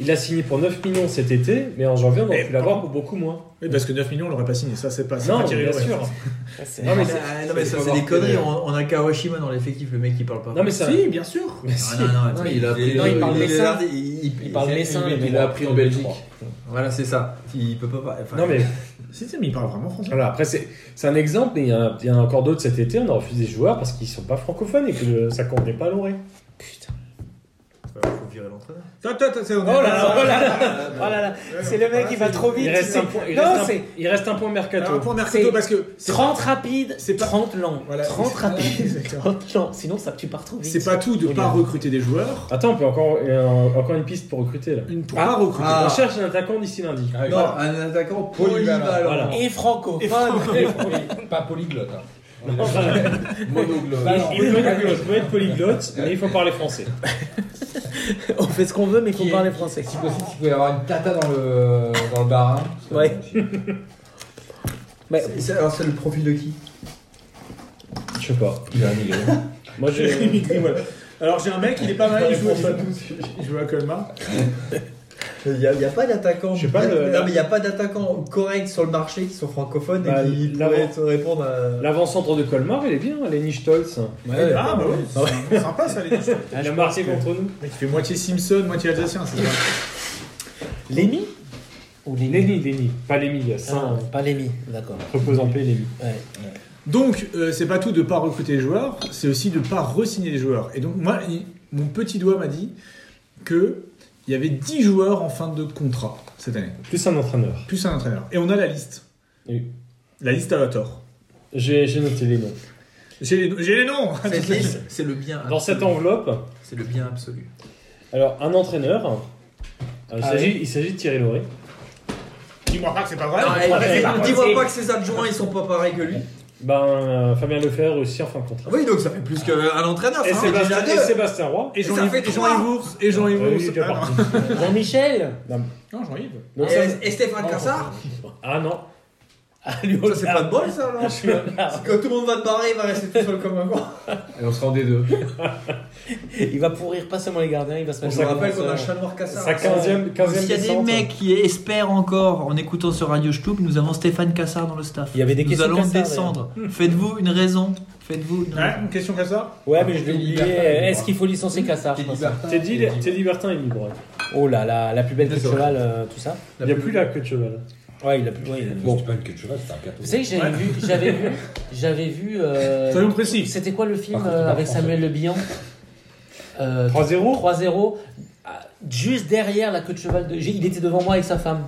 Il a signé pour 9 millions cet été, mais en janvier on aurait Et pu l'avoir pour beaucoup moins. Oui, parce que 9 millions, on l'aurait pas signé. Ça, c'est pas. c'est Non, pas mais Thierry bien Loret. sûr. Ouais, c'est- Non mais, c'est- Ah, non, mais ça, faut c'est des voir conneries. que- On, on a Kawashima dans l'effectif, le mec, il parle pas. non mais ça... Si, bien sûr. Ah, mais si. non, non, Non, attends, il a pris- non, il il parle a- messin. Il, il- Il parle il- messin, le Il a appris en Belgique. Voilà, c'est ça. Il peut pas. Enfin, Non, mais Si, si, mais il parle vraiment français. voilà, après c'est c'est un exemple, mais il y, en a- il y en a encore d'autres cet été, on a refusé des joueurs parce qu'ils sont pas francophones et que euh, ça convenait pas à l'orée. faut virer l'entraîneur. Toi, toi, toi, c'est- on est- Oh là là, oh là là, oh là là. C'est le mec qui va trop vite. Il reste tu un sais. point, il Non, reste un- c'est il reste un point mercato. Alors, pour Mercato, C'est- parce que c'est 30 rapides, C'est pas- 30 lents. Voilà, 30 c'est- rapides, Exactement. 30 lents. Sinon, ça, tu pars trop vite. c'est pas tout de Regarde. pas recruter des joueurs. Attends, on peut encore, il y a un- encore une piste pour recruter là. Une pour pas recruter. Ah. On cherche un attaquant d'ici lundi. Ah, oui, Non, voilà. un attaquant Polyvalent. polyvalent. Voilà. Et Franco. Pas polyglotte. hein. Monoglobe. Il peut être- il peut être polyglotte, mais il faut parler français. On fait ce qu'on veut, mais il faut Qui est- parler français. Si possible, tu pouvais avoir une tata dans le, dans le bar. hein. Ouais. Mais C'est- c'est- Alors, c'est le profil de qui Je sais pas. Il a migré. Moi j'ai. Voilà. Alors j'ai un mec, il est pas mal, il joue, il joue- il joue à Colmar. Il n'y a, il y a pas d'attaquant. Je sais pas, il y a- le- Non, mais il n'y a pas d'attaquant correct sur le marché qui sont francophones Bah, et qui pourraient l'avant- te répondre à. L'avant-centre de Colmar, il est bien, hein, Lenny Stolz. Ouais. Ah bah oui, c'est sympa ça les gars. Il a marqué contre nous. Mec, il fait moitié Simpson, moitié Alsacien, c'est ça. Lémi Ou Lémi Lenny, Lenny. Pas Lémy, Ah, non, Saint. Pas Lémi, d'accord. Repose en paix, Lémy. Ouais. Donc euh, c'est pas tout de pas recruter les joueurs, c'est aussi de pas re-signer les joueurs. Et donc moi, il- mon petit doigt m'a dit que il y avait 10 joueurs en fin de contrat cette année, Plus un entraîneur. plus un entraîneur. Et on a la liste. Oui. La liste à tort. J'ai j'ai noté les noms. J'ai les, j'ai les noms. Cette liste, c'est le bien. Ah, Dans absolu. cette enveloppe, C'est le bien absolu. alors un entraîneur. Alors, il Ah s'agit- il s'agit de Thierry Lauré. Dis-moi pas que c'est pas vrai. Ah, ouais, et- ouais, et- ouais. Dis-moi pas que ses adjoints ils sont pas pareils que lui. Ben, euh, Fabien Lefebvre aussi en fin de contrat. Ah Oui, donc ça fait plus qu'un entraîneur. Ah, Et ça, hein, Sébastien, déjà deux. et Sébastien Roy. Et Ça Jean-Yves fait et trois. Jean-Yves Bourse. Et Jean-Yves Euh, il est Bourse. déjà Ah, parti. Jean-Michel non. Non, Jean-Yves. Donc Et, ça, et Stéphane Cassard ah non, Ça, C'est pas de bol ça là C'est Quand tout le monde va te barrer, il va rester tout seul comme un con. Et on sera en D2. Eh, Il va pourrir pas seulement les gardiens, il va se On mettre se dans rappelle son- qu'on a un chat noir Cassard. sa 15e, 15e Euh, S'il y a des descente. mecs qui espèrent encore en écoutant ce Radio Stub, nous avons Stéphane Cassard dans le staff. Il y avait des Nous questions allons Cassard, descendre. Faites-vous une raison. Faites-vous une Ouais, une question comme ça. Ouais, mais je l'ai Teddy oublié. Bertin, Est-ce moi. qu'il faut licencier Cassard Teddy Bertin. Teddy, Teddy Bertin est libre. Oh là là, la plus belle queue de C'est vrai. cheval, euh, tout ça. Il n'y a plus la queue de cheval. Ouais, il a plus. ouais, il a plus. Bon, c'est pas une queue de cheval, c'est un gâteau. Vous savez que j'avais vu, j'avais vu, j'avais vu. euh, Soyons précis. C'était quoi le film Par contre, euh, on parle avec français. Samuel Le Bihan Euh, 3-0 3-0. Ah, Juste derrière la queue de cheval de. j'ai- Il était devant moi avec sa femme.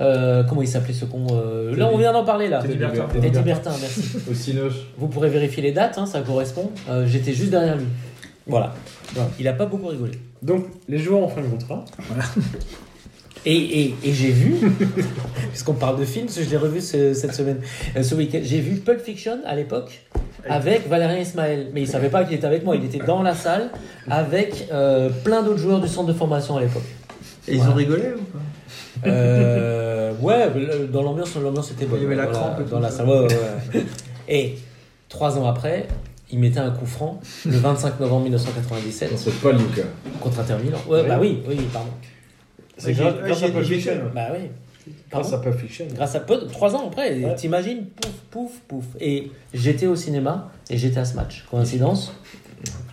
Euh, comment il s'appelait ce con euh, Là, Teddy- on vient d'en parler là. Teddy Bertin. Teddy Bertin, merci. Au Cinoche. Vous pourrez vérifier les dates, hein, ça correspond. Euh, J'étais juste derrière lui. Voilà. Il n'a pas beaucoup rigolé. Donc, les joueurs ont fait le contrat. Et, et- et j'ai vu, puisqu'on parle de films, parce que je l'ai revu ce- cette semaine, euh, ce week-end, j'ai vu Pulp Fiction à l'époque avec Valérien Ismaël. Mais il savait pas qu'il était avec moi, il était dans la salle avec euh, plein d'autres joueurs du centre de formation à l'époque. Et ils ont rigolé ou pas Euh, ouais, le- dans l'ambiance, l'ambiance était bonne. Il y avait la Dans crampe et tout dans la ça. salle. Ouais, ouais, ouais. Et trois ans après, il mettait un coup franc le 25 novembre 1997 Contre Paluca. contre Inter Milan. Ouais, Oui. bah oui, oui, pardon. C'est Oui, grâce j'ai- grâce à j'ai- Pulp j'ai- Fiction. Bah oui. Grâce Pardon à Pulp Fiction. Grâce à peu, trois ans après, et t'imagines, pouf, pouf, pouf. Et j'étais au cinéma et j'étais à ce match. Coïncidence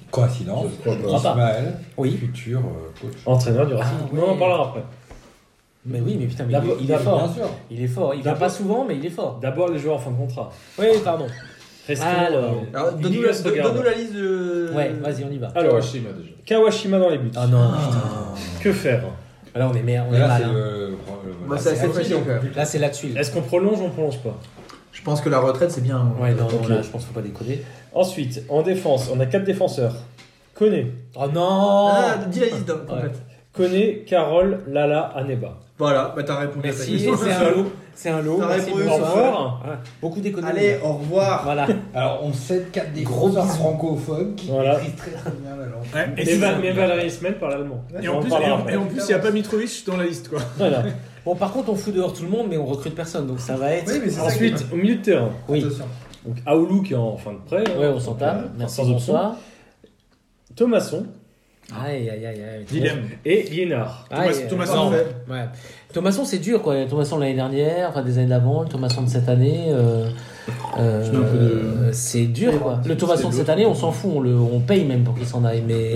Coïncidence. Je crois pas. crois pas. Ismaël, Oui. futur euh, coach. Entraîneur du Racing. Ah, ouais. Non, on en parlera après. Mais oui, mais putain, mais D'abord- Ah, il, il est d'abord, fort. Bien sûr. Il est fort. Il vient D'abord- pas souvent, mais il est fort. D'abord, les joueurs en fin de contrat. Oui, pardon. Restons. Alors. euh, Alors, donne-nous vigilants, la, donne- regarde. donne-nous la liste de. Ouais, vas-y, on y va. Alors, Kawashima déjà. Kawashima dans les buts. Ah non, putain. Que faire Là, on est merde, on Mais est là, mal. c'est hein. le. le- Bah, c'est assez facile, donc, euh, Là, c'est la tuile. Est-ce qu'on prolonge ou on prolonge pas Je pense que la retraite, c'est bien. Ouais, non, non, Ok. là, je pense qu'il faut pas déconner. Ensuite, en défense, on a quatre défenseurs. Koné, Oh non Ah, dis la liste donc, en Ouais. fait. Koné, Carole, Lala, Aneba. Voilà, bah t'as répondu à ta Merci, question. c'est un lot. Euh, C'est un lot. Ça Merci répond, beaucoup. ça Au revoir. Fort. Beaucoup déconné. Allez, au revoir. Voilà. Alors, on cède 4 des Gros gros bisous. francophones qui Voilà. maîtrisent très bien la langue. Ouais, Et c'est- Val- mais Valérie Ismail parle allemand. et On en plus, parlera et en- après. et en plus, il n'y a pas Mitrovic dans la liste, quoi. Voilà. Bon, par contre, on fout dehors tout le monde, mais on recrute personne, donc ça va être. Oui, mais c'est ça. Ensuite, au milieu de terrain, Oui. Attention. donc Aoulou qui est en fin de prêt. Ouais, hein, on s'en donc, euh, tape. Merci, sans option. bonsoir. Thomasson Aïe, aïe, aïe, aïe. Dilemme. et Liénard. Ah, Aïe, Thomas- aïe, Thomas- non. Thomas- Ouais. Thomasson, c'est dur, quoi. Thomasson de l'année dernière, enfin des années d'avant, le Thomasson de cette année. euh, euh, Je mets un peu de- C'est dur, quoi. Le Thomasson de l'autre. cette année, on s'en fout, on, le, on paye même pour qu'il s'en aille, mais.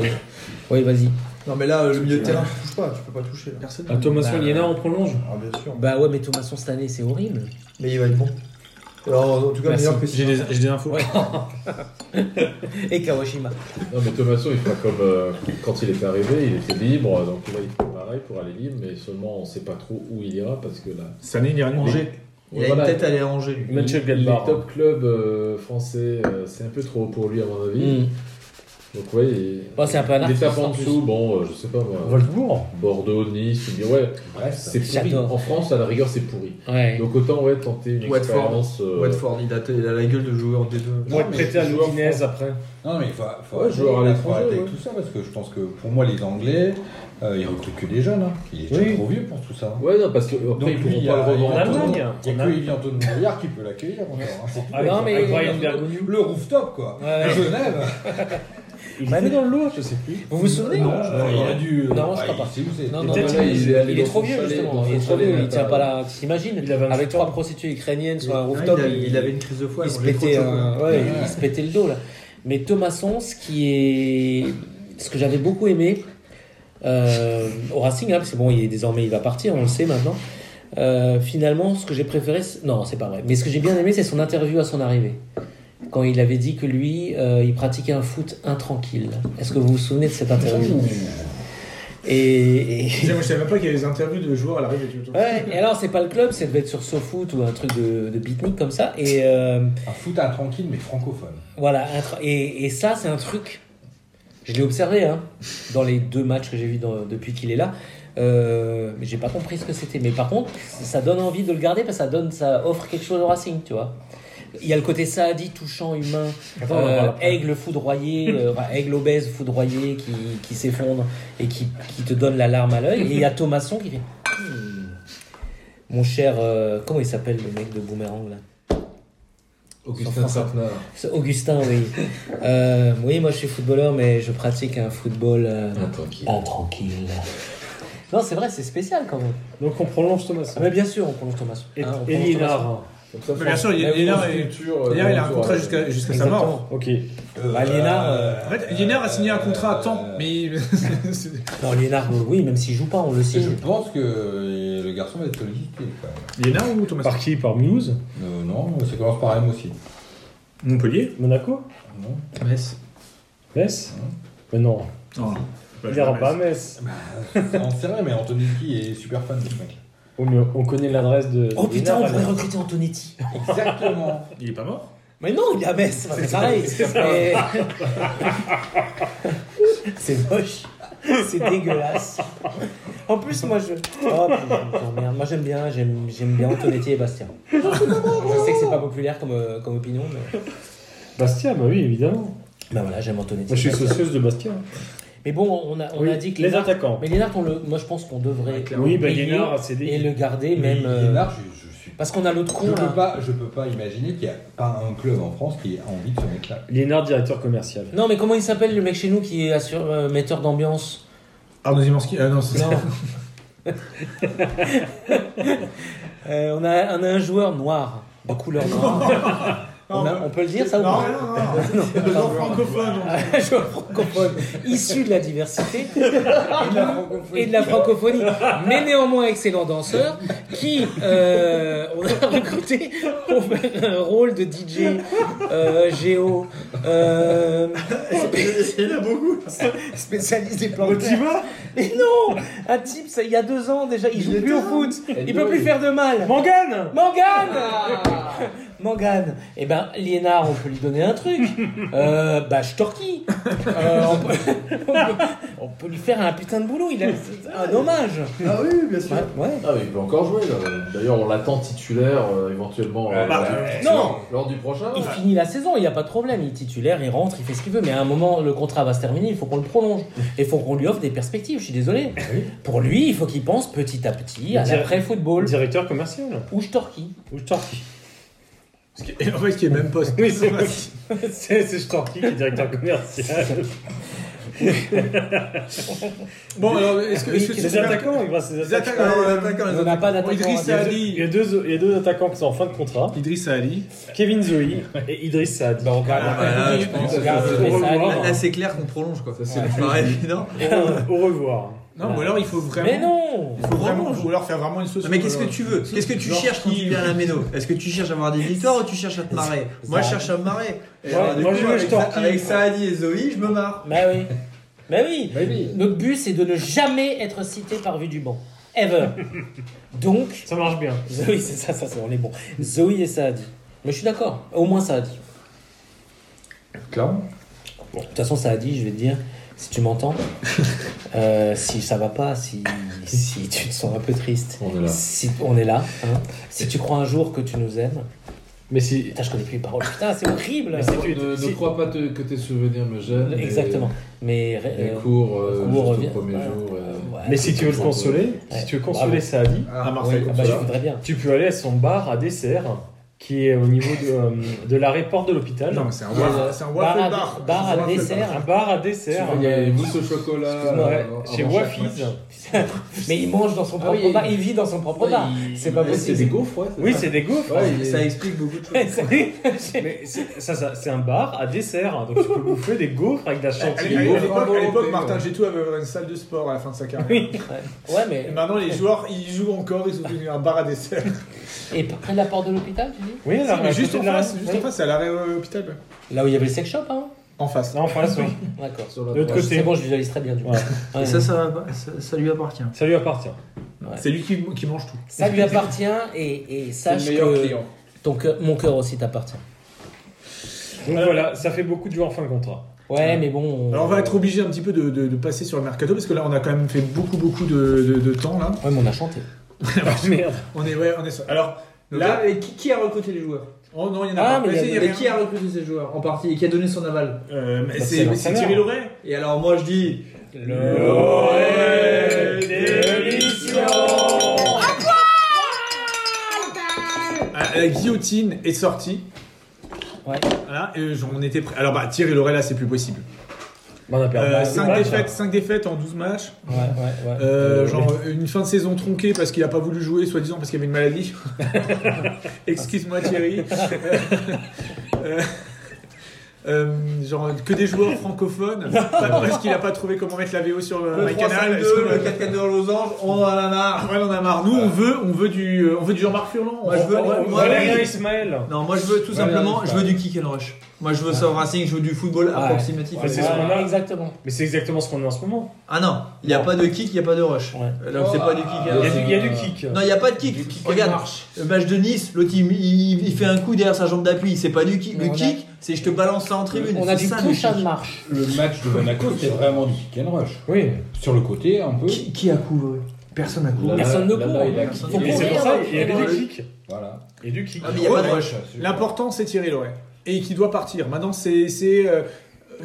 Oui, vas-y. Non, mais là, euh, le milieu de terrain, tu touches pas, tu peux pas toucher. là. Ah, Thomasson, Bah, Liénard, on prolonge. Ah, bien sûr. Bah ouais, mais Thomasson cette année, c'est horrible. Mais il va être bon. Alors, en tout cas, Merci. meilleur que si. J'ai des, j'ai des infos. Et Kawashima. Non, mais Thomason, il fera comme euh, quand il est arrivé, il était libre, donc là, il fait pareil pour aller libre, mais seulement on sait pas trop où il ira parce que là. Ça n'est rien. Angers. Il Ouais, a voilà. une tête à aller à Angers, lui. Mönchengladbach. Les top hein. clubs euh, français, euh, c'est un peu trop haut pour lui, à mon Hmm. avis. Donc, ouais. il- Bon, Mm. Bah, c'est un peu Il anarchiste, est un peu en en plus. dessous, bon, euh, je sais pas moi. Wolfsburg. Bordeaux, Nice, tu dis, ouais, Bref. c'est pourri. J'adore. En France, à la rigueur, c'est pourri. Ouais. Donc, autant, ouais, tenter une Watford. expérience. euh, Watford, il a, il a la gueule de joueur des deux. Ils vont être mais prêtés à joueur l'Udinese après. Non, mais il faut, faut, Ouais, joueur à faut l'étranger, arrêter avec ouais. tout ça parce que je pense que pour moi, les Anglais, euh, ils recrutent que des jeunes. Hein. Il est déjà Oui. trop vieux pour tout ça. Ouais, non, parce que Donc, après, ils lui, pourront il y pas a- le il y a En revendre. Antonin. Allemagne. Ah, Il n'y a que Evian Brouillard qui peut l'accueillir encore. hein. Avec, Non, mais- avec Brian Le- Bergoglio. Le rooftop, quoi. Ouais, ouais. Genève. Il Bah, était mais- dans le lot, je sais plus. Vous vous souvenez Non, il a dû. Non, je bah, crois il pas. sait où c'est. Non, Et non, peut-être mais là, Ah, il est il, allé il est dans trop son vieux, chalet, justement. dans Il son est trop chalet, euh, vieux, là, il tient par- pas la. T'imagines Il avait un Avec victoire. trois prostituées ukrainiennes sur un Ah, rooftop, il, avait, il avait une crise de foi. il on se l'est trop pétait, chaud, un- quoi. ouais, Ouais. il se pétait le dos là. Mais Thomasson, ce qui est, ce que j'avais beaucoup aimé euh, au Racing, hein, parce que bon, il est désormais, il va partir, on le sait maintenant. Euh, finalement, ce que j'ai préféré, c'est- non, c'est pas vrai. Mais ce que j'ai bien aimé, c'est son interview à son arrivée, quand il avait dit que lui, euh, il pratiquait un foot intranquille. Est-ce que vous vous souvenez de cette interview Et- et... Je ne savais même pas qu'il y avait des interviews de joueurs à l'arrivée du tout. Ouais, et alors c'est pas le club, c'est devait être sur SoFoot ou un truc de, de beatnik comme ça. Et euh, Un foot intranquille, mais francophone. voilà, un tr- et, et ça c'est un truc, je l'ai observé hein, dans les deux matchs que j'ai vus dans- depuis qu'il est là. Euh, mais j'ai pas compris ce que c'était. Mais par contre, ça donne envie de le garder parce que ça, donne, ça offre quelque chose au Racing, tu vois. Il y a le côté Saadi touchant, humain, Attends, on en euh, parle après. aigle foudroyé, euh, enfin, aigle obèse foudroyé qui, qui s'effondre et qui, qui te donne la larme à l'œil. Et il y a Thomasson qui fait. Hmm. Mon cher. euh, comment il s'appelle le mec de Boomerang là Augustin Sartner. C'est Augustin, oui. Euh, oui, moi je suis footballeur, mais je pratique un football. euh, Tranquille. intranquille. Non, c'est vrai, c'est spécial quand même. Donc on prolonge Thomasson. Ah, mais bien sûr, on prolonge Thomasson. Et, Hein, on et prolonge Thomasson. Liénard. Comme ça, Mais France- bien sûr, il- la il est là, France et- culture, Liénard, euh, il a un culture, contrat ouais. jusqu'à jusqu'à sa mort. Ok. Euh, Bah, Liénard, euh, en fait, Liénard a signé un contrat à temps, mais c'est- Non, Liénard, euh, oui, même s'il joue pas, on le signe. Je pense que euh, le garçon va être sollicité. quoi. Liénard ou Thomas Par qui Par Mulhouse Euh, non, ça commence par M aussi. Montpellier Monaco Non. Metz. Metz Mais non. Non. Il ira pas à Metz. On sait rien, mais Antonetti est super fan de ce mec. Oh, mais on connaît l'adresse de. Oh putain, Liénard, on pourrait alors. recruter Antonetti. Exactement. Il est pas mort Mais non, il est à Metz, c'est pareil. Mais- C'est moche. C'est dégueulasse. En plus, moi je. Oh putain, merde. Moi j'aime bien, j'aime j'aime bien Antonetti et Bastien. Je sais que c'est pas populaire comme, euh, comme opinion, mais. Bastia, bah oui, évidemment. Bah voilà, j'aime Antonetti. Moi, je suis socieuse de Bastia. Mais bon, on a, on Oui, a dit que. les Lénard- attaquants. Mais Lénard, on le... moi je pense qu'on devrait. Oui, bah, payer Liénard a cédé. Et le garder, même. euh, Liénard, je, je suis. Parce qu'on a l'autre Je con peux là. pas, je peux pas imaginer qu'il n'y a pas un club en France qui ait envie de ce mec-là. Liénard, directeur commercial. Non, mais comment il s'appelle le mec chez nous qui est assure- euh, metteur d'ambiance Arnaud Zimanski Ah non, c'est Non. Euh, on, a, on a un joueur noir, de couleur noire. on, a- on peut le dire ça ou Non, pas non, non, non. Le nom francophone. Un joueur francophone issu de la diversité Et de la francophonie. et de la francophonie, mais néanmoins excellent danseur, qui euh, on a recruté pour faire un rôle de DJ euh, géo euh, Il y en a beaucoup. spécialisé plantaire. Et non, un type, ça, il y a deux ans déjà, il joue plus au foot, il peut plus faire de mal. Mangane Morgane Ah. Morgane Eh ben, Liénard, on peut lui donner un truc. Euh, bah, je torquille. Euh, on, peut, on peut- on peut lui faire un putain de boulot. Il a un hommage. Ah oui, bien sûr. Ouais, ouais. Ah, mais il peut encore jouer là. D'ailleurs, on l'attend titulaire euh, éventuellement euh, Bah, euh, euh, Non lors du prochain. Il finit la saison, il n'y a pas de problème. Il est titulaire, il rentre, il fait ce qu'il veut. Mais à un moment, le contrat va se terminer, il faut qu'on le prolonge. Et il faut qu'on lui offre des perspectives, je suis désolé. Pour lui, il faut qu'il pense petit à petit à Dire- l'après-football. Directeur commercial. Ou je torquille. Ou je torquille. Ce qui est- En fait, ce qui est même pas. Oui, c'est vrai. C'est c'est Storky qui est directeur commercial. Bon, alors, Euh, est-ce que. Oui, est-ce que qui- c'est- Les attaquants, il va se- Les attaquants. Alors, euh, On n'a pas bon, d'attaquant. Idriss hein. Il y, a Ali. deux, il y a deux attaquants qui sont en fin de contrat Idriss Ali. Kevin Zoé et Idriss Saad. Bah, on regarde, Ah, on bah, là, je pense que regarde c'est- Idriss on va Ali. voir. Là, là, c'est clair qu'on prolonge quoi. Ça, c'est Ça paraît évident. Au, au revoir. Non, ou alors il faut vraiment. Mais non Il faut vraiment. Vraiment. Ou alors faire vraiment une sauce. Non, mais qu'est-ce que tu veux Qu'est-ce que tu Genre cherches quand qui- tu viens à la méno Est-ce que tu cherches à avoir des victoires ou tu cherches à te marrer Moi, je cherche à me marrer. Et Ouais, alors, du moi, coup, je veux, je avec, torpille. avec Saadi et Zoé, je me marre. Bah oui. Bah oui. Notre but, c'est de ne jamais être cité par vue du banc. Ever. Donc, Ça marche bien. Zoé, c'est ça, ça, ça, on est bon. Zoé et Saadi. Mais je suis d'accord. Au moins Saadi. Clairement. Bon, de toute façon, Saadi, je vais te dire, si tu m'entends, euh, si ça va pas, si, si tu te sens un peu triste, On est là. si on est là, hein. si tu crois un jour que tu nous aimes. Mais si. Putain, je connais plus les paroles. Putain, c'est horrible. Mais c'est- Ne, ne Si- crois pas te- que tes souvenirs me gênent. mais Exactement. Mais. Les euh, cours, euh, cours juste revient- au premier voilà. jour. euh, ouais. Mais si tu veux le consoler, Ouais. si tu veux Bravo. consoler Saadi, À Marseille. Ah bah, je voudrais bien. tu peux aller à son bar à dessert qui est au niveau de, euh, de l'arrêt porte de l'hôpital. Non, mais c'est un waffle c'est un waffle à- bar. bar à Waffle dessert. Un bar à tu dessert. vois, Il y a mousse au chocolat. Ouais, euh, avant chez chaque Wafiz. match. Mais il mange dans son Ah propre oui, bar, il- il vit dans son propre bar. Ouais, il- bah, C'est pas mais C'est possible. des gaufres, ouais. c'est Oui, ça. c'est des gaufres. Ouais, il est- Ça explique beaucoup de choses. Mais c'est- ça, ça, c'est un bar à dessert. hein, Donc tu peux bouffer des gaufres avec de la À chantilly. l'époque- à l'époque, à l'époque, Volonté, Martin ouais. Gétou avait une salle de sport à la fin de sa carrière. Ouais, Et mais. maintenant, les joueurs, ils jouent encore, ils ont devenu un bar à dessert. Et près de la porte de l'hôpital, tu dis Oui, Si, alors, Ah, mais à juste en côté de la- face, juste en oui. face, c'est à l'arrêt euh, hôpital. Là où il y avait le sex shop, hein En face. Non, en face, oui. D'accord. Sur la De l'autre droite. côté. C'est bon, je visualise très bien du coup. Ouais. Ouais. Et ça, ça, ça, ça lui appartient. Ça lui appartient. C'est lui qui, qui mange tout. Ça lui appartient et, et C'est le sache meilleur que client. ton cœur- mon cœur aussi t'appartient. Donc voilà, ça fait beaucoup de joueurs en fin de contrat. Ouais, mais bon. Alors on va être obligé un petit peu de, de- de passer sur le mercato parce que là on a quand même fait beaucoup beaucoup de, de- de temps là. Ouais, mais on a chanté. Merde. On est ouais on est sur- alors là et qui, qui a recruté les joueurs oh non il y en a Ah, pas. mais il y Vas-y, a- il y a Et rien. qui a recruté ces joueurs en partie et qui a donné son aval Euh, mais Bah, c'est c'est mais c'est l'entraîneur. Thierry Loret. Et alors, moi, je dis. Ah, La guillotine est sortie. Ouais. Voilà et j'en- on était prêt. Alors bah Thierry Loret là c'est plus possible. on a perdu. Euh, Ouais, cinq ouais, défaites, ça. cinq défaites en 12 matchs. Ouais, ouais, ouais. Euh, genre une fin de saison tronquée parce qu'il n'a pas voulu jouer, soi-disant parce qu'il y avait une maladie. Excuse-moi Thierry. Euh, euh, genre que des joueurs francophones pas- parce qu'il n'a pas trouvé comment mettre la VO sur euh, Le My Canal. 3-5-2, le 4-4 de losange, on en a marre. Ouais, on en a marre. Nous, on veut, on veut du, on veut du Jean-Marc Furlan. Moi, je veux- On- moi, Valérie je- Ismaël. Non, moi je veux tout Ouais, simplement, ouais, je veux du kick and rush. Moi je veux savoir racing, je veux du football approximatif. Ouais, c'est ce qu'on a. Exactement. Mais c'est exactement ce qu'on a en ce moment. Ah non, il n'y a pas de kick, il n'y a pas de rush. Là, c'est Oh, pas du kick. hein. il y a du- il y a du kick. Non, il n'y a pas de ah, kick. Regarde, le match de Nice, l'autre il, il- il fait un coup derrière sa jambe d'appui, c'est pas du kick. Mais le on a- kick, c'est je te balance ça en tribune. On a C'est du ça, le push kick. de marche. Le match de Monaco, c'était vraiment du kick and rush. Oui. Sur le côté, un peu. Qui, qui a couru Personne n'a couru. Personne ne court. kické. Faut Et c'est pour courir, ça, hein, il y avait faut du kick. Voilà. Il y a du kick. Ah, mais il y a pas de Ouais. rush. L'important, c'est Thierry Loret et qui doit partir. Maintenant, c'est, c'est, euh,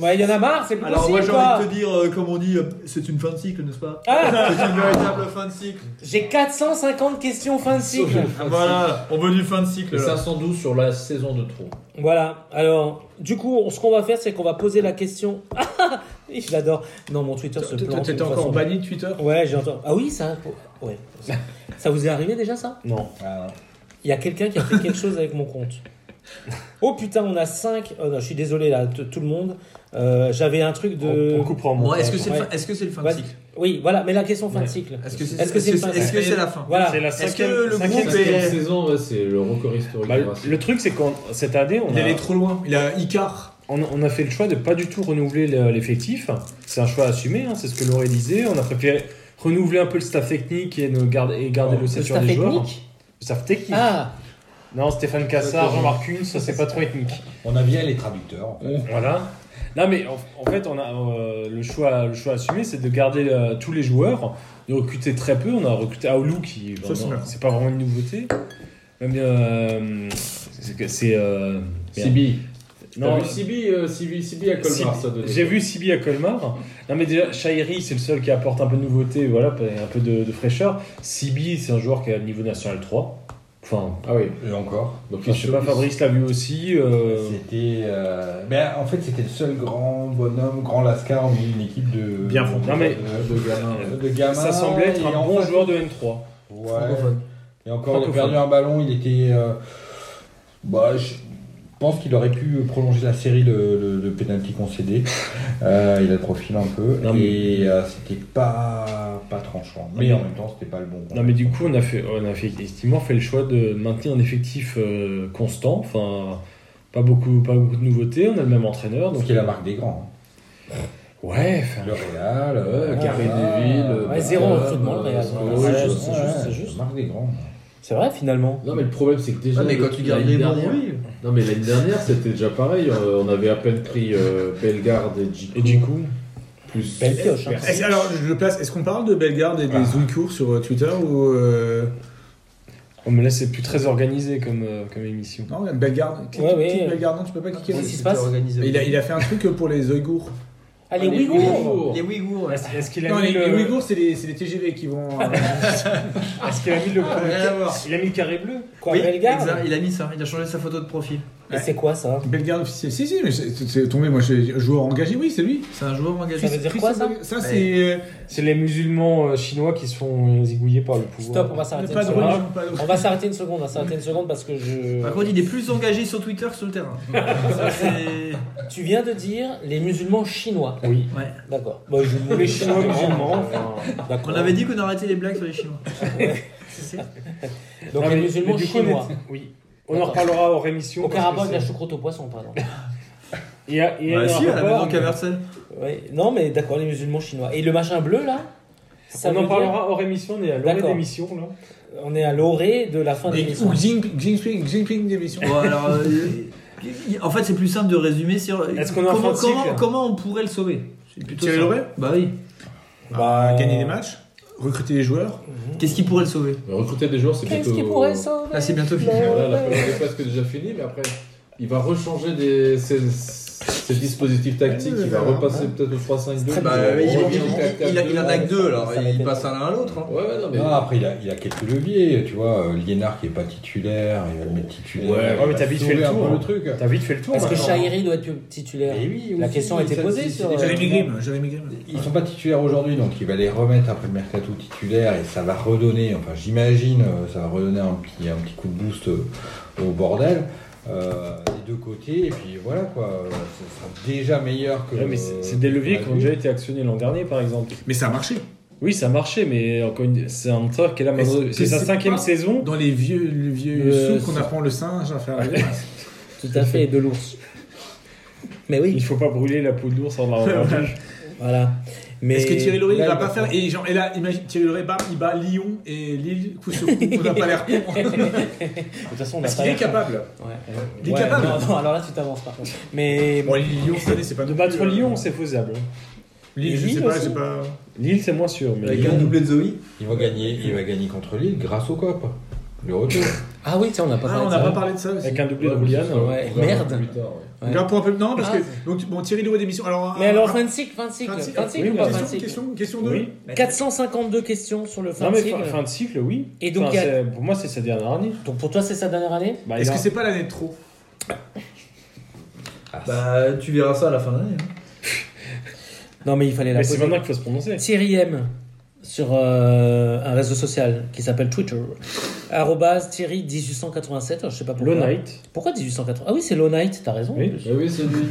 Ouais, il y en a marre, c'est plus Alors moi possible. j'ai quoi. envie de te dire, euh, comme on dit, euh, c'est une fin de cycle, n'est-ce pas Ah, C'est une véritable fin de cycle. J'ai 450 questions fin de cycle. Voilà, on veut du fin de cycle. Et là. 512 sur la saison de trop. Voilà, alors du coup, on- ce qu'on va faire, c'est qu'on va poser la question. Je l'adore. Non, mon Twitter se toi, plante. t'étais de toute encore façon. banni de Twitter. Ouais, j'ai entendu. Ah oui, ça. Ouais. Ça vous est arrivé déjà ça Non. Il y a quelqu'un qui a fait quelque chose avec mon compte. Oh putain, on a 5. je suis désolé là, t- tout le monde. Euh, J'avais un truc de. On, on coupera en Bon, montage. est-ce que c'est le Euh, Ouais. fin- est-ce que c'est le fin de Ouais. cycle Oui, voilà, mais la question fin de cycle. Est-ce que c'est Est-ce que c'est est-ce fin que- est-ce que c'est la fin Voilà. C'est la Est-ce cinquième. que le cinquième- groupe est- Cette saison, ouais, c'est le record historique. Ah, Bah, du le, Racing. le truc, c'est qu'en cette année, on Il a, allait trop loin. Il a Icar. on, a- on a fait le choix de pas du tout renouveler le- l'effectif. C'est un choix assumé, hein, c'est ce que Lauré disait. On a préféré renouveler un peu le staff technique et, ne garder, et garder le Le stature staff des joueurs. hein. technique Le staff technique. Ah Non, Stéphane Cassard, Jean-Marc Hunes, ça c'est pas trop ethnique. On a bien les traducteurs. en fait. Voilà. Non, mais en, en fait, on a euh, le choix, le choix assumé, c'est de garder euh, tous les joueurs, de recruter très peu. On a recruté Aoulou qui, Ça, c'est vraiment, bien. c'est pas vraiment une nouveauté. Même euh, c'est- c'est euh, merde. Sibi. T'as Non, vu Sibi, euh, Sibi, Sibi à Colmar, Sibi- ça donnait. J'ai vu Sibi à Colmar. Non, mais déjà, Shairi, c'est le seul qui apporte un peu de nouveauté, voilà, un peu de, de fraîcheur. Sibi, c'est un joueur qui a le niveau national 3. Enfin, Ah oui. Et encore. Donc, Ah, je sais pas, Fabrice l'a vu aussi. euh, C'était. euh, ben, en fait, c'était le seul grand bonhomme, grand lascar, mais une équipe de. Bien fond. Non, mais- De, de gamins. De gamins, ça semblait être un et en bon fait- joueur de N3. Ouais. Francophone. Et encore, il a Francophone. perdu un ballon, il était. euh, bah, je pense qu'il aurait pu prolonger la série de, de, de pénalty concédés. Euh, il a le profil un peu. Non, mais- Et euh, c'était pas, pas tranchant. Mais en même temps, c'était pas le bon. Non mais du coup on a fait on a fait effectivement fait le choix de maintenir un effectif euh, constant, enfin pas beaucoup pas beaucoup de nouveautés, on a le même entraîneur Ce donc qui est la marque des grands. ouais, enfin, Le Real, Ouais, euh, Carré Gavin, Deville, euh, Ah, Ouais, zéro Beckham, recrutement, le euh, Real. Sandro, Ouais, je- c'est juste, c'est juste. La marque des grands. C'est vrai finalement. Non mais le problème c'est que déjà. Ouais, mais quand le- tu gardes l'année les bons, dernière- oui. Non mais l'année dernière c'était déjà pareil. euh, on avait à peine pris euh, Bellegarde et Djikou. et du coup plus. Belle pioche. hein. Est-ce- alors, je le place. Est-ce qu'on parle de Bellegarde et des Zouncourt sur euh, Twitter ou euh, on me laisse oh, c'est plus très organisé comme euh, comme émission. non Bellegarde. Clique- Ouais, ouais. clique Bellegarde, non, tu peux pas cliquer. Qu'est-ce qui se passe Mais il, a, il a fait un truc euh, pour les Ouïghours. Allez, Les Ouïghours Les Ouïghours. Est-ce est-ce qu'il a Non, les, mis les le Ouïghours, c'est les, c'est les TGV qui vont. euh, est-ce qu'il a mis le Rien à voir. il a mis le carré bleu Quoi, Oui, Bellegarde exact, il a mis ça, il a changé sa photo de profil. Et c'est quoi ça Bellegarde officiel. Si, si, mais c'est- c'est tombé. Moi, j'ai joueur engagé. Oui, c'est lui. C'est un joueur engagé. Ça veut dire quoi, ça Christophe- Ça, c'est. euh, C'est les musulmans euh, chinois qui se font euh, zigouiller par le pouvoir. Stop, on va euh, s'arrêter une Pas de seconde. religion, pas de On va s'arrêter une seconde, on va s'arrêter une seconde parce que je. Bah, Par contre, il est plus engagé sur Twitter que sur le terrain. Ça, c'est- Tu viens de dire les musulmans chinois. Oui. Ouais. D'accord. Bon, je vous Les chinois musulmans. enfin, D'accord. On avait dit qu'on arrêtait les blagues sur les Chinois. Donc non, les mais- musulmans mais du coup, on est- chinois. Oui. On en D'accord. reparlera hors émission. Aucun parce que rapport avec la c'est- choucroute au poisson, pardon. Et, à- et Bah un si, à la rapport, maison mais- Caversel. Ouais. Non, mais d'accord, les musulmans chinois. Et le machin bleu, là ça on veut en dire- parlera hors émission, on est à l'orée D'accord. d'émission là. On est à l'orée de la fin de religion. l'émission. Ou Jinping, Jinping, Jinping d'émission. Bon, alors, euh, y- y- en fait, c'est plus simple de résumer sur Est-ce qu'on est en comment, fin de cycle comment, comment on pourrait le sauver. C'est plutôt Thierry ça. Loret Bah oui. Bah, gagner des matchs, recruter des joueurs. Qu'est-ce qui pourrait le sauver Mais recruter des joueurs c'est plutôt. Qu'est-ce qui pourrait sauver Là, c'est Ah, bientôt fini. Voilà, la première est presque déjà finie mais après il va rechanger des. ses- C'est le dispositif tactique qui va repasser peut-être au 3-5-2. Bah, On il, revient au il- il- 4-4-2. il- il en a que deux, alors il passe à l'un à l'autre. hein. Non, après, il a, il a quelques leviers, tu vois. euh, Liénard qui est pas titulaire, il va le mettre titulaire. Ouais, il mais va t'as vite fait le sauver un tour. peu hein. le truc. Eh T'as vite fait le tour. Parce que maintenant. Chahiri doit être titulaire. La question a été posée sur. euh, Jérémy Grimm. Jérémy Grimm. Ils sont pas titulaires aujourd'hui, donc il va les remettre après le mercato titulaire et ça va redonner, enfin j'imagine, euh, ça va redonner un petit, un petit coup de boost euh, au bordel. euh, des deux côtés, et puis voilà quoi, euh, ça sera déjà meilleur que. euh, Ouais, mais c'est c'est des leviers Bah, qui ont déjà été actionnés l'an dernier, par exemple. Mais ça a marché. Oui, ça a marché, mais encore une- c'est un entraîneur qui est là. maintenant- Est-ce C'est que sa c'est cinquième pas saison. Dans les vieux, les vieux Euh, sous qu'on ça- apprend le Ah, singe à faire la grimace. Tout à fait, de l'ours. Mais oui. Il faut pas brûler la peau de l'ours en la rendant rouge. Voilà. Mais Est-ce que Thierry Loret il Là, va pas faire et, genre, et là imagine Thierry Loret bam, il bat Lyon et Lille coup sur coup on n'a pas l'air con De toute façon, on a parce pas qu'il est l'air- capable Ouais. Il est Ouais, capable. Non, non, alors là, tu t'avances pas. Mais bon Lyon cette année c'est pas euh, De battre Lyon, c'est faisable. Lille je Lille sais pas aussi. c'est pas Lille, c'est moins sûr. Mais Avec un doublé de Zoé. Il va gagner, il va gagner contre Lille grâce au COP. Le retour. Ah oui, tiens, on n'a pas ah parlé on de n'a ça. pas parlé de ça aussi avec un doublé de euh, Rouliane. Ouais, merde. Plus tard, ouais. Ouais. Là, pour un peu non parce Ah. que donc bon Thierry Loret démission alors Mais un- alors, un- 25, 25, 25, oui, ou pas question, 25 question question de Oui. 452 questions sur le fin Non, de mais cycle. fin, fin de cycle, oui. Et donc, Enfin, il y a- c'est- pour moi, c'est sa dernière année. Donc pour toi, c'est sa dernière année Bah, est-ce il que a- c'est pas l'année de trop Bah, tu verras ça à la fin de l'année. hein. Non, mais il fallait la Mais c'est poser. maintenant qu'il faut se prononcer. Thierry M sur euh, un réseau social qui s'appelle Twitter. Arrobase Thierry 1887. Alors, je sais pas pourquoi. Low Knight. Pourquoi 1887 Ah oui, c'est Low Night, t'as raison. Oui. Eh oui, c'est lui.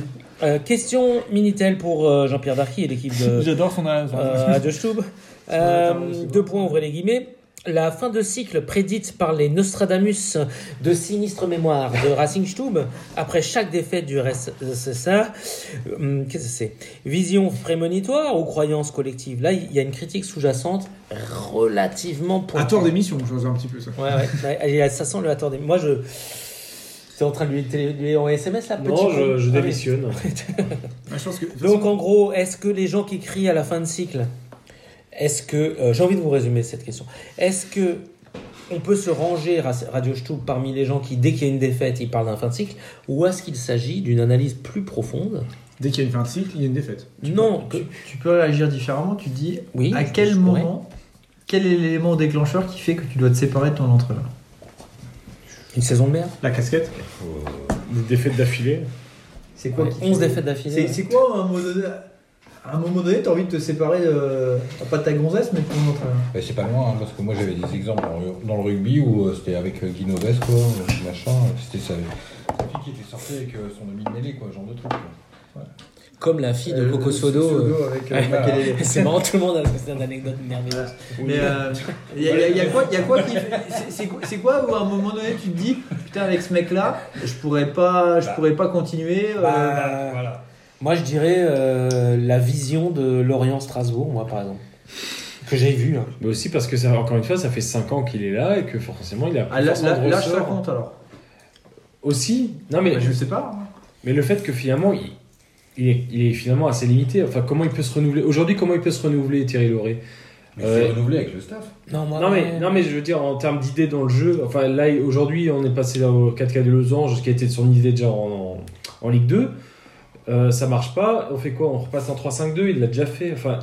Euh, question Minitel pour euh, Jean-Pierre Darqui et l'équipe de j'adore son euh, de Choub. Euh, deux points, ouvrez les guillemets. La fin de cycle prédite par les Nostradamus de sinistre mémoire de Racing Stube après chaque défaite du RSSR. Hum, Qu'est-ce que c'est Vision prémonitoire ou croyance collective Là, il y a une critique sous-jacente relativement à pointue. tort d'émission je vois un petit peu ça Ouais, ouais, ouais. Allez, ça sent le à tort des- Moi, je. T'es en train de lui, télé- lui en SMS là petit Non, con je, je Ah oui. démissionne. Ah, je pense que de toute Donc façon, en gros, est-ce que les gens qui crient à la fin de cycle, est-ce que euh, j'ai envie de vous résumer cette question Est-ce que on peut se ranger à Radio Stub parmi les gens qui, dès qu'il y a une défaite, ils parlent d'un fin de cycle, ou est-ce qu'il s'agit d'une analyse plus profonde dès qu'il y a une fin de cycle il y a une défaite Non, que- Tu, tu peux réagir différemment, tu dis oui. à je- quel je pourrais. moment, quel est l'élément déclencheur qui fait que tu dois te séparer de ton entraîneur Une saison de merde. la casquette Des défaites d'affilée. C'est Ouais, qui 11 fait- défaites C'est d'affilée. c'est quoi à un moment donné à un moment donné, t'as envie de te séparer, euh, pas de ta gonzesse, mais de ton entraîneur. Bah, c'est pas loin, hein, parce que moi j'avais des exemples dans- dans le rugby où euh, c'était avec euh, Guy Noves, quoi, euh, machin. euh, C'était sa, sa fille qui était sortie avec euh, son demi de mêlée, quoi, genre de truc. quoi. Comme la fille de Euh, Coco Sodo. euh. avec euh, Makelele. C'est marrant, tout le monde a cette anecdote merveilleuse. Mais il y, a- y a quoi, y a quoi qui, c'est- c'est quoi- c'est quoi où à un moment donné tu te dis putain avec ce mec là, je pourrais pas, je pourrais pas continuer. euh, Bah, Moi, je dirais euh, la vision de Lorient-Strasbourg, moi, par exemple. Que j'ai vu. hein. Mais aussi parce que, ça, encore une fois, ça fait 5 ans qu'il est là et que forcément, il a ah, là, forcément là, de là, ressort. ça compte alors. Aussi, non mais, Bah, je sais pas. hein. mais le fait que finalement, il, il est, il est finalement assez limité. Enfin, comment il peut se renouveler Aujourd'hui, comment il peut se renouveler, Thierry Lauré Mais Ouais. c'est renouvelé avec le staff. Non, moi, non, ouais. euh, mais, non, mais je veux dire, en termes d'idées dans le jeu, enfin là, aujourd'hui, on est passé là au 4K de Losange, qui était son idée déjà en, en, en Ligue 2. Euh, ça marche pas, on fait quoi On repasse en 3-5-2, il l'a déjà fait. Enfin,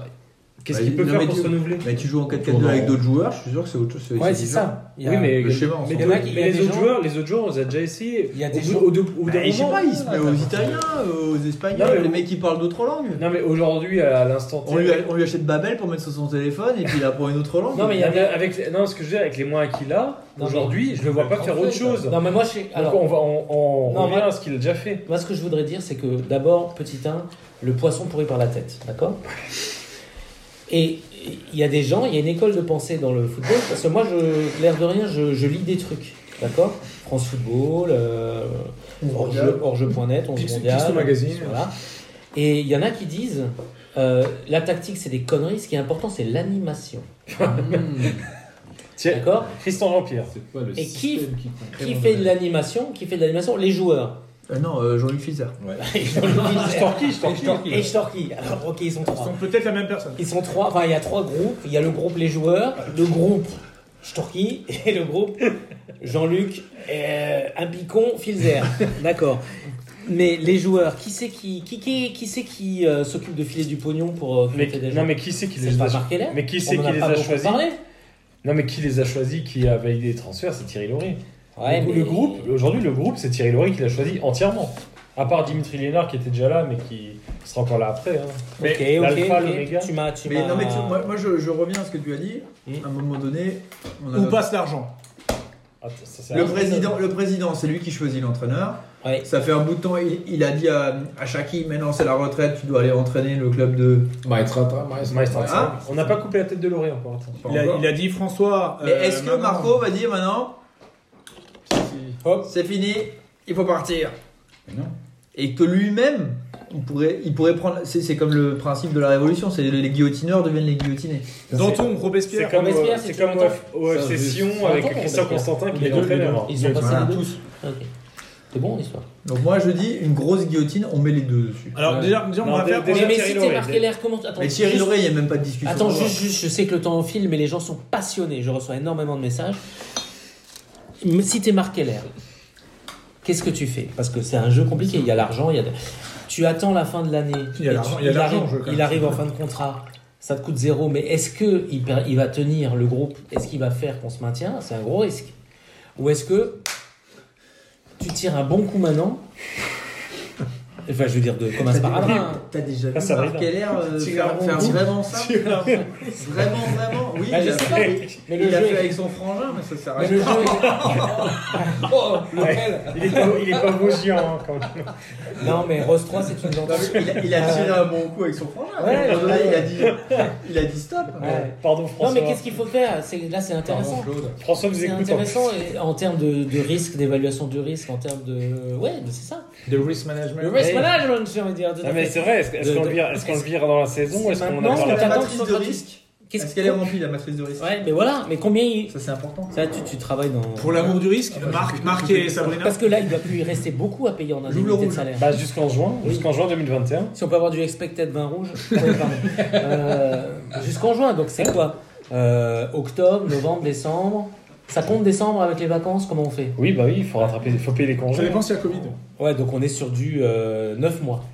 qu'est-ce Bah, qu'il peut non, faire mais pour tu- se renouveler Mais tu joues en 4-4-2 avec d'autres joueurs, je suis sûr que c'est autre chose. Ouais, c'est différent. ça. Il y a- Oui, mais, le schéma, on mais s'en de- fout. Il y a mais les, des autres gens- joueurs, les autres joueurs, on les a déjà essayé. Il y a Au des bout- gens- au bout- au bout Bah, d'un et je sais moment, pas, il se voilà. met aux Italiens, euh, aux Espagnols, Non, mais- les mecs qui parlent d'autres langues. Non, mais aujourd'hui, à l'instant On lui, on lui achète Babel pour mettre sur son téléphone et puis il apprend une autre langue. Non, mais il y avait- avec, non, ce que je veux dire, avec les moyens qu'il a, Non, aujourd'hui, je le vois pas faire autre chose. Non, mais moi, je suis- Alors, Alors, on va, on, on Non, revient mais- à ce qu'il a déjà fait. moi, ce que je voudrais dire, c'est que d'abord, petit 1, le poisson pourri par la tête. D'accord Et il y a des gens, il y a une école de pensée dans le football. Parce que moi, je, l'air de rien, je, je lis des trucs. D'accord France Football, euh, hors-jeu- hors-jeu.net, on Pix- mondial. Pixel Magazine. Voilà. Et il y en a qui disent euh, la tactique, c'est des conneries. Ce qui est important, c'est l'animation. Tiens, D'accord Christian Jean-Pierre. C'est pas le Et qui- système qui Qui fait de l'animation Qui fait de l'animation Les joueurs. Euh, non, euh, Jean-Luc Fizer. Storky, Storky. Et Storky. Alors, ok, ils sont ils trois. sont peut-être la même personne Ils sont trois. Enfin, il y a trois groupes. Il y a le groupe les joueurs, le groupe Storky et le groupe Jean-Luc, euh, un picon, Filzer. D'accord. Mais les joueurs, qui c'est qui, qui, qui, qui, c'est qui euh, s'occupe de filer du pognon pour euh, Mais, flatter des gens non, mais qui c'est qui C'est les pas a Marc Keller Mais qui On c'est en qui les pas a beaucoup choisis parlé. Non, mais qui les a choisis, qui a validé les transferts, c'est Thierry Laurie. Ouais, le, mais- le groupe, aujourd'hui, le groupe, c'est Thierry Laurie qui l'a choisi entièrement. À part Dimitri Lénard qui était déjà là, mais qui sera encore là après. hein. Mais ok, ok, l'alpha, ok. l'oméga- Tu m'as. tu Mais m'as- non, mais tu- moi, moi, je, je reviens à ce que tu as dit. À un moment donné, on a- Où passe l'argent Ah, ça, c'est le un- président, le président, c'est lui qui choisit l'entraîneur. Ouais. Ça fait un bout de temps, il, il a dit à, à Shaki, maintenant c'est la retraite, tu dois aller entraîner le club de... Maestra, Maestra. Hein on n'a pas coupé la tête de Laurie encore. attends. Pas il a, encore. il a dit François. Mais euh, est-ce que maintenant- Marco va dire maintenant, Hop. c'est fini, il faut partir Mais non. Et que lui-même, il pourrait, il pourrait prendre... C'est, c'est comme le principe de la révolution, c'est les guillotineurs deviennent les guillotinés. Danton, C'est Robespierre. comme, Robespierre, euh, c'est c'est comme Danton. au- au FC Sion Danton, avec Christian Robespierre. Constantin qui Les est Ah, deux, les deux. l'entraîneur. Ils ont passé Voilà. les deux. Ok. C'est bon l'histoire. Donc moi je dis, une grosse guillotine, on met les deux dessus. Alors déjà, déjà, on Non, va dé- faire. déjà- Mais, mais Thierry si t'es Lauré, Marc dé- Keller, comment tu- Attends, Mais Thierry juste- Lauré, il n'y a même pas de discussion. Attends, juste, juste, je sais que le temps file, mais les gens sont passionnés. Je reçois énormément de messages. Mais Si t'es Marc Keller, qu'est-ce que tu fais Parce que c'est un jeu compliqué. Il y a l'argent, il y a. de- Tu attends la fin de l'année. Il y a et l'argent, tu- il y a l'argent, arrive- je veux quand même. il arrive en fin de contrat. Ça te coûte zéro, mais est-ce que il, per- il va tenir le groupe Est-ce qu'il va faire qu'on se maintient C'est un gros risque. Ou est-ce que tu tires un bon coup maintenant Enfin, je veux dire, de comme un sparadrap, hein. T'as déjà vu Ah, ça Marc brille. Keller euh, Tirer un faire, bon faire coup. vraiment ça Vraiment, vraiment Oui, Bah, il je a sais fait- pas, mais mais le il a jeu fait est- avec son frangin, mais ça sert à mais le rien. jeu est- Il est pas- il est pas beau géant quand même. Non, mais Rose 3, c'est une Non, gentille. mais il, a, il a tiré un bon coup avec son frangin. Ouais, À un moment donné, ouais. il, a dit, il a dit stop. Ouais. Pardon Non, François. mais qu'est-ce qu'il faut faire C'est- Là, c'est intéressant. François vous C'est écoute. hein. intéressant et en termes de, de risque, d'évaluation du risque, en termes de. Ouais, mais c'est ça. De risk management. Le risk Ouais. management, j'ai envie de dire. tout Non à Ah, mais fait. c'est vrai, est-ce est-ce qu'on le vire, est-ce qu'on le vire dans la saison ou est-ce qu'on maintenant attend la- que La t'attends matrice qu'il de soit risque, Qu'est-ce est-ce qu'elle est remplie, la matrice de risque Ouais, mais voilà, mais combien il. Ça, c'est important. Ça, tu, tu travailles dans. Pour l'amour du risque, Ah, Marc, Marc et Sabrina. Parce que là, il doit plus y rester beaucoup à payer en Joue le indemnité de rouge. salaire. Bah jusqu'en juin, jusqu'en juin 2021. Si on peut avoir du expected vin rouge, ouais, pardon. Euh, jusqu'en juin, donc c'est quoi Euh, Octobre, novembre, décembre. Ça compte décembre avec les vacances Comment on fait Oui bah oui, il faut rattraper, il faut payer les Ça congés. dépend s'il y a Covid. Ouais, donc on est sur du 9 mois.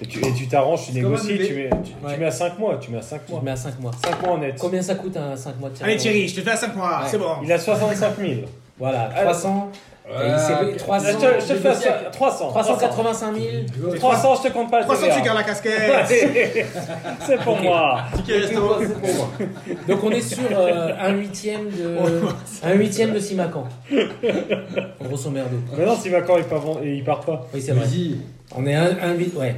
Et tu et tu t'arranges, tu C'est quand négocies, même tu mets, tu, tu Ouais. mets à 5 mois, tu mets à 5 Je mois. mets à 5 mois. 5 mois net. Combien ça coûte un 5 mois de Allez Thierry, je te fais à 5 mois, Ouais. c'est bon. Il a 65 000. Voilà, Alors, 300. et Euh, il s'est pris Ah, 300 je, te, je te fais à négociables. 5, 300. 385 000. 300, je te compte pas. 300, tu gardes la casquette. C'est pour moi. Ticket restaurant, c'est pour moi. Donc on est sur euh, un huitième de un huitième de Simacan. Grosso merdo. Mais non, si Macron il part, vend- il part pas. Oui, c'est vrai. On est un, un huit- ouais.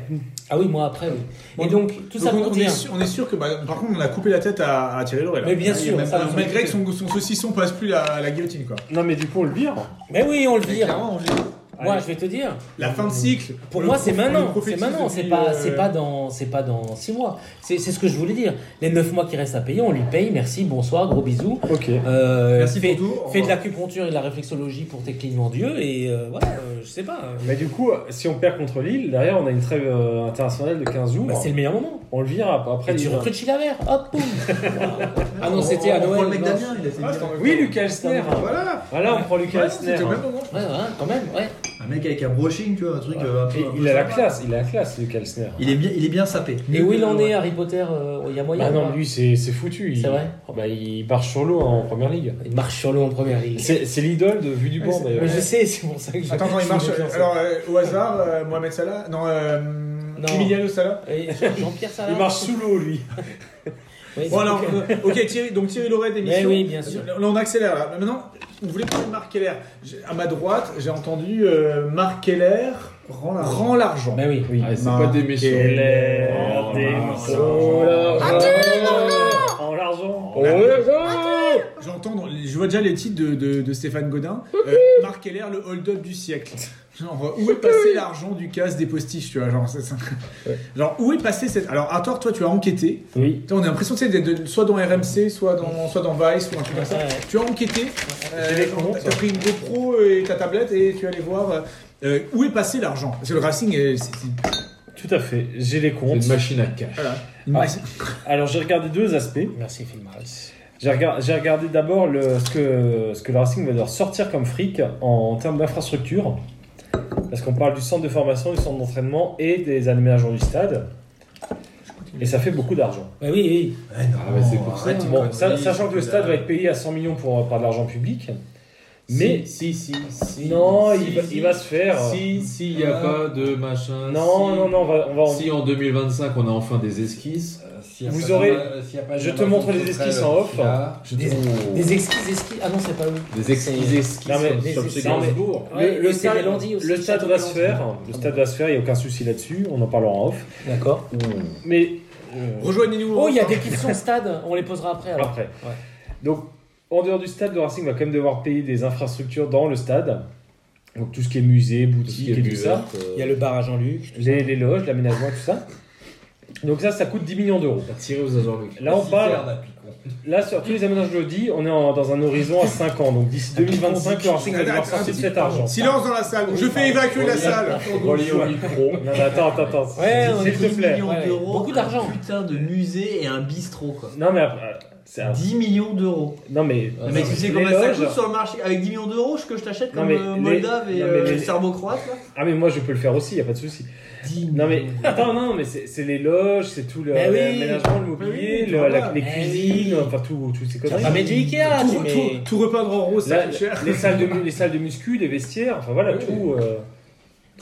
Ah oui, moi après oui. Bon, Et donc tout ça Donc, on, pour on est dire- sûr, on est sûr que, bah, par contre, on a coupé la tête à, à Thierry Lauré. là. Mais bien Ah, Il y a sûr, même ça, pas- on malgré que son, son saucisson passe plus la, la guillotine, quoi. Non, mais du coup, on le vire. Mais oui, on le Mais vire. clairement, on dit- Moi, Allez. je vais te dire. La fin de cycle. Mmh. Pour on le moi, prof- c'est on le maintenant. C'est prophétise maintenant. depuis, C'est pas, euh, c'est pas dans, c'est pas dans six mois. C'est, c'est ce que je voulais dire. Les 9 mois qui restent à payer, on lui paye. Merci, bonsoir, gros bisous. Ok. Euh, Merci fais, pour tout. Au Fais de revoir. l'acupuncture et de la réflexologie pour tes clignements d'yeux et euh, voilà. euh, je sais pas. Mais du coup, si on perd contre Lille, derrière, on a une trêve euh, internationale de 15 jours. Bah, c'est le meilleur moment. On le vire ap- après Et tu Lille. recrutes Chilavert. Hop, boum. ah non, c'était à On prend Noël. le mec non. Damien, il a été Ah, c'est en même Oui, temps. Lucas Elsner. Voilà. Voilà, on prend Lucas Ouais, C'était Elsner. au même moment. Ouais, ouais, quand même, ouais. Un mec avec un brushing, tu vois, un truc euh, un peu- Et un peu il a la sympa. classe, il a la classe, Lucas Elsner. Il est bien, il est bien sapé. Et où il en est, Harry Potter euh, Il y a moyen. Bah ou non, pas lui, c'est c'est foutu. Il, C'est vrai Oh, bah, il marche sur l'eau hein, en première ligue. Il marche sur l'eau en première ligue. C'est c'est l'idole de Vue du Banc, Mais d'ailleurs. Je sais, c'est pour ça que je. Attends, quand il marche. je me lance. Alors, euh, au hasard, euh, Mohamed Salah Non, euh, Emiliano Salah Et Jean-Pierre Salah. Il marche sous l'eau, lui. Oui, Bon, c'est- alors, euh, ok, Thierry, donc Thierry Loret, Mais démission. Eh oui, bien sûr. Là, on accélère. Là. Maintenant, vous voulez parler de Marc Keller. J'ai- À ma droite, j'ai entendu euh, Marc Keller rend l'argent. Mais Bah oui. Oui. Ah, c'est pas des méchants. L'air des morceaux, Ah, l'argent. En l'argent. J'entends, dans- je vois déjà les titres de, de- de Stéphane Godin. Euh, Marc Keller, le hold-up du siècle. Genre, où est passé l'argent du casse des postiches, tu vois Genre, c'est ça. genre où est passé cette. Alors, à tort, toi, tu as enquêté. Oui. Putain, On a l'impression que c'est d'être de- soit dans RMC, soit dans, soit dans Vice, ou un truc comme ça. Ouais. Tu as enquêté, J'ai euh, les comptes, t'as ça. pris une GoPro et ta tablette et tu es allé voir euh, euh, où est passé l'argent. Parce que le Racing, est- c'est- c'est- Tout à fait. J'ai les C'est comptes. une machine à cash. voilà. Ah. Alors j'ai regardé deux aspects. Merci, Phil Morris. J'ai regardé, j'ai regardé d'abord le, ce, que, ce que le Racing va devoir sortir comme fric en, termes d'infrastructure. Parce qu'on parle du centre de formation, du centre d'entraînement et des aménagements du stade. Et ça fait beaucoup d'argent. Bah oui, oui. Ah, mais c'est pour ça. arrête, Bon, quoi, sa- oui, sachant que le stade va être payé à 100 millions pour, par de l'argent public. Mais si, si, si. non, si, il, va, si, il va se faire. Si, si, il n'y a Ah. pas de machin. Non, si- non, non, on va, on va en- Si en 2025 on a enfin des esquisses. Euh, Vous aurez. je te montre les esquisses en off. hein. Je Des, te- des esquisses, esquisses. Ah non, c'est pas eux. Des esquisses, C'est- esquisses. Non, mais- comme des- chez non, mais- Gainsbourg. Ouais, le, le et c'est stade, Mélandi aussi, le stade Château va se Mélandi. faire. Le stade va se faire, il n'y a aucun souci là-dessus. On en parlera en off. D'accord. Mais euh, Rejoignez-nous. Oh, il y a des questions stade. On les posera après. Alors. après. Donc, en dehors du stade, le Racing va quand même devoir payer des infrastructures dans le stade. Donc, tout ce qui est musée, boutique qui est et tout ça. buvette, euh, Il y a le bar à Jean-Luc. tout ça. Les, les loges, l'aménagement, tout ça. Donc, ça, ça coûte 10 millions d'euros. à tirer aux agents Luc. Là, on parle. Là, sur tous les aménagements, je le dis, on est en- dans un horizon à 5 ans. Donc, d'ici Ah, 2025, le Racing va devoir sortir de cet argent. Silence dans la salle. Je fais évacuer la salle. Relié au micro. Non, mais attends, attends, attends. Ouais, on est S'il te plaît. Ouais, beaucoup un d'argent. Putain de musée et un bistrot quoi. Non, mais après. c'est un- 10 millions d'euros. Non, mais. Non, mais tu sais les combien ça loges- coûte sur le marché Avec 10 millions d'euros, ce que je t'achète Non, comme mais euh, les- Moldave et non, mais les- euh, serbo-croate là Ah, mais moi, je peux le faire aussi, il n'y a pas de souci. 10 Non mais attends non mais c'est c'est les loges, c'est tout le Mais oui. l'aménagement, le mobilier, le- la- les Mais cuisines, oui. enfin tout, tout ces Tu conneries. as mais du Ikea. tu Tout, mets- tout- tout repeindre en rose, ça La- fait cher. les salles de mu- les salles de muscu, les vestiaires, enfin voilà tout. euh.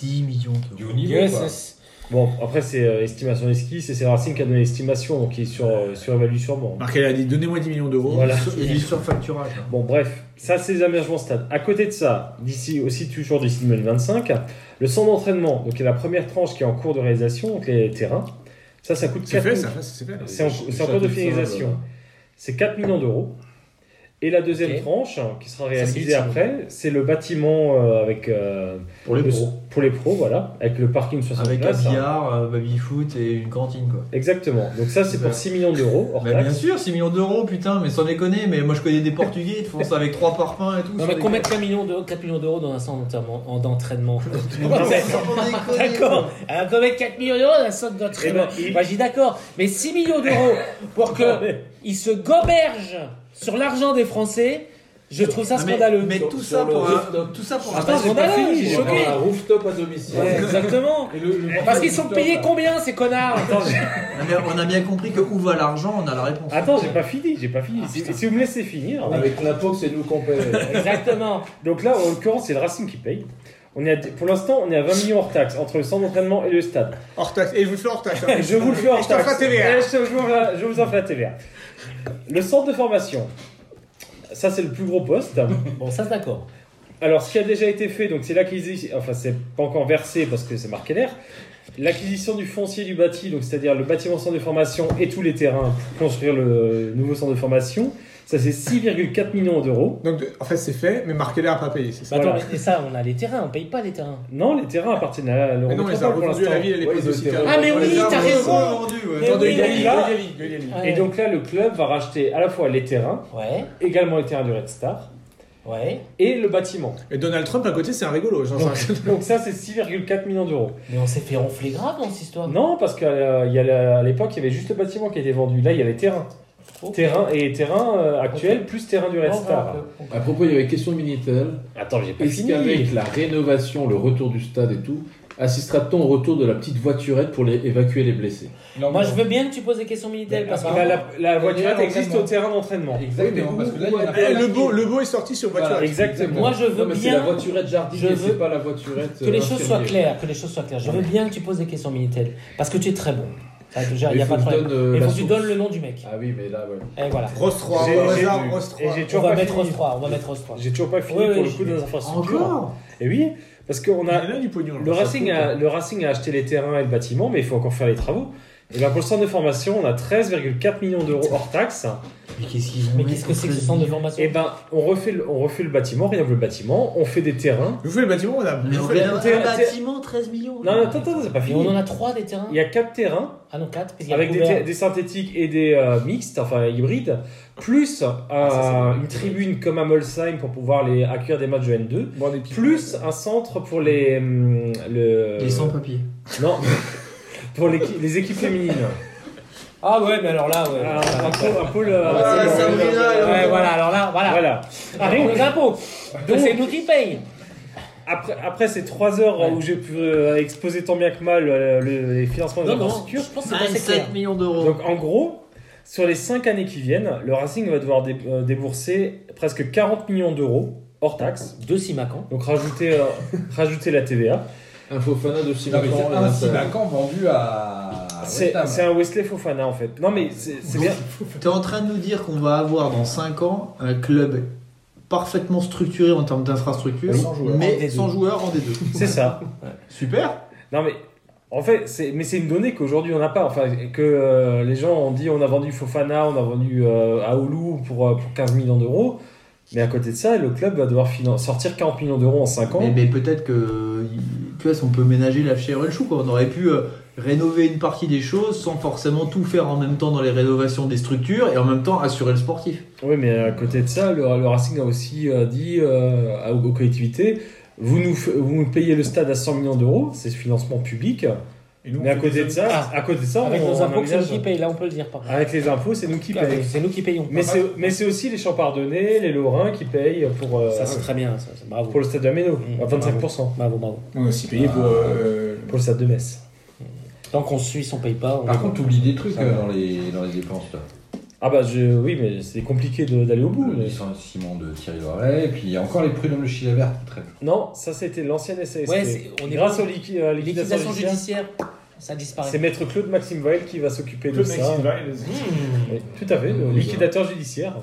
10 millions d'euros. Yes, yes. Bon après c'est euh, estimation esquisse et c'est Racing qui a donné l'estimation donc il sur euh, surévalue sûrement. Marc, elle a dit donnez-moi 10 millions d'euros. Voilà. Il y a du surfacturage. hein. Bon bref ça c'est les aménagements stade. À côté de ça d'ici aussi toujours d'ici 2025 le centre d'entraînement donc il y a la première tranche qui est en cours de réalisation donc les terrains ça ça coûte C'est 4 fait, ça, ça, c'est fait. C'est en, c'est en cours de finalisation. C'est 4 millions d'euros. Et la deuxième Ok. tranche, hein, qui sera réalisée utile. après, c'est le bâtiment euh, avec euh, Pour les le- pros. pour les pros, voilà, avec le parking 60 Avec un places, hein. billard, euh, baby-foot et une cantine quoi. Exactement. Donc ça, c'est pour 6 millions d'euros hors Bah, bien taxe. sûr, 6 millions d'euros, putain, mais sans déconner, mais moi je connais des Portugais, ils te font ça avec 3 parpaings et tout. Non, mais combien de 4 millions d'euros, 4 millions d'euros dans un centre d'entraînement- en- d'entraînement D'accord, alors combien 4 millions d'euros dans un centre d'entraînement Eh ben, il- Moi je dis d'accord, mais 6 millions d'euros pour que ils se gobergent sur l'argent des Français, je trouve ça scandaleux. Ah, Mais tout ça le pour un. rooftop. Tout ça pour un. Attends, scandaleux, je suis Pour choqué. avoir un rooftop à domicile. Ouais, exactement. Parce qu'ils sont payés combien ces connards Attends, j'ai- Non, mais On a bien compris que où va l'argent, on a la réponse. Attends, j'ai pas fini, j'ai pas Ah, fini. si, si vous me laissez finir. Avec l'impôt que c'est nous qu'on paye. Exactement. Donc là, en l'occurrence, c'est le Racing qui paye. On est à- pour l'instant, on est à 20 millions hors taxe entre le centre d'entraînement et le stade. Hors taxe. Et je vous le fais hors taxe. hein. Je vous le fais en Et je t'en taxe. ferai TVA. Et Je, te- je vous la- je vous en fais la TVA. Le centre de formation. Ça, c'est le plus gros poste. Bon, ça d'accord. Alors, ce qui a déjà été fait, donc c'est l'acquisition. Enfin, c'est pas encore versé parce que c'est marqué l'air. L'acquisition du foncier du bâti, donc c'est-à-dire le bâtiment centre de formation et tous les terrains pour construire le nouveau centre de formation. Ça, c'est 6,4 millions d'euros. Donc, de- en fait, c'est fait, mais Marquella a pas payé, c'est ça. Bah, attends, Voilà. mais ça, on a les terrains, on paye pas les terrains. Non, les terrains appartiennent à Mais non, l'Eurométropole ils ont pour revendu l'instant. à la ville, elle est Ouais, pas ils ont été sociétaire. Ah, mais oui, t'as raison. Mais Non, de oui, Gali, là- de Gali, de Gali. Ouais. Et donc là, le club va racheter à la fois les terrains, Ouais, également les terrains du Red Star ouais. et le bâtiment. Et Donald Trump à côté, c'est un rigolo. genre, Donc, ça- donc ça, c'est 6,4 millions d'euros. Mais on s'est fait ronfler grave dans cette histoire. Non, parce qu'à la- il y a la- à l'époque, il y avait juste le bâtiment qui était vendu. Là, il y avait terrain. Ok. bah, Terrain et terrain euh, actuel, plus terrain du Red Bon, Star. Oh. voilà, on peut- À propos, il y avait question Minitel. Attends, j'ai pas Est-ce fini. qu'avec la rénovation, le retour du stade et tout, assistera-t-on au retour de la petite voiturette pour les- évacuer les blessés Moi, je veux bien que tu poses des questions militaires parce que Bah, la, la voiturette terrain existe d'entraînement. au terrain d'entraînement. Exactement, parce que là, il y en a Eh, le beau, le beau est sorti sur voiture. Voilà, exactement. Moi, je veux Non, mais C'est bien la voiturette je jardinier, veux c'est pas la voiturette. que euh, les choses soient infirmier. claires, que les choses soient claires. Je veux bien que tu poses des questions militaires parce que tu es très bon. Ça, déjà, Mais Il y a faut pas de que je problème. donne, euh, Il faut la que tu source. donnes le nom du mec. Ah oui, mais là, ouais. Et voilà. Rose 3, J'ai- au j'ai hasard, vu. Rose Et 3. j'ai On toujours va pas mettre fini. Rose 3, on va mettre Rose 3. J'ai toujours pas fini Oui, pour oui, le coup je- des infrastructures. Encore Et oui, parce qu'on Il y a en a du pognon. le Racing, a, le Racing a acheté les terrains et le bâtiment, mais il faut encore faire les travaux. Et bien pour le centre de formation, on a 13,4 millions d'euros hors taxe. Mais qu'est-ce qu'ils ont Mais mis qu'est-ce que pour c'est que ce se centre de dire formation Et ben on refait le, on refait le bâtiment, rénove le bâtiment, on fait des terrains. Vous faites le bâtiment, madame Mais Vous on faites- rénove T'es- un bâtiment, 13 millions. Non, non, attends, attends, c'est pas Et on en fini. a 3 des terrains Il y a quatre terrains Ah non, 4 parce qu'il y a avec le des, couvert. ter- des synthétiques et des euh, mixtes, enfin hybrides, plus euh, une tribune comme à Molsheim pour pouvoir les accueillir des matchs de N2, Bon, des petits- plus un centre pour les hum, le Les sans-papiers. non pour les, les équipes féminines. Ah ouais, mais alors là, ouais. Un, un pôle, un pôle, euh, Ah, voilà. Sabrina, Ouais, voilà, alors là, voilà. voilà. Avec les impôts. Donc c'est nous qui payons. Après, après ces 3 heures où j'ai pu euh, exposer tant bien que mal euh, le- les financements des Non, non, vacances je sûres. pense que Ah, c'est assez clair. 7 millions d'euros. Donc en gros, sur les 5 années qui viennent, le Racing va devoir dé- euh, débourser presque 40 millions d'euros hors taxe. De Simacan. Donc rajouter, euh, rajouter la TVA. Un Fofana de Non, mais Simacan. Ah, c'est un Simacan vendu à. C'est West Ham. c'est un Wesley Fofana en fait. Non mais c'est c'est Donc, bien. T'es en train de nous dire qu'on va avoir dans 5 ans un club parfaitement structuré en termes d'infrastructure, Sans joueurs. En mais D2. sans joueurs en D2. C'est ça. Super Non mais en fait, c'est mais c'est une donnée qu'aujourd'hui on n'a pas. Enfin que euh, les gens ont dit on a vendu Fofana, on a vendu euh, Aoulou pour euh, pour 15 millions d'euros. Mais à côté de ça, le club va devoir finan- sortir 40 millions d'euros en 5 ans. Mais, mais peut-être que tu vois, on peut ménager la fièvre et le chou. Quoi. On aurait pu euh, rénover une partie des choses sans forcément tout faire en même temps dans les rénovations des structures et en même temps assurer le sportif. Oui, mais à côté de ça, le, le Racing a aussi euh, dit euh, à- aux collectivités vous nous, f- vous nous payez le stade à 100 millions d'euros, c'est ce financement public. Et nous, on mais à fait côté des de ça, Ah. à côté de ça, Avec on- nos on impôts, que c'est nous aménage- qui paye. Là, on peut le dire. Par contre. avec les impôts, c'est nous qui Avec- payons. C'est nous qui payons. Mais c'est, mais c'est aussi les Champardonnais, les Lorrains qui payent pour, euh, ça, c'est très bien. Ça, c'est- bravo. Ah, pour le stade de Améno, Mmh, à 25%. Bravo, bravo. On a aussi payé pour. euh, Pour le stade de Metz. Tant qu'on suit, on paye pas. on- Par contre, oublie des trucs euh, dans, les, dans les dépenses. Là. Ah bah je, oui, mais c'est compliqué de- d'aller au bout. Le mais- licenciement de Thierry Loiret, et puis il y a encore les prud'hommes de Chilavert qui traînent. Non, ça c'était l'ancienne SASP. Ouais, c'est- on est Grâce pas- aux liqui- à la liquidation, Liquidation judiciaire, judiciaire, ça disparaît. c'est maître Claude Maxime Weil qui va s'occuper de Claude ça. Maxime Weil. Oui, tout à fait, le liquidateur judiciaire.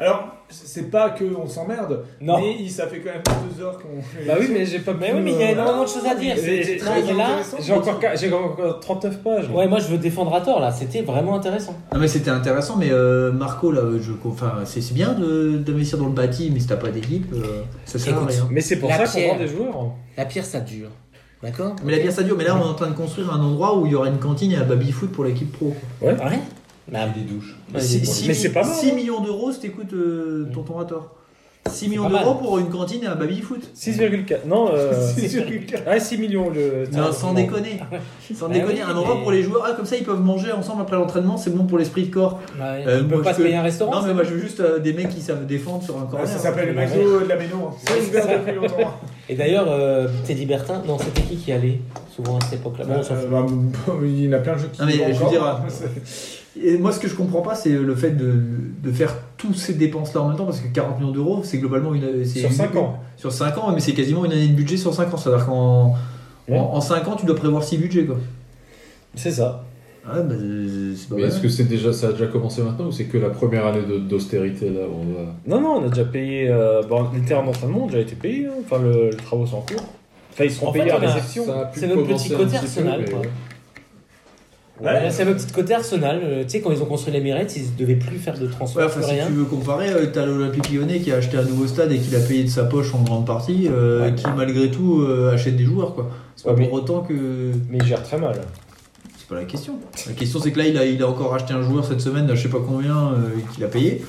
Alors, c'est pas qu'on s'emmerde, Non. mais il- ça fait quand même deux heures qu'on. Bah oui, mais j'ai pas Mais oui, mais il y a énormément de choses à dire. J'ai- j'ai- C'est très j'ai- là. J'ai encore, qua- j'ai encore 39 pages. Ouais, moi je veux défendre à tort là. C'était vraiment intéressant. Non mais c'était intéressant, mais euh, Marco, là, je, enfin, c'est c'est bien de- d'investir dans le bâti, mais si t'as pas d'équipe, euh, ça sert Écoute, à rien. Mais c'est pour La ça qu'on pierre. vend des joueurs. La pierre, ça dure. D'accord Mais la bière ça dure, mais là on est en train de construire un endroit où il y aura une cantine et un baby-foot pour l'équipe pro. Ouais. Bah, Des douches. c'est- Mais c'est pas mal, 6 hein. millions d'euros, si t'écoutes euh, tonton Rator. 6 millions pas mal. d'euros pour une cantine et un baby-foot. 6,4. Non, euh, 6,4. ah, 6 millions le. Non, sans déconner. Sans Bah déconner, oui, un endroit mais- pour les joueurs. Ah, comme ça, ils peuvent manger ensemble après l'entraînement, c'est bon pour l'esprit de corps. ouais, Euh, bah, on peut moi, pas je se payer peux- un restaurant. non, mais moi, je veux juste euh, des mecs qui savent défendre sur un Ah, corner. hein. ça s'appelle le Ouais. McDo de la Méno. hein. Ça Ouais, existe c'est ça. depuis longtemps. Et d'ailleurs, euh, Teddy Bertin, non, c'était qui qui allait souvent à cette époque-là Bon, on s'en Euh, fout. bah, bon, il y en a plein de jeux qui. Non, mais vont je veux encore. dire, euh, Et moi, ce que je comprends pas, c'est le fait de, de faire toutes ces dépenses-là en même temps, parce que 40 millions d'euros, c'est globalement une. euh, c'est Sur une- 5 ans. Sur 5 ans, mais c'est quasiment une année de budget sur 5 ans. C'est-à-dire qu'en Ouais. en, 5 ans, tu dois prévoir 6 budgets, quoi. C'est ça. Ah, bah, euh, c'est pas Mais mal. est-ce que c'est déjà, ça a déjà commencé maintenant ou c'est que la première année de- d'austérité là où on va... Non, non, on a déjà payé. euh, bon, les terres d'entraînement ont déjà été payés. hein. Enfin, le, les travaux sont en cours. Enfin, ils seront En payés fait, à on a- réception. Ça a pu C'est notre commencer petit un côté petit peu, Arsenal, mais quoi. ouais. Ouais, là, c'est le petit côté Arsenal. euh, Tu sais, quand ils ont construit l'Emirates, ils devaient plus faire de Ouais, transfert, enfin, plus si rien. tu veux comparer, euh, t'as l'Olympique Lyonnais qui a acheté un nouveau stade et qui l'a payé de sa poche en grande partie, euh, qui malgré tout euh, achète des joueurs, quoi. C'est pas Ouais, pour autant que. Mais ils gèrent très mal. C'est pas la question. La question, c'est que là, il a, il a encore acheté un joueur cette semaine, je sais pas combien, euh, qu'il a payé.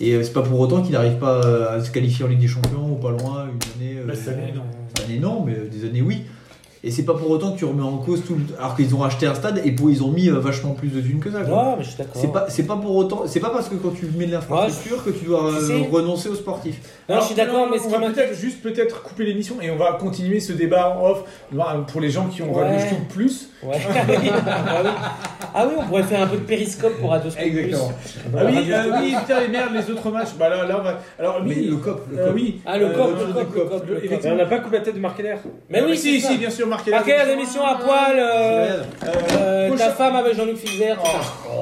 Et euh, c'est pas pour autant qu'il n'arrive pas euh, à se qualifier en Ligue des Champions ou pas loin, une année. euh, Bah, cette année, non. Cette année, non, mais euh, des années, oui. Et c'est pas pour autant que tu remets en cause tout. le- Alors qu'ils ont acheté un stade et pour ils ont mis euh, vachement plus de thunes que ça. quoi. Ouais, Ah, mais je suis d'accord. C'est pas, c'est pas pour autant, c'est pas parce que quand tu mets de l'infrastructure que tu dois euh, Si, si. renoncer aux sportifs. Non, je suis d'accord, mais ce on qui va m'inquiète. peut-être juste peut-être couper l'émission et on va continuer ce débat en off Bah, pour les gens qui ont Ouais. rallongé tout plus. Ouais. Ah oui. Ah oui. Ah oui, on pourrait faire un peu de périscope pour Radio Scoop Plus. Exactement. Ah Voilà, oui, Radio euh, Scoop. oui, putain, les merdes, les autres matchs. Bah là, là, on va- alors oui, cop, euh, oui. Ah, le Euh, cop, le le tour cop, du le cop. cop, Le- Et le cop. on effectivement. Ah n'a pas coupé la tête de Marc Heller. Mais oui, si, c'est ça. si, bien sûr, marquez Marquez la émission à poil. euh, euh, ta femme avec Jean-Luc Filzer, tout ça.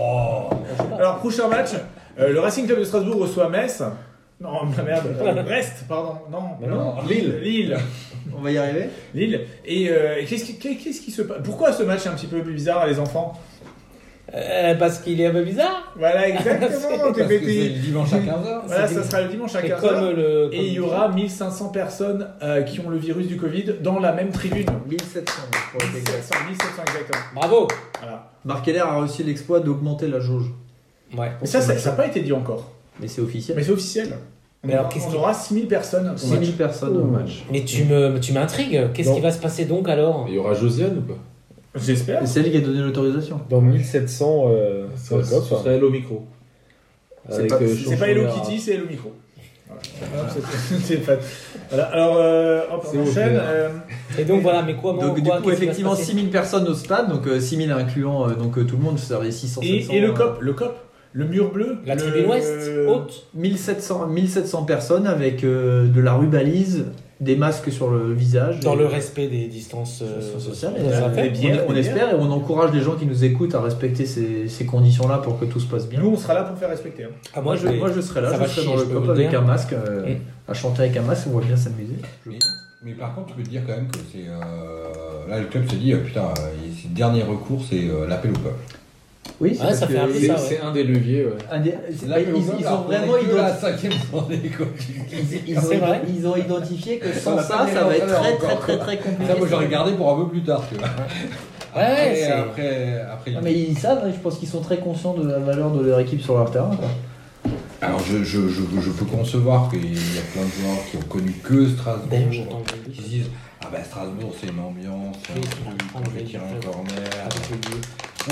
Alors, prochain match, euh, le Racing Club de Strasbourg reçoit Metz. Non, ma merde, euh, Brest, pardon, non, non, Lille, Lille, On va y arriver. Lille. Et euh, qu'est-ce qui, qu'est-ce qui se passe Pourquoi ce match est un petit peu bizarre, les enfants Euh, parce qu'il est un peu bizarre. Voilà, exactement, t'es Parce que c'est pété. le dimanche à 15h. Voilà, ça sera le dimanche à Et 15h. comme le. Et il y aura 1500 personnes euh, qui ont le virus du Covid dans la même tribune. 1700 pour être exact. 1700, 1700 exactement. Bravo. Voilà. Marc Heller a réussi l'exploit d'augmenter la jauge. Ouais. Mais ça, ça n'a pas été dit encore. Mais c'est officiel. Mais c'est officiel. On Mais alors, aura- qu'est-ce on qui- aura 6000 personnes. au 6000 match. personnes au match. Mais tu me, tu m'intrigues. Qu'est-ce Non. qui va se passer donc alors Il y aura Josiane ou pas J'espère. C'est elle qui a donné l'autorisation. Dans 1700 euh, sur Ça, le ça COP. serait elle au micro. C'est pas, c'est pas Hello Kitty, c'est Hello Micro. Hop, c'est- c'est fait. Voilà, alors, euh, hop, C'est on enchaîne. ouvert. euh, Et donc voilà, mais comment Donc, du quoi, coup, qu'est-ce qui va se effectivement, passer 6000 personnes au stade, donc 6000 incluant euh, donc, euh, tout le monde, ça serait 600. Et, 700, et le euh, COP, le COP, le mur bleu. La le- tribune ouest, euh, haute. 1700, 1700 personnes avec euh, de la rubalise, des masques sur le visage. Dans Et- le respect des distances euh, sociales. des affaires. Et on, on espère et on encourage les gens qui nous écoutent à respecter ces, ces conditions-là pour que tout se passe bien. Nous, on sera là pour faire respecter. hein. Ah, moi, je, vais- moi je serai là, ça je va serai chier, dans le je peux cop vous avec dire. un masque, euh, Mm. à chanter avec un masque, on va bien s'amuser. Mais par contre, tu peux te dire quand même que c'est. euh, là, le club se dit, euh, putain, euh, c'est le dernier recours, c'est euh, l'appel au peuple. Oui, c'est Ouais, ça parce fait que- un peu C'est ça, ouais. c'est un des leviers. ouais. Un des- c'est- L'appel ils, au ils peuple, ont alors, vraiment on est que à la identi- cinquième journée, quoi. ils- ils ont- C'est vrai. ils ont identifié que On sans a ça, pas ça va être encore, très quoi. très très très compliqué. Ça, moi, j'aurais gardé pour un peu plus tard, tu vois. Ouais, Après, c'est- après, après, Non, mais ils savent, hein, je pense qu'ils sont très conscients de la valeur de leur équipe sur leur terrain. quoi. Ah, Alors je, je, je, je peux concevoir qu'il y a plein de gens qui ont connu que D'ailleurs, Ben, j'entends Strasbourg, qui se disent Ah bah Strasbourg c'est une ambiance, c'est un truc, on fait tirer un corner,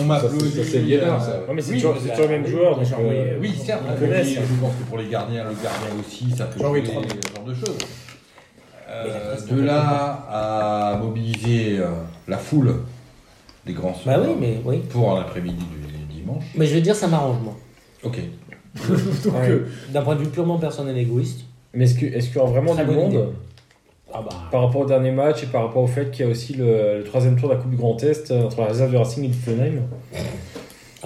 on m'applaudit. Ça, c'est- ça, c'est Liénard, ça. euh, Ouais, mais c'est oui, toujours- mais c'est la- toujours le même oui, joueur, donc, genre, euh, oui, oui, certes, ils mais connaissent. je pense que pour les gardiens, le gardien aussi, ça peut Genre, oui, jouer, trois. ce genre de choses. Euh, de là à mobiliser euh, la foule des grands Bah oui, soirs mais oui. pour l'après-midi du dimanche. Mais je veux dire, ça m'arrange, moi. Ok. Ouais. euh, D'un point de vue purement personnel égoïste. Mais est-ce que- est-ce qu'il y aura vraiment Très du bonne monde idée. Ah bah. par rapport au dernier match et par rapport au fait qu'il y a aussi le, le troisième tour de la Coupe du Grand Est euh, entre la réserve de Racing et Fulham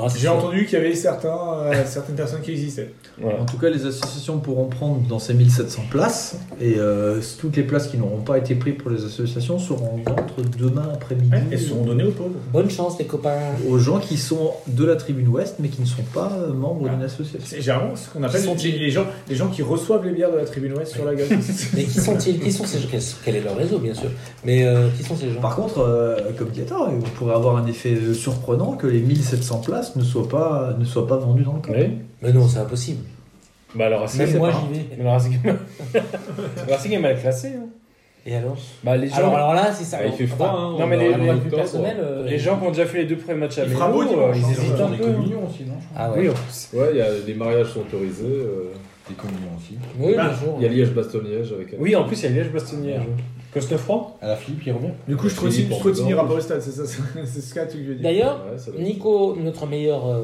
Ah, J'ai entendu qu'il y avait certains, euh, certaines personnes qui existaient. En tout cas, les associations pourront prendre dans ces 1700 places et euh, toutes les places qui n'auront pas été prises pour les associations seront en vente demain après-midi. elles seront données aux pauvres. Bonne chance, les copains. Aux gens qui sont de la tribune ouest mais qui ne sont pas euh, membres d'une association. C'est généralement ce qu'on appelle Qui sont- les, les gens, les gens qui reçoivent les bières de la tribune ouest sur la gueule. Mais qui sont-ils Qui sont ces gens Quel est leur réseau, bien sûr Mais euh, qui sont ces gens Par contre, euh, comme dit Attard, on pourrait avoir un effet euh, surprenant que les 1700 places ne soient pas, ne soient pas vendues dans le camp. Oui. Mais non, c'est impossible. Bah alors Racing, Même c'est moi, pas- j'y vais. Mais le Racing, le Racing est mal classé. hein. Et alors Bah, les gens- alors, alors là, c'est ça. Ah, il fait froid, hein, non, on mais est les, en les, octobre, personnels, quoi. euh, Les gens qui ont déjà fait les deux premiers matchs à Il fera beau Mélo, dimanche, ils hein, hésitent sur un les peu. communions aussi, non Ah Oui, ouais. en Ouais, il y a des mariages sont autorisés. euh, Des communions aussi. Oui, Bah, bien sûr. Il y a Liège-Bastogne-Liège avec. Oui, en plus, il y a liège bastogne Cosnefroid À la Philippe, il revient. Du coup, je Philippe trottine, je en trottine ira dedans. pas au stade, c'est ça, c'est c'est ce que tu veux dire. D'ailleurs, Ouais, ça doit être- Nico, notre meilleur, euh,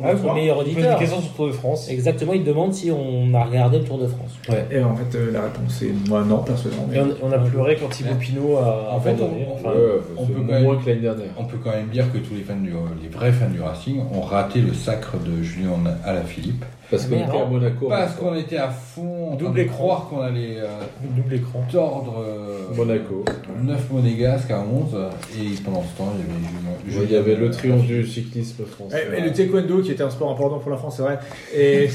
Ouais, notre quoi. meilleur Il pose des auditeur, questions sur le Tour de France. exactement, il demande si on a regardé le Tour de France. Et en fait, euh, la réponse est moi non, personnellement. mais- Et on, on a pleuré quand Thibaut Pinot a En fait, abandonné. on- Enfin, Ouais, on c'est peut pas- moins que l'année dernière. On peut quand même dire que tous les fans du, les vrais fans du Racing ont raté le sacre de Julien Alaphilippe. Parce qu'on Ah, Merde. était à Monaco. hein. Parce qu'on était à fond, en train Double de croire qu'on allait euh, double écran. tordre euh, Monaco. 9 monégasques à 11 et pendant ce temps il y avait Julien. Ouais, Il y avait le triomphe triomphe du cyclisme français. Eh, et le taekwondo qui était un sport important pour la France, c'est vrai. Et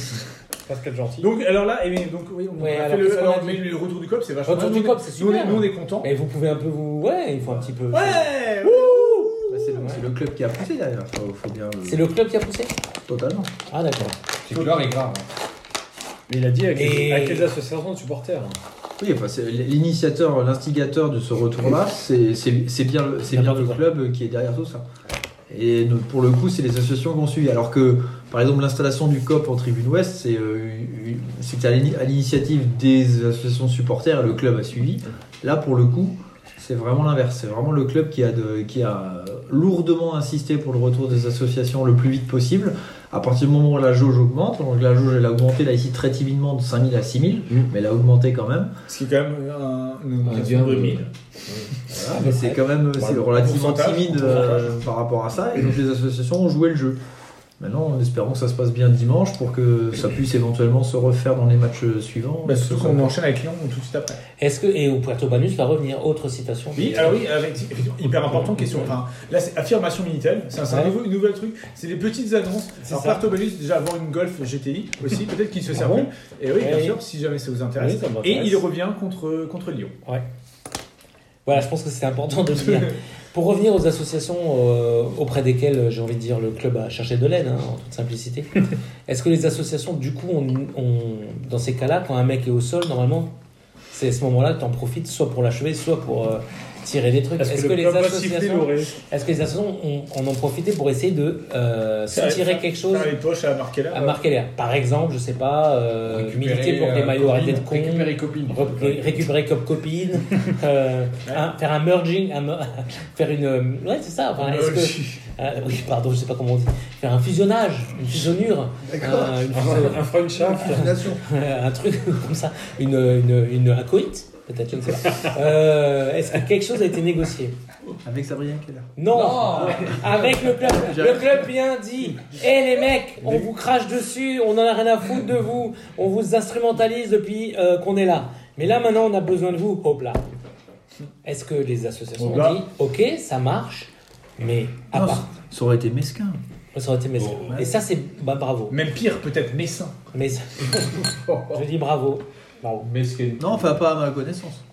Pascal Gentil. donc, alors là, eh bien, donc, oui, on Ouais, a alors, fait le, qu'est-ce qu'on a alors, dit mais le retour du COP, c'est vachement Retour bien. du COP, c'est Nous, on est- super. Nous, on est contents. Et vous pouvez un peu vous. Ouais, il faut un petit peu. Ouais Bah, C'est le, c'est le club qui a poussé d'ailleurs, faut, faut bien le- C'est le club qui a poussé Totalement. Ah, d'accord. C'est que l'heure est grave. hein. Mais il a dit avec, Et- les, avec les associations de supporters. hein. Oui, enfin, c'est l'initiateur, l'instigateur de ce retour-là, c'est c'est- c'est bien, le- c'est bien le club qui est derrière tout ça. Et donc, pour le coup, c'est les associations qui ont suivi. Alors que, par exemple, l'installation du COP en Tribune Ouest, c'est euh, une- c'était à l'ini- à l'initiative des associations de supporters et le club a suivi. Là, pour le coup, c'est vraiment l'inverse. C'est vraiment le club qui a, de- qui a lourdement insisté pour le retour des associations le plus vite possible. À partir du moment où la jauge augmente, donc la jauge elle a augmenté là ici très timidement de 5000 à 6000, mais elle a augmenté quand même. Ce qui est quand même un, une Un question gain de- de mille. Voilà, mais c'est quand même c'est relativement pourcentage, timide pourcentage. euh, par rapport à ça, et donc les associations ont joué le jeu. Maintenant, en espérant que ça se passe bien dimanche pour que ça puisse éventuellement se refaire dans les matchs suivants. Bah, surtout qu'on enchaîne avec Lyon tout de suite après. Est-ce que. Et au Puerto Banus va revenir. Autre citation. Oui, alors oui, avec- hyper important question. Enfin, là, c'est affirmation Minitel. C'est un, c'est un Ouais. nouveau, une nouvelle truc. C'est des petites annonces. C'est Alors, ça. Partobelus, déjà avoir une Golf GTI aussi, peut-être qu'il se sert bon plus. Et oui, bien Ouais. sûr, si jamais ça vous intéresse. Oui, ça m'intéresse. Et il revient contre, contre Lyon. Voilà, je pense que c'est important de le dire. Pour revenir aux associations euh, auprès desquelles, euh, j'ai envie de dire, le club a cherché de l'aide, hein, en toute simplicité, est-ce que les associations, du coup, on- on- dans ces cas-là, quand un mec est au sol, normalement, c'est à ce moment-là que tu en profites soit pour l'achever, soit pour... euh, tirer des trucs. Est-ce Est-ce que que, le les plat pas sifflé associations, l'aurait est-ce que les associations ont- en ont profité pour essayer de euh, se Faire- tirer faire- quelque chose faire les poches à marquer là à marquer l'air. Par exemple, je sais pas, euh, militer pour des euh, maillots arrêtés de copines, con, récupérer copines, récupérer cop copines, euh, un- faire un merging, un mer- faire une, euh, ouais c'est ça. Enfin, Un est-ce que- merging. Ah, oui, pardon, je sais pas comment on dit, faire un fusionnage, une fusionnure, D'accord. Un- un Frenchaft, un truc comme ça, une une, une un coït, peut-être je ne sais pas. Euh, Est-ce que quelque chose a été négocié? Avec Sabrina Keller. Non, Non. Avec le club Le club bien dit Hé les mecs, on vous crache dessus, on en a rien à foutre de vous, on vous instrumentalise depuis euh, qu'on est là. Mais là maintenant on a besoin de vous, hop là. Est-ce que les associations Hop là. ont dit Ok, ça marche, mais à Non, part. Ça aurait été mesquin. Ça aurait été messin. Et ça c'est. Bah bravo. Même pire peut-être, messin. Messin. Je dis bravo. Bravo. Non, enfin, pas à ma connaissance.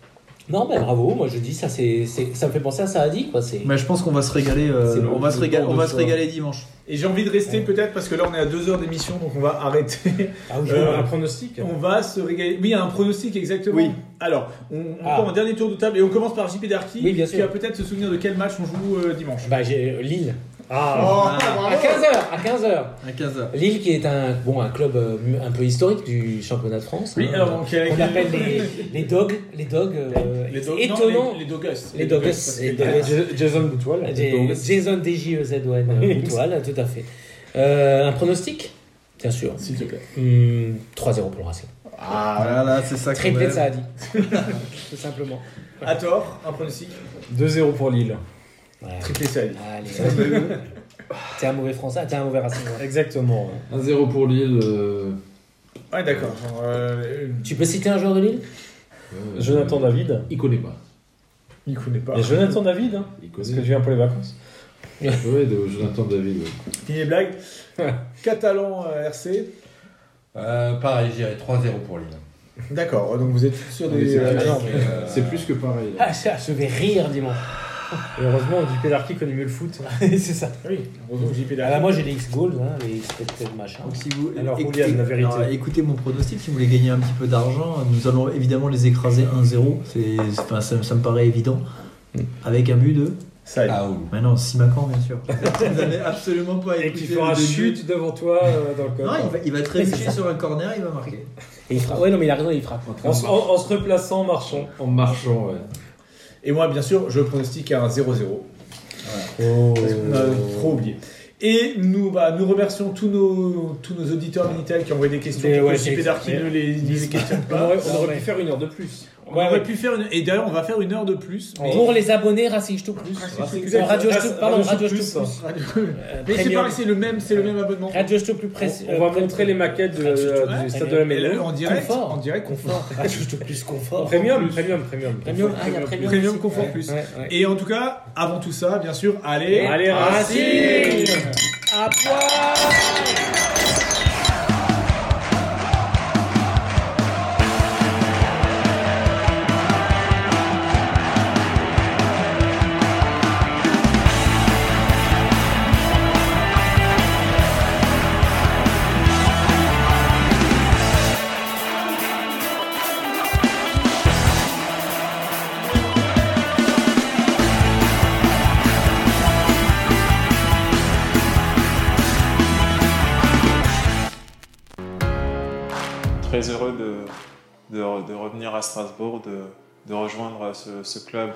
Non, mais bravo, moi je dis ça, c'est, c'est- ça me fait penser à Saadi quoi. C'est... Mais je pense qu'on va se régaler. euh, C'est le- on va se le régaler. bord On de va se soir. régaler dimanche. Et j'ai envie de rester peut-être parce que là on est à deux heures d'émission donc on va arrêter. oui, Euh, un pronostic On va se régaler. Oui, un pronostic exactement. Oui. Alors, on, on Ah. prend un dernier tour de table et on commence par JP Darky Oui, bien qui sûr. va peut-être se souvenir de quel match on joue euh, dimanche. Bah j'ai Lille. Ah. Oh, à 15h, à 15h. À 15h. Lille qui est un, bon, un club euh, un peu historique du championnat de France. Oui, Hein. alors, donc, euh, on appelle les, les dogs, les dogs, euh, Les c'est Dogs- non, étonnant. les- les Dogs. Les Dogs, les Dogs. Jason Boutwell. Ah, Des- Jason DJEZON euh, Boutoual, tout à fait. Euh, un pronostic Bien sûr. S'il te plaît. Hum, 3-0 pour le Racing. Ah là là, c'est ça. Triplé de ça. Saadi. tout simplement. À tort, un pronostic. 2-0 pour Lille. Ouais. Triplé Saadi. Allez. T'es un mauvais français, t'es un mauvais Racing. Exactement. 1-0 pour Lille. euh, Ouais, d'accord. Euh, Tu peux citer un joueur de Lille euh, Jonathan David. Il connaît pas. il connaît pas. Et Jonathan David, hein, Il parce que connaît. tu viens pour les vacances. Ouais, de Jonathan David. ouais. Fini les blagues. Catalan euh, RC. Euh, pareil, j'irai 3-0 pour Lille. D'accord, donc vous êtes sûr Oui, des. c'est euh, clair. non, mais- Euh, C'est plus que pareil. là. Ah, ça, je vais rire dimanche. Et heureusement, du Pédarqui connaît mieux le foot. C'est ça. Oui, heureusement que JP Ah, là, Darky. moi j'ai les X-Goals, hein, les X-Spectacles, machin. Donc si vous Alors, écoutez, Julian, la vérité. alors, écoutez mon pronostic, si vous voulez gagner un petit peu d'argent, nous allons évidemment les écraser 1-0. C'est, c'est- enfin, ça, ça me paraît évident. Avec un but de. Ça y est. Ah, ouh. Mais non, Simacan, bien sûr. vous n'avez absolument pas Et écouté. qui fera le début. chute devant toi euh, dans le Non, il code. va, il va trébucher sur un corner, il va marquer. Et il frappe. Ouais, non, mais il a raison, il frappe. En, se- en- en se replaçant, en marchant. En marchant, ouais. Et moi, bien sûr, je pronostique un 0-0. Parce qu'on a trop oublié. Et nous, bah, nous remercions tous nos, tous nos auditeurs Minitel qui ont envoyé des questions. Mais que ouais, JP j'ai- Darky mais- ne les, ne les questionne On pas. aurait, on aurait pu faire une heure de plus. On aurait pu faire une. Et d'ailleurs, on va faire une heure de plus. mais- Pour les abonnés Racing Stoop Plus. Exact. Euh, Radio Stoop, pardon, Radio Plus. Stoop Plus. Mais c'est premium. pareil, c'est le même, c'est le même abonnement. Radio Stoop Plus presse. On va montrer les maquettes de- euh, Ouais, du stade de la Et là, Mélo. en direct, Confort. en direct, confort. Radio Stoop Plus confort. Premium, premium, premium. Premium, ah, il y a Premium. Premium aussi. confort Ouais, plus. ouais, ouais. Et en tout cas, avant tout ça, bien sûr, allez. Allez, Racing À poil très heureux de, de, de revenir à Strasbourg, de, de rejoindre ce, ce club